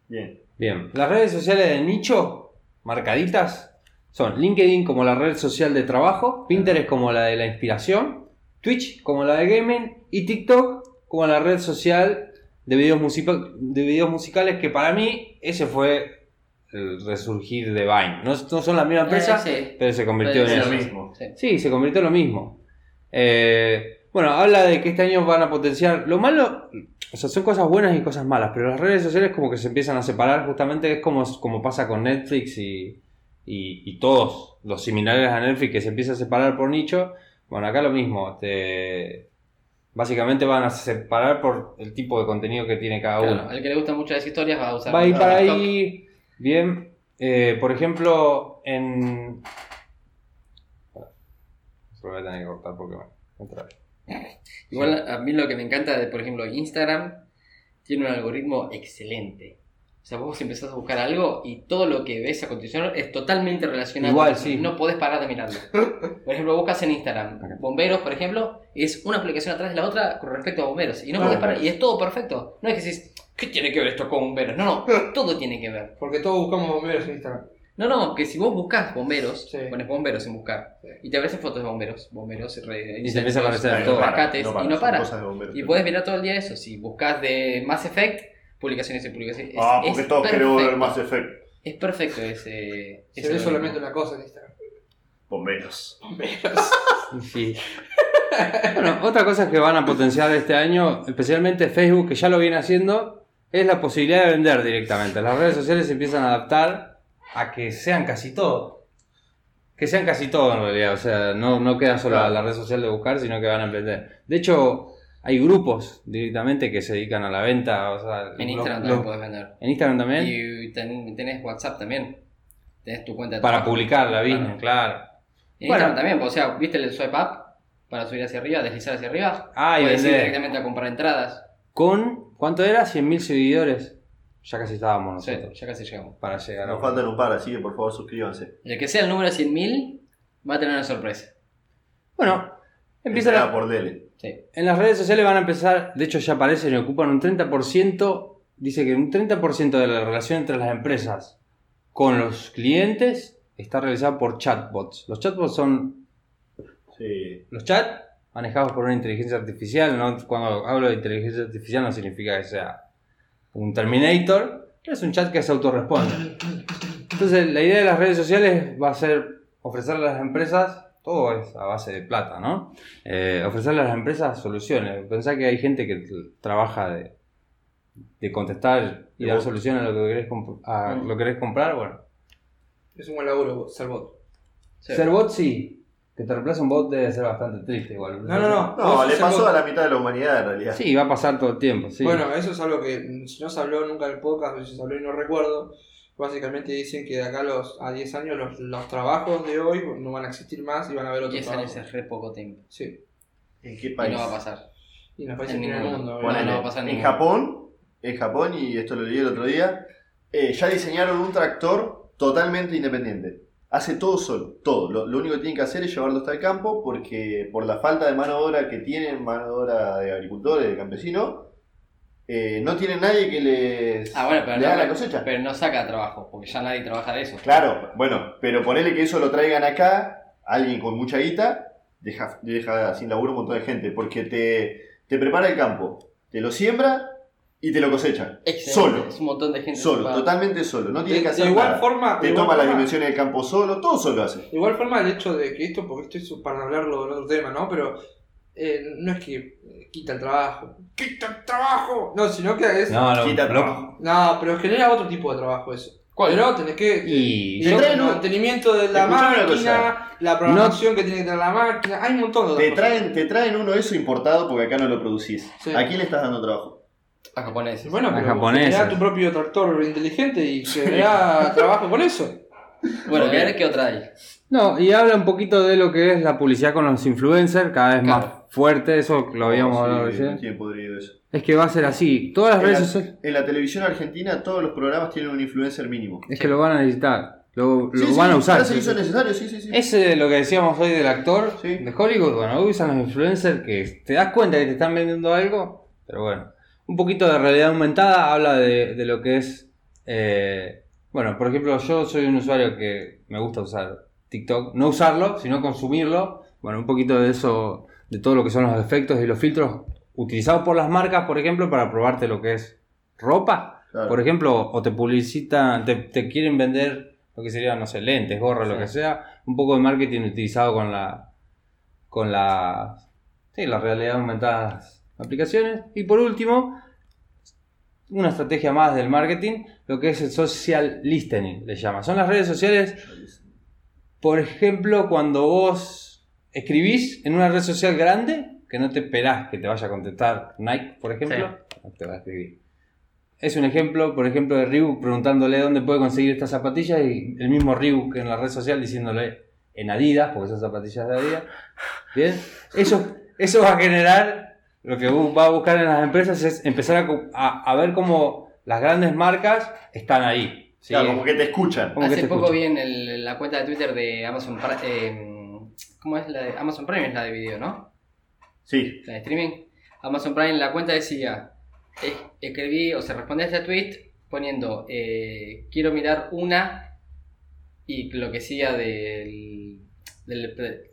Speaker 4: Bien.
Speaker 7: Bien, las redes sociales de nicho, marcaditas, son LinkedIn como la red social de trabajo, Pinterest como la de la inspiración, Twitch como la de gaming y TikTok como la red social de videos, musica- de videos musicales que para mí ese fue el resurgir de Vine. No, no son la misma empresa,
Speaker 3: sí.
Speaker 7: pero se convirtió
Speaker 3: Pero
Speaker 7: en
Speaker 4: Es
Speaker 7: eso.
Speaker 4: lo mismo.
Speaker 3: Sí.
Speaker 7: Sí, se convirtió en lo mismo. Eh, bueno, habla de que este año van a potenciar. Lo malo, o sea, son cosas buenas y cosas malas, pero las redes sociales como que se empiezan a separar, justamente es como, como pasa con Netflix y, y- y todos los similares a Netflix que se empieza a separar por nicho. Bueno, acá lo mismo, te- básicamente van a separar por el tipo de contenido que tiene cada uno.
Speaker 3: Claro, al que le gustan mucho las historias va a usar
Speaker 7: Va a ir
Speaker 3: mucho
Speaker 7: para
Speaker 3: TikTok.
Speaker 7: ahí. Bien. Eh, por ejemplo, en. Se lo voy a tener que cortar porque me- me trabé.
Speaker 3: Igual a mí lo que me encanta de, por ejemplo, Instagram tiene un algoritmo excelente. O sea, vos empezás a buscar algo y todo lo que ves a continuación es totalmente relacionado.
Speaker 7: Igual,
Speaker 3: con eso.
Speaker 7: sí.
Speaker 3: No podés parar de mirarlo. Por ejemplo, buscas en Instagram
Speaker 7: Acá.
Speaker 3: bomberos, por ejemplo, es una aplicación atrás de la otra con respecto a bomberos.
Speaker 7: Ah,
Speaker 3: Y no
Speaker 4: Claro.
Speaker 3: podés parar. Y es todo perfecto. No es que decís, ¿qué tiene que ver esto con bomberos? No, no, todo tiene que ver.
Speaker 5: Porque todos buscamos bomberos en Instagram.
Speaker 3: No, no, que si vos buscas bomberos,
Speaker 5: Sí.
Speaker 3: pones bomberos en buscar
Speaker 5: Sí.
Speaker 3: y te aparecen fotos de bomberos, bomberos, re-
Speaker 7: Y se empieza a aparecer
Speaker 3: incendios,
Speaker 7: todo.
Speaker 3: rescates, y no
Speaker 4: son
Speaker 3: para.
Speaker 4: cosas de bomberos.
Speaker 3: Y puedes mirar todo el día eso. Si buscas de Mass Effect, publicaciones y publicaciones. Es-
Speaker 4: Ah, porque
Speaker 3: es
Speaker 4: todos queremos ver
Speaker 3: perfecto.
Speaker 4: más efecto.
Speaker 3: Es perfecto ese.
Speaker 5: Se
Speaker 3: ese
Speaker 5: ve
Speaker 3: algoritmo.
Speaker 5: solamente una cosa en Instagram.
Speaker 4: Bomberos.
Speaker 5: Bomberos.
Speaker 7: Sí. Bueno, otra cosa que van a potenciar este año, especialmente Facebook, que ya lo viene haciendo, es la posibilidad de vender directamente. Las redes sociales se empiezan a adaptar a que sean casi todo. Que sean casi todo en realidad. O sea, no, no queda solo la, la red social de buscar, sino que van a vender. De hecho, hay grupos directamente que se dedican a la venta. O sea,
Speaker 3: En
Speaker 7: lo-
Speaker 3: Instagram
Speaker 7: lo- ¿Eh?
Speaker 3: también puedes vender.
Speaker 7: en Instagram también.
Speaker 3: Y ten- tenés WhatsApp también. Tenés tu cuenta de
Speaker 7: Para
Speaker 3: trabajo.
Speaker 7: publicar la
Speaker 3: Claro.
Speaker 7: business, claro.
Speaker 3: En
Speaker 7: Bueno.
Speaker 3: Instagram también, pues, o sea, viste el swipe up para subir hacia arriba, deslizar hacia arriba.
Speaker 7: Ah, y
Speaker 3: puedes ir
Speaker 7: vender.
Speaker 3: directamente a comprar entradas.
Speaker 7: Con, ¿cuánto era? 100.000 seguidores. Ya casi estábamos
Speaker 3: Sí,
Speaker 7: nosotros
Speaker 3: ya casi llegamos.
Speaker 7: para llegar
Speaker 4: Nos
Speaker 7: a.
Speaker 4: faltan un par, así que por favor suscríbanse.
Speaker 3: El que sea el número 100.000 va a tener una sorpresa.
Speaker 7: Bueno, empieza
Speaker 4: Entrada
Speaker 7: la-
Speaker 4: por Dele.
Speaker 3: Sí.
Speaker 7: En las redes sociales van a empezar, de hecho ya aparecen y ocupan un 30%, dice que un 30% de la relación entre las empresas con los clientes está realizada por chatbots. Los chatbots son
Speaker 4: Sí.
Speaker 7: los chats manejados por una inteligencia artificial. ¿no? Cuando hablo de inteligencia artificial no significa que sea un Terminator, pero es un chat que se autorresponde. Entonces la idea de las redes sociales va a ser ofrecerle a las empresas, todo es a base de plata, ¿no? Eh, ofrecerle a las empresas soluciones. Pensá que hay gente que t- trabaja de, de contestar y
Speaker 4: De
Speaker 7: dar
Speaker 4: vos.
Speaker 7: soluciones a lo que querés, comp- a
Speaker 5: Mm.
Speaker 7: lo que querés comprar, bueno.
Speaker 5: Es un buen laburo, ser bot.
Speaker 3: Sí.
Speaker 7: Ser bot sí, que te reemplace un bot debe ser bastante triste igual.
Speaker 5: No, no, no.
Speaker 4: No,
Speaker 5: Vos
Speaker 4: le
Speaker 5: ser
Speaker 4: pasó
Speaker 5: bot.
Speaker 4: a la mitad de la humanidad en realidad.
Speaker 7: Sí, va a pasar todo el tiempo, sí.
Speaker 5: Bueno, eso es algo que mm, no se habló nunca en el podcast, o si se habló y no recuerdo. Básicamente dicen que de acá a, los, a 10 años los, los trabajos de hoy no van a existir más y van a haber otros
Speaker 3: 10 años
Speaker 5: trabajos.
Speaker 3: es re poco tiempo.
Speaker 5: Sí,
Speaker 4: ¿En qué
Speaker 3: Y
Speaker 4: país?
Speaker 3: no va a pasar.
Speaker 5: y en los países
Speaker 3: En
Speaker 5: que en el
Speaker 3: ningún-
Speaker 5: mundo.
Speaker 3: Bueno,
Speaker 5: obviamente.
Speaker 4: Ponele,
Speaker 3: no va a pasar
Speaker 4: en
Speaker 3: ningún-
Speaker 4: Japón, en Japón, y esto lo leí el otro día, eh, ya diseñaron un tractor totalmente independiente. Hace todo solo, todo. Lo, lo único que tienen que hacer es llevarlo hasta el campo porque por la falta de mano de obra que tienen, mano de obra de agricultores, de campesinos, eh, no tienen nadie que les,
Speaker 3: Ah, bueno, pero
Speaker 4: le
Speaker 3: no,
Speaker 4: haga la cosecha.
Speaker 3: pero no saca trabajo, porque ya nadie trabaja de eso.
Speaker 4: Claro, bueno, pero ponele que eso lo traigan acá, alguien con mucha guita, deja, deja sin laburo un montón de gente, porque te, te prepara el campo, te lo siembra y te lo cosecha.
Speaker 3: Excelente,
Speaker 4: Solo.
Speaker 3: Es un montón de gente.
Speaker 4: Solo,
Speaker 3: ocupada.
Speaker 4: totalmente solo, no tiene
Speaker 5: De-
Speaker 4: que
Speaker 5: de
Speaker 4: hacer
Speaker 5: igual
Speaker 4: nada.
Speaker 5: forma, de
Speaker 4: Te
Speaker 5: igual
Speaker 4: toma las
Speaker 5: forma-
Speaker 4: dimensiones del campo solo, todo solo hace.
Speaker 5: De igual forma, el hecho de que esto, porque esto es para hablarlo en otro tema, ¿no? Pero eh, no es que eh, quita el trabajo. ¡Quita el trabajo! No, sino que es. No,
Speaker 7: No, no,
Speaker 4: Quita
Speaker 7: no.
Speaker 4: trabajo.
Speaker 5: pero genera otro tipo de trabajo eso.
Speaker 3: ¿Cuál?
Speaker 5: Pero tenés que.
Speaker 7: Y
Speaker 5: el
Speaker 4: te traen un-
Speaker 5: mantenimiento de la
Speaker 4: Escuchame una
Speaker 5: máquina, la programación que tiene que tener la máquina, hay un montón de
Speaker 4: Te
Speaker 5: otras
Speaker 4: traen, te traen uno de eso importado porque acá no lo producís.
Speaker 5: Sí.
Speaker 4: Aquí le estás dando trabajo.
Speaker 3: A japoneses.
Speaker 5: cosas. Bueno,
Speaker 7: Las
Speaker 5: pero
Speaker 7: japonesas.
Speaker 5: genera tu propio tractor inteligente y genera trabajo con eso.
Speaker 3: Bueno,
Speaker 4: Ok.
Speaker 3: a ver qué otra hay.
Speaker 7: No, y habla un poquito de lo que es la publicidad con los influencers, cada vez
Speaker 3: Claro.
Speaker 7: más fuerte, eso lo habíamos
Speaker 4: Oh, Sí,
Speaker 7: hablado
Speaker 4: no
Speaker 7: ayer.
Speaker 4: tiene podrido eso.
Speaker 7: Es que va a ser así. Todas las
Speaker 4: En
Speaker 7: redes
Speaker 4: la-
Speaker 7: sociales
Speaker 4: En la televisión argentina todos los programas tienen un influencer mínimo.
Speaker 7: es que lo van a necesitar, lo, lo
Speaker 4: Sí,
Speaker 7: van
Speaker 4: sí,
Speaker 7: a usar.
Speaker 4: ya se hizo necesario, sí, sí, sí.
Speaker 7: Ese es lo que decíamos hoy del actor
Speaker 4: Sí.
Speaker 7: de Hollywood. Bueno, hoy usan los influencers que te das cuenta que te están vendiendo algo, pero bueno. Un poquito de realidad aumentada habla de, de lo que es. eh, bueno, por ejemplo, yo soy un usuario que me gusta usar TikTok. No usarlo, sino consumirlo. Bueno, un poquito de eso, de todo lo que son los efectos y los filtros utilizados por las marcas, por ejemplo, para probarte lo que es ropa.
Speaker 4: Claro.
Speaker 7: Por ejemplo, o te publicitan, te, te quieren vender lo que sería, no sé, lentes, gorras, lo
Speaker 3: Sí.
Speaker 7: que sea, un poco de marketing utilizado con la con la sí, la realidad aumentadas aplicaciones y por último una estrategia más del marketing, lo que es el social listening, le llama. Son las redes sociales. Por ejemplo, cuando vos escribís en una red social grande, que no te esperás que te vaya a contestar Nike, por ejemplo, no te va a escribir. Es un ejemplo, por ejemplo, de Ribu preguntándole dónde puede conseguir estas zapatillas y el mismo Ribu que en la red social diciéndole en Adidas, porque son zapatillas de Adidas. Bien, eso, eso va a generar, lo que bu- va a buscar en las empresas es empezar a, cu- a- a ver cómo las grandes marcas están ahí. ¿sí?
Speaker 4: Claro, como que te escuchan.
Speaker 7: Como que
Speaker 3: Hace
Speaker 7: te
Speaker 3: poco
Speaker 7: escucho.
Speaker 3: vi en el- la cuenta de Twitter de Amazon Pri- em, ¿Cómo es la de Amazon Prime? Es la de video, ¿no?
Speaker 4: Sí,
Speaker 3: La de streaming. Amazon Prime en la cuenta decía: es- escribí o se responde a este tweet poniendo eh, quiero mirar una y lo que siga del. del pre-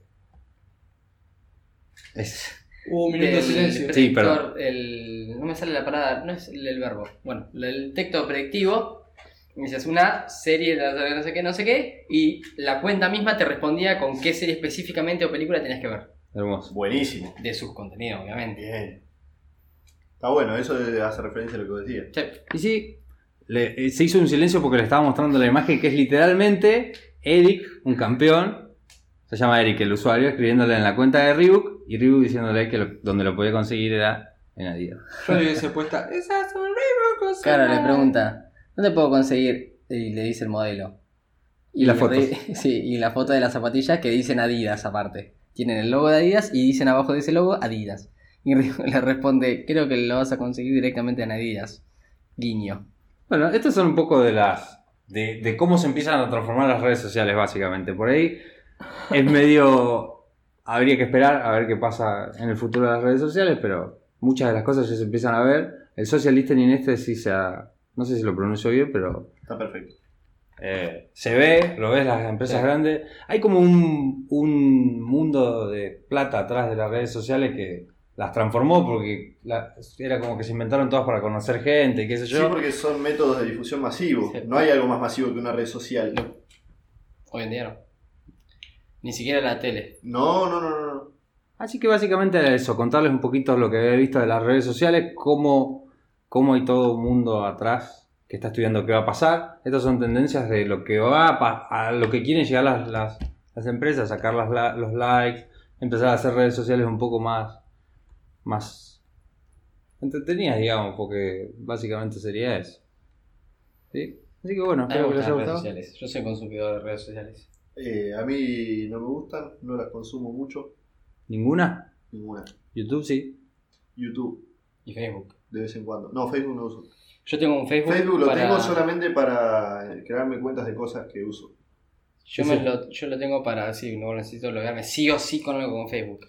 Speaker 7: Es-
Speaker 5: Hubo un minuto de
Speaker 3: del
Speaker 5: silencio.
Speaker 7: Sí,
Speaker 3: predictor, el- no me sale la parada, no es el, el verbo. Bueno, el texto predictivo, inicias una serie, no sé qué, no sé qué, y la cuenta misma te respondía con qué serie específicamente o película tenías que ver.
Speaker 7: hermoso.
Speaker 4: buenísimo.
Speaker 3: De sus contenidos, obviamente.
Speaker 4: Bien. Está bueno, eso hace referencia a lo que vos decías.
Speaker 3: Sí,
Speaker 7: Y sí, le- eh, se hizo un silencio porque le estaba mostrando la imagen que es literalmente Eric, un campeón, se llama Eric el usuario, escribiéndole en la cuenta de Reebok y Reebok diciéndole que lo- donde lo podía conseguir era en Adidas.
Speaker 5: Yo le hubiese puesto, esas son Reebok,
Speaker 3: Claro, le
Speaker 5: son-
Speaker 3: pregunta, ¿dónde puedo conseguir? Y le dice el modelo.
Speaker 7: Y las
Speaker 3: re-
Speaker 7: fotos.
Speaker 3: Sí, y la foto de las zapatillas que dicen Adidas aparte. Tienen el logo de Adidas y dicen abajo de ese logo Adidas. Y Rigo le responde, creo que lo vas a conseguir directamente en Adidas. Guiño.
Speaker 7: Bueno, estos son un poco de las. De, de cómo se empiezan a transformar las redes sociales, básicamente. Por ahí es medio. Habría que esperar a ver qué pasa en el futuro de las redes sociales, pero muchas de las cosas ya se empiezan a ver. El social listening este sí se ha- No sé si lo pronuncio bien, pero
Speaker 4: Está perfecto.
Speaker 7: eh, se ve, lo ves las empresas grandes. Hay como un, un mundo de plata atrás de las redes sociales que las transformó porque la- era como que se inventaron todas para conocer gente y qué sé yo.
Speaker 4: Sí, porque son métodos de difusión masivos.
Speaker 3: Sí.
Speaker 4: No hay algo más masivo que una red social.
Speaker 3: Hoy en día no. Ni siquiera la tele.
Speaker 4: No, no, no, no. no.
Speaker 7: Así que básicamente era eso, contarles un poquito lo que he visto de las redes sociales, cómo, cómo hay todo un mundo atrás que está estudiando qué va a pasar. Estas son tendencias de lo que va a, pa- a lo que quieren llegar las, las, las empresas, sacar las la- los likes, empezar a hacer redes sociales un poco más, más entretenidas, digamos, porque básicamente sería eso. ¿Sí? Así que bueno,
Speaker 3: A mí Ah, me
Speaker 7: espero
Speaker 3: gustan
Speaker 7: que les haya
Speaker 3: las redes
Speaker 7: gustado.
Speaker 3: sociales. Yo soy consumidor de redes sociales.
Speaker 4: Eh, a mí no me gustan, no las consumo mucho.
Speaker 7: ¿Ninguna?
Speaker 4: Ninguna.
Speaker 7: YouTube sí.
Speaker 4: YouTube,
Speaker 3: Y Facebook.
Speaker 4: de vez en cuando. No, Facebook no uso.
Speaker 3: Yo tengo un Facebook.
Speaker 4: Facebook lo
Speaker 3: para-
Speaker 4: tengo solamente para crearme cuentas de cosas que uso.
Speaker 3: Yo, me lo, yo lo tengo para. Sí, no necesito logarme sí o sí con algo con Facebook.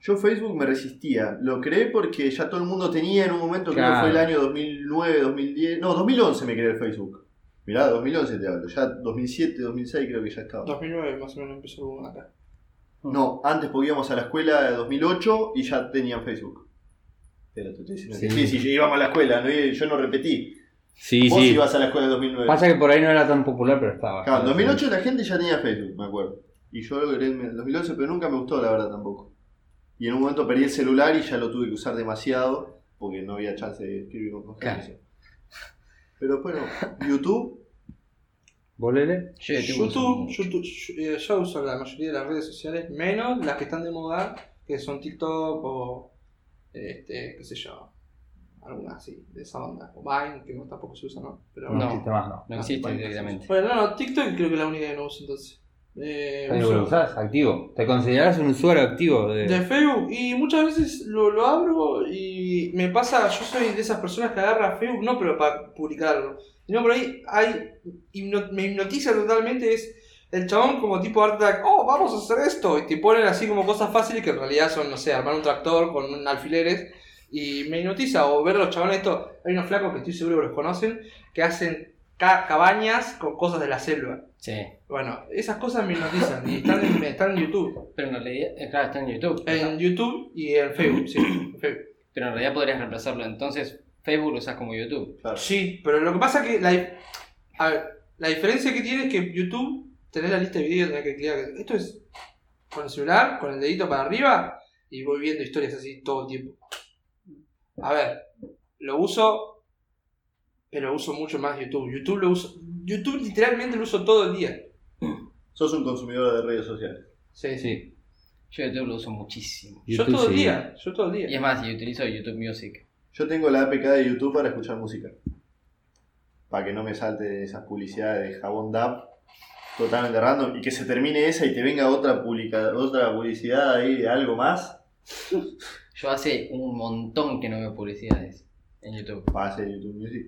Speaker 4: Yo Facebook me resistía. Lo creé porque ya todo el mundo tenía en un momento, creo que
Speaker 7: Claro.
Speaker 4: fue el año 2009, 2010. No, 2011 me creé el Facebook. Mirá, 2011 te hablo. Ya 2007, 2006 creo que ya estaba.
Speaker 5: 2009 más o menos empezó acá.
Speaker 4: No, antes porque íbamos a la escuela de 2008 y ya tenían Facebook. Pero te estoy diciendo que sí, sí, íbamos a la escuela, no, yo no repetí.
Speaker 7: Sí,
Speaker 4: Vos
Speaker 7: sí.
Speaker 4: ibas a la escuela de 2009.
Speaker 7: Pasa que por ahí no era tan popular, pero estaba.
Speaker 4: Claro, en 2008 la gente ya tenía Facebook, me acuerdo. Y yo lo creé en 2011, pero nunca me gustó, la verdad, tampoco. Y en un momento perdí el celular y ya lo tuve que usar demasiado porque no había chance de escribir con constancia. Pero bueno, YouTube,
Speaker 7: ¿Vos, Lele?
Speaker 3: Yo de tipo
Speaker 5: YouTube,
Speaker 3: consumo-
Speaker 5: YouTube eh, yo uso la mayoría de las redes sociales, menos las que están de moda, que son TikTok o este, qué sé yo, algunas así, de esa onda. O Vine, que no tampoco se usa, ¿no? Pero
Speaker 3: No.
Speaker 7: existe más, no.
Speaker 3: No existe directamente.
Speaker 5: Bueno, no, no, TikTok creo que es la única que no uso entonces. Eh,
Speaker 7: Pero
Speaker 5: uso-
Speaker 7: lo usás activo. Te considerás un usuario activo de.
Speaker 5: De Facebook. Y muchas veces lo, lo abro y me pasa, yo soy de esas personas que agarra Facebook, no pero para publicarlo. No, pero ahí hay, hipno- me hipnotiza totalmente es el chabón como tipo art attack, oh, vamos a hacer esto. Y te ponen así como cosas fáciles que en realidad son, no sé, armar un tractor con un- alfileres. Y me hipnotiza, o ver a los chabones esto, hay unos flacos que estoy seguro que los conocen, que hacen ca- cabañas con cosas de la selva.
Speaker 3: Sí.
Speaker 5: Bueno, esas cosas me hipnotizan y están en- están en YouTube.
Speaker 3: Pero en realidad. eh, Claro, está en YouTube.
Speaker 5: En YouTube y en Facebook, sí. en Facebook.
Speaker 3: Pero en realidad podrías reemplazarlo. Entonces, Facebook lo usas como YouTube.
Speaker 4: claro.
Speaker 5: Sí, pero lo que pasa es que la, dif- a ver, la diferencia que tiene es que YouTube tenés la lista de videos, tenés que clicar. Esto es con el celular, con el dedito para arriba y voy viendo historias así todo el tiempo. A ver, lo uso, pero uso mucho más YouTube. YouTube lo uso, YouTube literalmente lo uso todo el día.
Speaker 4: sos un consumidor de redes sociales.
Speaker 5: Sí,
Speaker 7: Sí.
Speaker 3: Yo YouTube lo uso muchísimo.
Speaker 5: Yo
Speaker 7: YouTube
Speaker 5: todo el
Speaker 7: sí.
Speaker 5: día, yo todo el
Speaker 3: Y
Speaker 5: día.
Speaker 3: es más, yo utilizo YouTube Music.
Speaker 4: Yo tengo la APK de YouTube para escuchar música. Para que no me salte esas publicidades de jabón DAP totalmente random y que se termine esa y te venga otra, publica, otra publicidad ahí de algo más.
Speaker 3: Yo hace un montón que no veo publicidades en YouTube.
Speaker 4: Pase YouTube Music.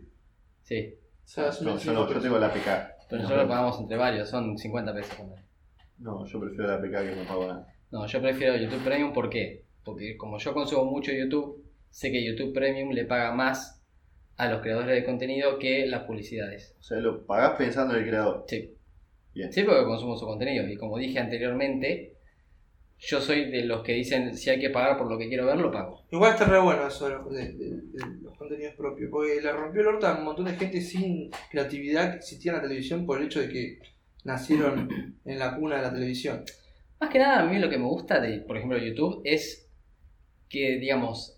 Speaker 3: Sí.
Speaker 5: O sea, es una-
Speaker 4: No, yo no, yo tengo la APK.
Speaker 3: Pero nosotros lo pagamos entre varios, son 50 pesos. ponele.
Speaker 4: No, yo prefiero la PK que no pago nada.
Speaker 3: No, yo prefiero YouTube Premium, ¿por qué? Porque como yo consumo mucho YouTube, sé que YouTube Premium le paga más a los creadores de contenido que las publicidades.
Speaker 4: O sea, lo pagás pensando en el creador.
Speaker 3: Sí.
Speaker 4: Bien.
Speaker 3: Sí, porque consumo su contenido. Y como dije anteriormente, yo soy de los que dicen si hay que pagar por lo que quiero ver, lo pago.
Speaker 5: Igual está re bueno eso de los, de- de- de los contenidos propios, porque le rompió el orto a un montón de gente sin creatividad que existía en la televisión por el hecho de que nacieron en la cuna de la televisión.
Speaker 3: Más que nada, a mí lo que me gusta de, por ejemplo, YouTube es que, digamos,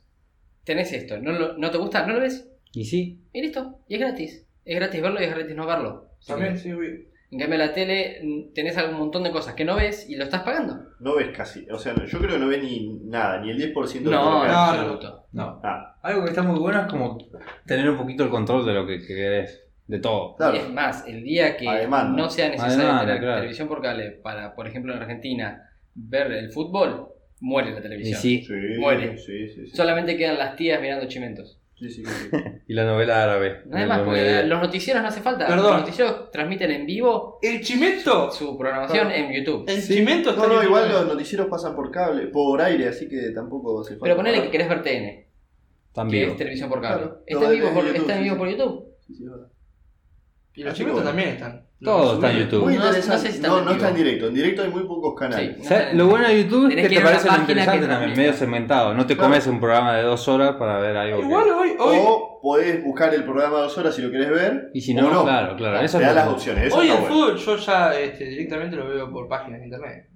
Speaker 3: tenés esto, no, lo- no te gusta, no lo ves,
Speaker 7: Y sí.
Speaker 3: y listo, y es gratis. Es gratis verlo y es gratis no verlo.
Speaker 5: También, sí, obvio.
Speaker 3: En cambio, la tele mm, tenés algún montón de cosas que no ves y lo estás pagando.
Speaker 4: No ves casi. O sea, no- yo creo que no ves ni nada, ni el 10% de lo
Speaker 3: No,
Speaker 4: que ves.
Speaker 3: en
Speaker 5: no,
Speaker 3: absoluto.
Speaker 7: No.
Speaker 4: Ah,
Speaker 7: Algo que está muy bueno es como tener un poquito el control de lo que que querés. De todo.
Speaker 3: Y es
Speaker 4: claro.
Speaker 3: más, el día que
Speaker 4: A demanda.
Speaker 3: no sea necesario
Speaker 7: demanda,
Speaker 3: tener
Speaker 7: claro.
Speaker 3: televisión por cable para, por ejemplo, en Argentina, ver el fútbol, muere la
Speaker 7: Y
Speaker 3: televisión.
Speaker 7: sí.
Speaker 4: Sí,
Speaker 3: Muere.
Speaker 4: sí, sí, sí.
Speaker 3: Solamente quedan las tías mirando chimentos.
Speaker 4: Sí, sí, claro.
Speaker 7: Y la novela árabe.
Speaker 3: Además,
Speaker 7: Muy
Speaker 3: porque
Speaker 7: bien.
Speaker 3: los noticieros no hace falta.
Speaker 5: Perdón.
Speaker 3: Los noticieros transmiten en vivo
Speaker 5: El chimento.
Speaker 3: su programación en YouTube.
Speaker 5: El chimento está
Speaker 4: No, no,
Speaker 5: en
Speaker 4: igual
Speaker 5: YouTube.
Speaker 4: los noticieros pasan por cable, por aire, así que tampoco se
Speaker 3: Pero ponele que querés ver TN,
Speaker 7: Tan
Speaker 3: que
Speaker 7: vivo.
Speaker 3: es televisión por cable.
Speaker 4: Claro.
Speaker 3: ¿Está,
Speaker 4: Lo
Speaker 3: en
Speaker 4: ves
Speaker 3: vivo
Speaker 4: en
Speaker 3: por,
Speaker 4: YouTube,
Speaker 3: está en
Speaker 4: sí,
Speaker 3: vivo
Speaker 4: sí.
Speaker 3: por YouTube?
Speaker 4: Sí, sí, es verdad.
Speaker 5: Y los
Speaker 4: Ah,
Speaker 5: chimentos
Speaker 4: chicos.
Speaker 5: también están.
Speaker 7: Todo está en
Speaker 5: subieron.
Speaker 7: YouTube.
Speaker 4: Muy
Speaker 3: No, no sé si
Speaker 4: interesante.
Speaker 3: están
Speaker 4: No,
Speaker 3: en
Speaker 4: no está en
Speaker 3: vivo.
Speaker 4: directo. En directo hay muy pocos canales.
Speaker 3: Sí.
Speaker 7: ¿Sabes? Lo bueno de YouTube
Speaker 3: Tenés
Speaker 7: es que
Speaker 3: que
Speaker 7: te
Speaker 3: ir a una
Speaker 7: parece lo
Speaker 3: página que
Speaker 7: interesante
Speaker 3: lo
Speaker 7: también,
Speaker 3: analiza.
Speaker 7: medio segmentado. No te
Speaker 4: Claro.
Speaker 7: comes un programa de dos horas para ver algo. que-
Speaker 5: Igual hoy, hoy,
Speaker 4: O podés buscar el programa de dos horas si lo querés ver.
Speaker 7: Y si
Speaker 4: o
Speaker 7: no,
Speaker 4: no.
Speaker 7: claro, claro. Eso
Speaker 4: Te da
Speaker 7: es lo
Speaker 4: las
Speaker 7: que-
Speaker 4: opciones. Eso
Speaker 5: hoy el
Speaker 4: está bueno.
Speaker 5: fútbol yo ya este, directamente lo veo por páginas de internet.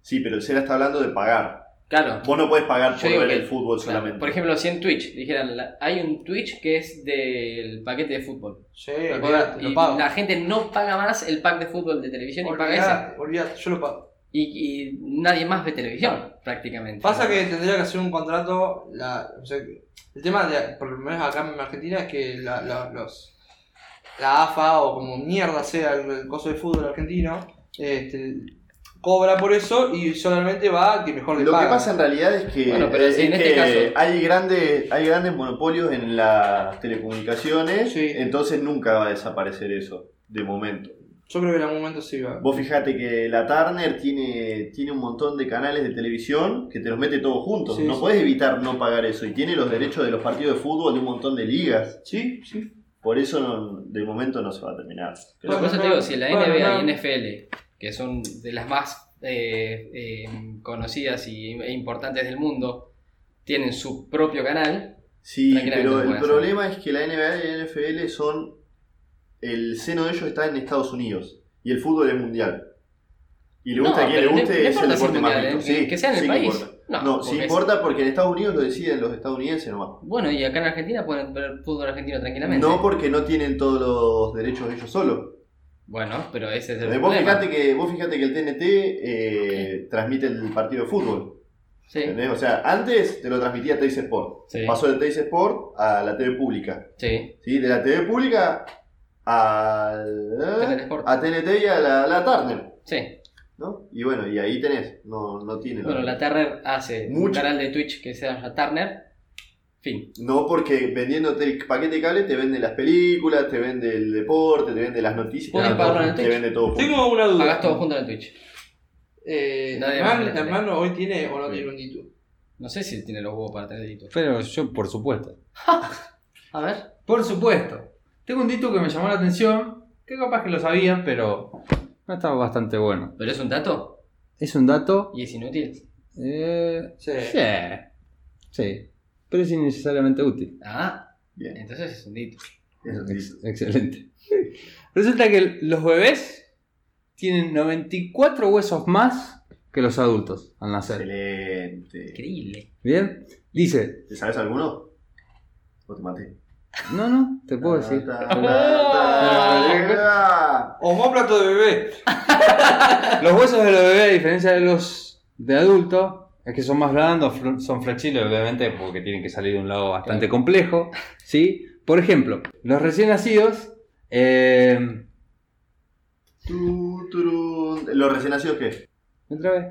Speaker 4: Sí, pero Cera está hablando de pagar.
Speaker 3: Claro.
Speaker 4: Vos no podés pagar
Speaker 3: Yo
Speaker 4: por
Speaker 3: digo
Speaker 4: ver
Speaker 3: que-
Speaker 4: el fútbol
Speaker 3: Claro,
Speaker 4: solamente.
Speaker 3: Por ejemplo, si en Twitch dijeran, la- hay un Twitch que es del paquete de fútbol.
Speaker 5: Sí,
Speaker 3: Y
Speaker 5: olvidate, lo pago.
Speaker 3: la gente no paga más el pack de fútbol de televisión y paga ese.
Speaker 5: Olvidate, olvidate, yo lo pago.
Speaker 3: Y, y nadie más ve televisión, prácticamente.
Speaker 5: Pasa que tendría que hacer un contrato. La, o sea, que- el tema, de, por lo menos acá en Argentina, es que la, la- los, la AFA o como mierda sea el, el coso de fútbol argentino, este, cobra por eso y solamente va al que mejor le
Speaker 4: Lo que
Speaker 5: paga.
Speaker 4: pasa en realidad es que, eh,
Speaker 3: Bueno, pero
Speaker 4: es
Speaker 3: en este
Speaker 4: que
Speaker 3: caso-
Speaker 4: hay, grandes, hay grandes monopolios en las telecomunicaciones,
Speaker 5: Sí.
Speaker 4: entonces nunca va a desaparecer eso, de momento.
Speaker 5: Yo creo que en algún momento sí va.
Speaker 4: Vos fijate que la Turner tiene, tiene un montón de canales de televisión que te los mete todos juntos,
Speaker 5: Sí,
Speaker 4: no
Speaker 5: sí.
Speaker 4: podés evitar no pagar eso, y tiene los derechos de los partidos de fútbol de un montón de ligas,
Speaker 5: Sí, sí.
Speaker 4: por eso no- de momento no se va a terminar. Creo.
Speaker 3: Bueno, por eso te digo, si la
Speaker 5: Bueno,
Speaker 3: NBA
Speaker 5: no.
Speaker 3: y NFL, que son de las más eh, eh, conocidas y, e importantes del mundo, tienen su propio canal,
Speaker 4: Sí,
Speaker 3: Tranquilamente
Speaker 4: pero
Speaker 3: lo
Speaker 4: el
Speaker 3: pueden
Speaker 4: problema es que la NBA y la NFL son. El seno de ellos está en Estados Unidos y el fútbol es mundial. Y le
Speaker 3: No,
Speaker 4: gusta a quien le
Speaker 3: pero no-
Speaker 4: guste, es
Speaker 3: no
Speaker 4: el
Speaker 3: importa si es
Speaker 4: deporte más
Speaker 3: mundial,
Speaker 4: rico.
Speaker 3: eh, que- que sea en el
Speaker 4: sí
Speaker 3: país.
Speaker 4: Importa.
Speaker 3: No,
Speaker 4: No,
Speaker 3: porque
Speaker 4: sí
Speaker 3: es-
Speaker 4: importa porque en Estados Unidos lo deciden los estadounidenses nomás.
Speaker 3: bueno, y acá en Argentina pueden ver fútbol argentino tranquilamente.
Speaker 4: No porque no tienen todos los derechos ellos solos. Eh,
Speaker 3: Bueno, pero ese es el
Speaker 4: vos,
Speaker 3: problema.
Speaker 4: fijate que, vos fijate que el TNT eh, transmite el partido de fútbol.
Speaker 3: Sí,
Speaker 4: ¿entendés? O sea, antes te lo transmitía Teis Sport.
Speaker 3: sí,
Speaker 4: Pasó de Teis Sport a la TV pública.
Speaker 3: sí.
Speaker 4: ¿sí? de la TV pública al, ¿eh?
Speaker 3: Telesport.
Speaker 4: a TNT y a la, la Turner.
Speaker 3: sí.
Speaker 4: ¿no? Y bueno, y ahí tenés, no, no tiene
Speaker 3: Bueno, la Turner hace un
Speaker 4: Mucho.
Speaker 3: canal de Twitch que se llama Turner. Fin.
Speaker 4: No porque vendiéndote el paquete de cable te vende las películas, te vende el deporte, te vende las noticias,
Speaker 3: Podés
Speaker 4: te,
Speaker 3: pagarlo en el
Speaker 4: te
Speaker 3: Twitch.
Speaker 4: vende todo. junto.
Speaker 5: Tengo una duda.
Speaker 3: Pagás todo junto en el Twitch.
Speaker 5: Eh,
Speaker 3: Nadie
Speaker 5: Hernán-
Speaker 3: más le-
Speaker 5: Hernán hoy tiene o no tiene un título.
Speaker 3: No sé si tiene los huevos para tener YouTube.
Speaker 7: Pero yo, por supuesto.
Speaker 3: A ver.
Speaker 7: Por supuesto. Tengo un título que me llamó la atención, que capaz que lo sabían, pero no estaba bastante bueno.
Speaker 3: ¿Pero es un dato?
Speaker 7: Es un dato...
Speaker 3: ¿Y es inútil?
Speaker 7: eh,
Speaker 5: Sí.
Speaker 7: sí. Sí. Pero es innecesariamente útil.
Speaker 3: Ah,
Speaker 4: Bien.
Speaker 3: entonces es un dito.
Speaker 7: Ex- excelente. Resulta que los bebés tienen 94 huesos más que los adultos al nacer.
Speaker 4: Excelente.
Speaker 3: Increíble.
Speaker 7: ¿Bien? Dice...
Speaker 4: ¿Te sabes alguno? ¿O te maté?
Speaker 7: No, no, te
Speaker 4: Ah,
Speaker 7: puedo decir.
Speaker 4: Ta,
Speaker 7: Ah.
Speaker 4: ta, ta, ta.
Speaker 5: Homóplato de bebé.
Speaker 7: Los huesos de los bebés, a diferencia de los de adultos, es que son más blandos, fl- son flexibles, obviamente, porque tienen que salir de un lado bastante complejo. ¿sí? Por ejemplo, los recién nacidos, eh,
Speaker 4: Tu, turun. ¿Los recién nacidos qué?
Speaker 7: otra vez.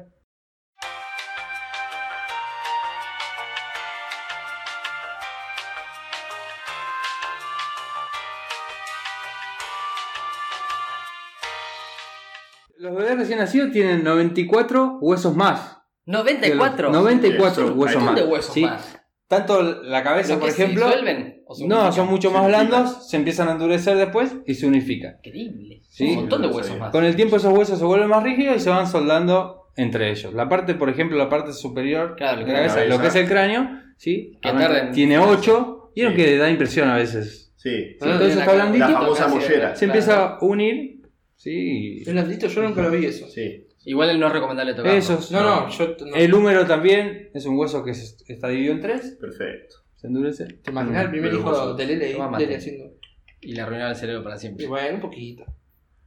Speaker 7: Los bebés recién nacidos tienen 94 huesos más. que los-
Speaker 3: 94.
Speaker 7: 94
Speaker 4: Sí, son un
Speaker 7: huesos
Speaker 3: montón
Speaker 7: más.
Speaker 3: de huesos
Speaker 7: ¿sí?
Speaker 3: más.
Speaker 7: Tanto la cabeza,
Speaker 3: ¿Pero
Speaker 7: por
Speaker 3: qué, se
Speaker 7: ejemplo.
Speaker 3: disuelven? ¿O
Speaker 7: No, son mucho más
Speaker 4: Se unifican.
Speaker 7: blandos, se empiezan a endurecer después y se unifican.
Speaker 3: Increíble.
Speaker 7: Sí.
Speaker 3: un montón de
Speaker 4: Sí, lo
Speaker 3: huesos
Speaker 4: sabía.
Speaker 3: más.
Speaker 7: Con el tiempo esos huesos se vuelven más rígidos y se van soldando entre ellos. La parte, por ejemplo, la parte superior
Speaker 3: Claro, lo
Speaker 7: de la
Speaker 3: que-
Speaker 7: cabeza,
Speaker 4: cabeza.
Speaker 7: lo que es el cráneo, ¿sí?
Speaker 3: Que
Speaker 7: Arranca-
Speaker 3: tarda en-
Speaker 7: tiene 8 y es lo
Speaker 4: Sí.
Speaker 7: que da impresión a veces.
Speaker 4: Sí.
Speaker 7: Sí, entonces
Speaker 3: Tiene
Speaker 7: está
Speaker 3: la-
Speaker 7: blandito.
Speaker 4: La famosa
Speaker 3: casi-
Speaker 4: mollera.
Speaker 7: Se
Speaker 3: claro.
Speaker 7: empieza a unir, ¿sí?
Speaker 5: ¿Es blandito? Yo nunca lo vi eso.
Speaker 4: Sí.
Speaker 3: Igual él no es recomendable tocarlo.
Speaker 7: Esos.
Speaker 5: No, no, yo. no.
Speaker 7: El húmero también es un hueso que se- está dividido en tres,
Speaker 4: Perfecto.
Speaker 7: se endurece.
Speaker 5: ¿Te imaginas el primer
Speaker 4: Pero
Speaker 5: hijo
Speaker 4: vos-
Speaker 5: de Lele,
Speaker 3: Lo va a
Speaker 5: y
Speaker 3: matar.
Speaker 5: Lele haciendo?
Speaker 3: Y le arruinaba el cerebro para siempre.
Speaker 5: Y bueno, un poquito.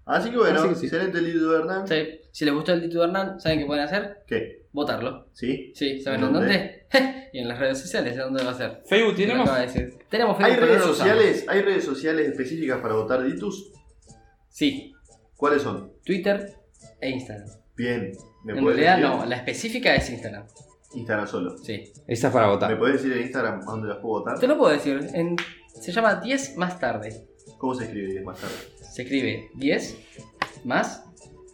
Speaker 4: Así que bueno,
Speaker 7: Así que Ah, sí.
Speaker 4: excelente libro de Hernán.
Speaker 3: Sí. Si les gustó el título de Hernán, ¿saben qué pueden hacer?
Speaker 4: ¿Qué?
Speaker 3: Votarlo.
Speaker 4: ¿Sí?
Speaker 3: Sí, ¿saben en
Speaker 4: ¿Dónde?
Speaker 3: dónde? y en las redes sociales, ¿en dónde va a ser?
Speaker 5: ¿Facebook
Speaker 3: Lo
Speaker 5: tenemos?
Speaker 3: acaba de decir. Tenemos
Speaker 4: ¿Hay
Speaker 3: Facebook, pero
Speaker 4: redes
Speaker 3: no lo usamos.
Speaker 4: sociales? ¿Hay redes sociales específicas para votar Ditus?
Speaker 3: Sí.
Speaker 4: ¿Cuáles son?
Speaker 3: Twitter e Instagram.
Speaker 4: Bien. ¿Me
Speaker 3: En
Speaker 4: puedes
Speaker 3: realidad
Speaker 4: decir?
Speaker 3: no, la específica es Instagram.
Speaker 4: Instagram solo.
Speaker 3: Sí.
Speaker 7: Esa es para
Speaker 4: ¿Me
Speaker 7: votar.
Speaker 4: podés decir en Instagram dónde las puedo votar?
Speaker 3: Te lo puedo decir. en- se llama 10 más tarde.
Speaker 4: ¿Cómo se escribe 10 más tarde?
Speaker 3: Se escribe 10 más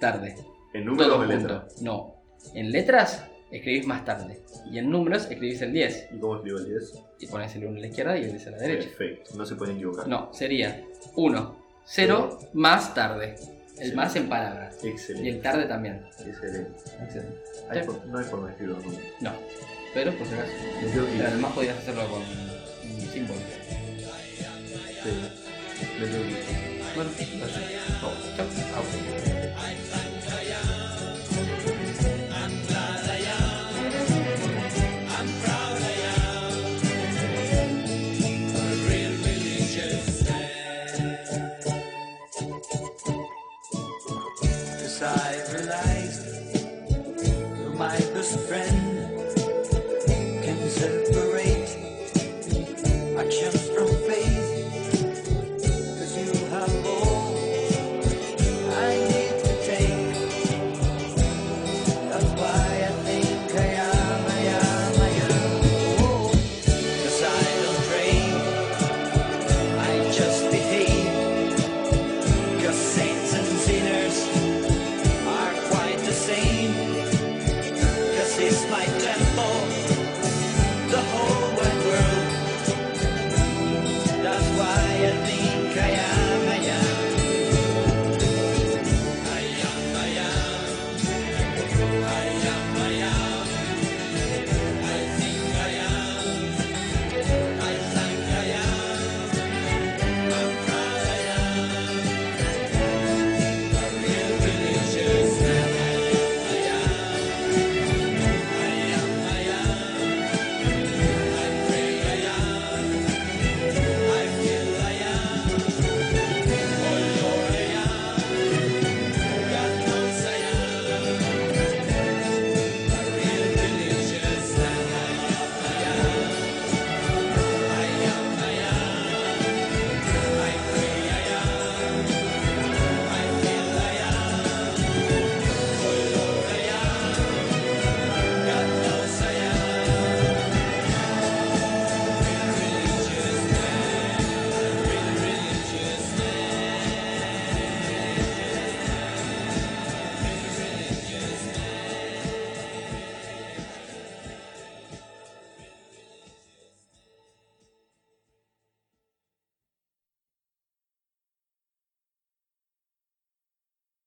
Speaker 3: tarde.
Speaker 4: ¿En número o
Speaker 3: Todo
Speaker 4: en
Speaker 3: junto.
Speaker 4: letra?
Speaker 3: No. En letras escribís más tarde. Y en números escribís el 10.
Speaker 4: ¿Y cómo escribo el 10?
Speaker 3: Y pones el 1 a la izquierda y el 10 a la derecha.
Speaker 4: Perfecto, no se pueden equivocar.
Speaker 3: No, sería 1, 0 más tarde. El más en palabras. Y el
Speaker 4: Excelente,
Speaker 3: tarde también.
Speaker 4: excelente.
Speaker 3: Excelente.
Speaker 4: Hay
Speaker 3: Sí.
Speaker 4: for- no hay forma de escribirlo nunca.
Speaker 3: No. Pero por si acaso.
Speaker 4: Me tengo que
Speaker 3: Pero
Speaker 4: ir.
Speaker 3: además podías hacerlo con un símbolo.
Speaker 4: Sí. Me tengo que ir.
Speaker 3: Bueno, perfecto. Chau.
Speaker 8: Cause I realized my best friend can separate action from faith. Cause you have all I need to take. That's why I think I am, I am, I am. Oh, Cause I don't pray, I just behave. Cause saints and sinners are quite the same. This is my temple, the whole wide world. That's why I think.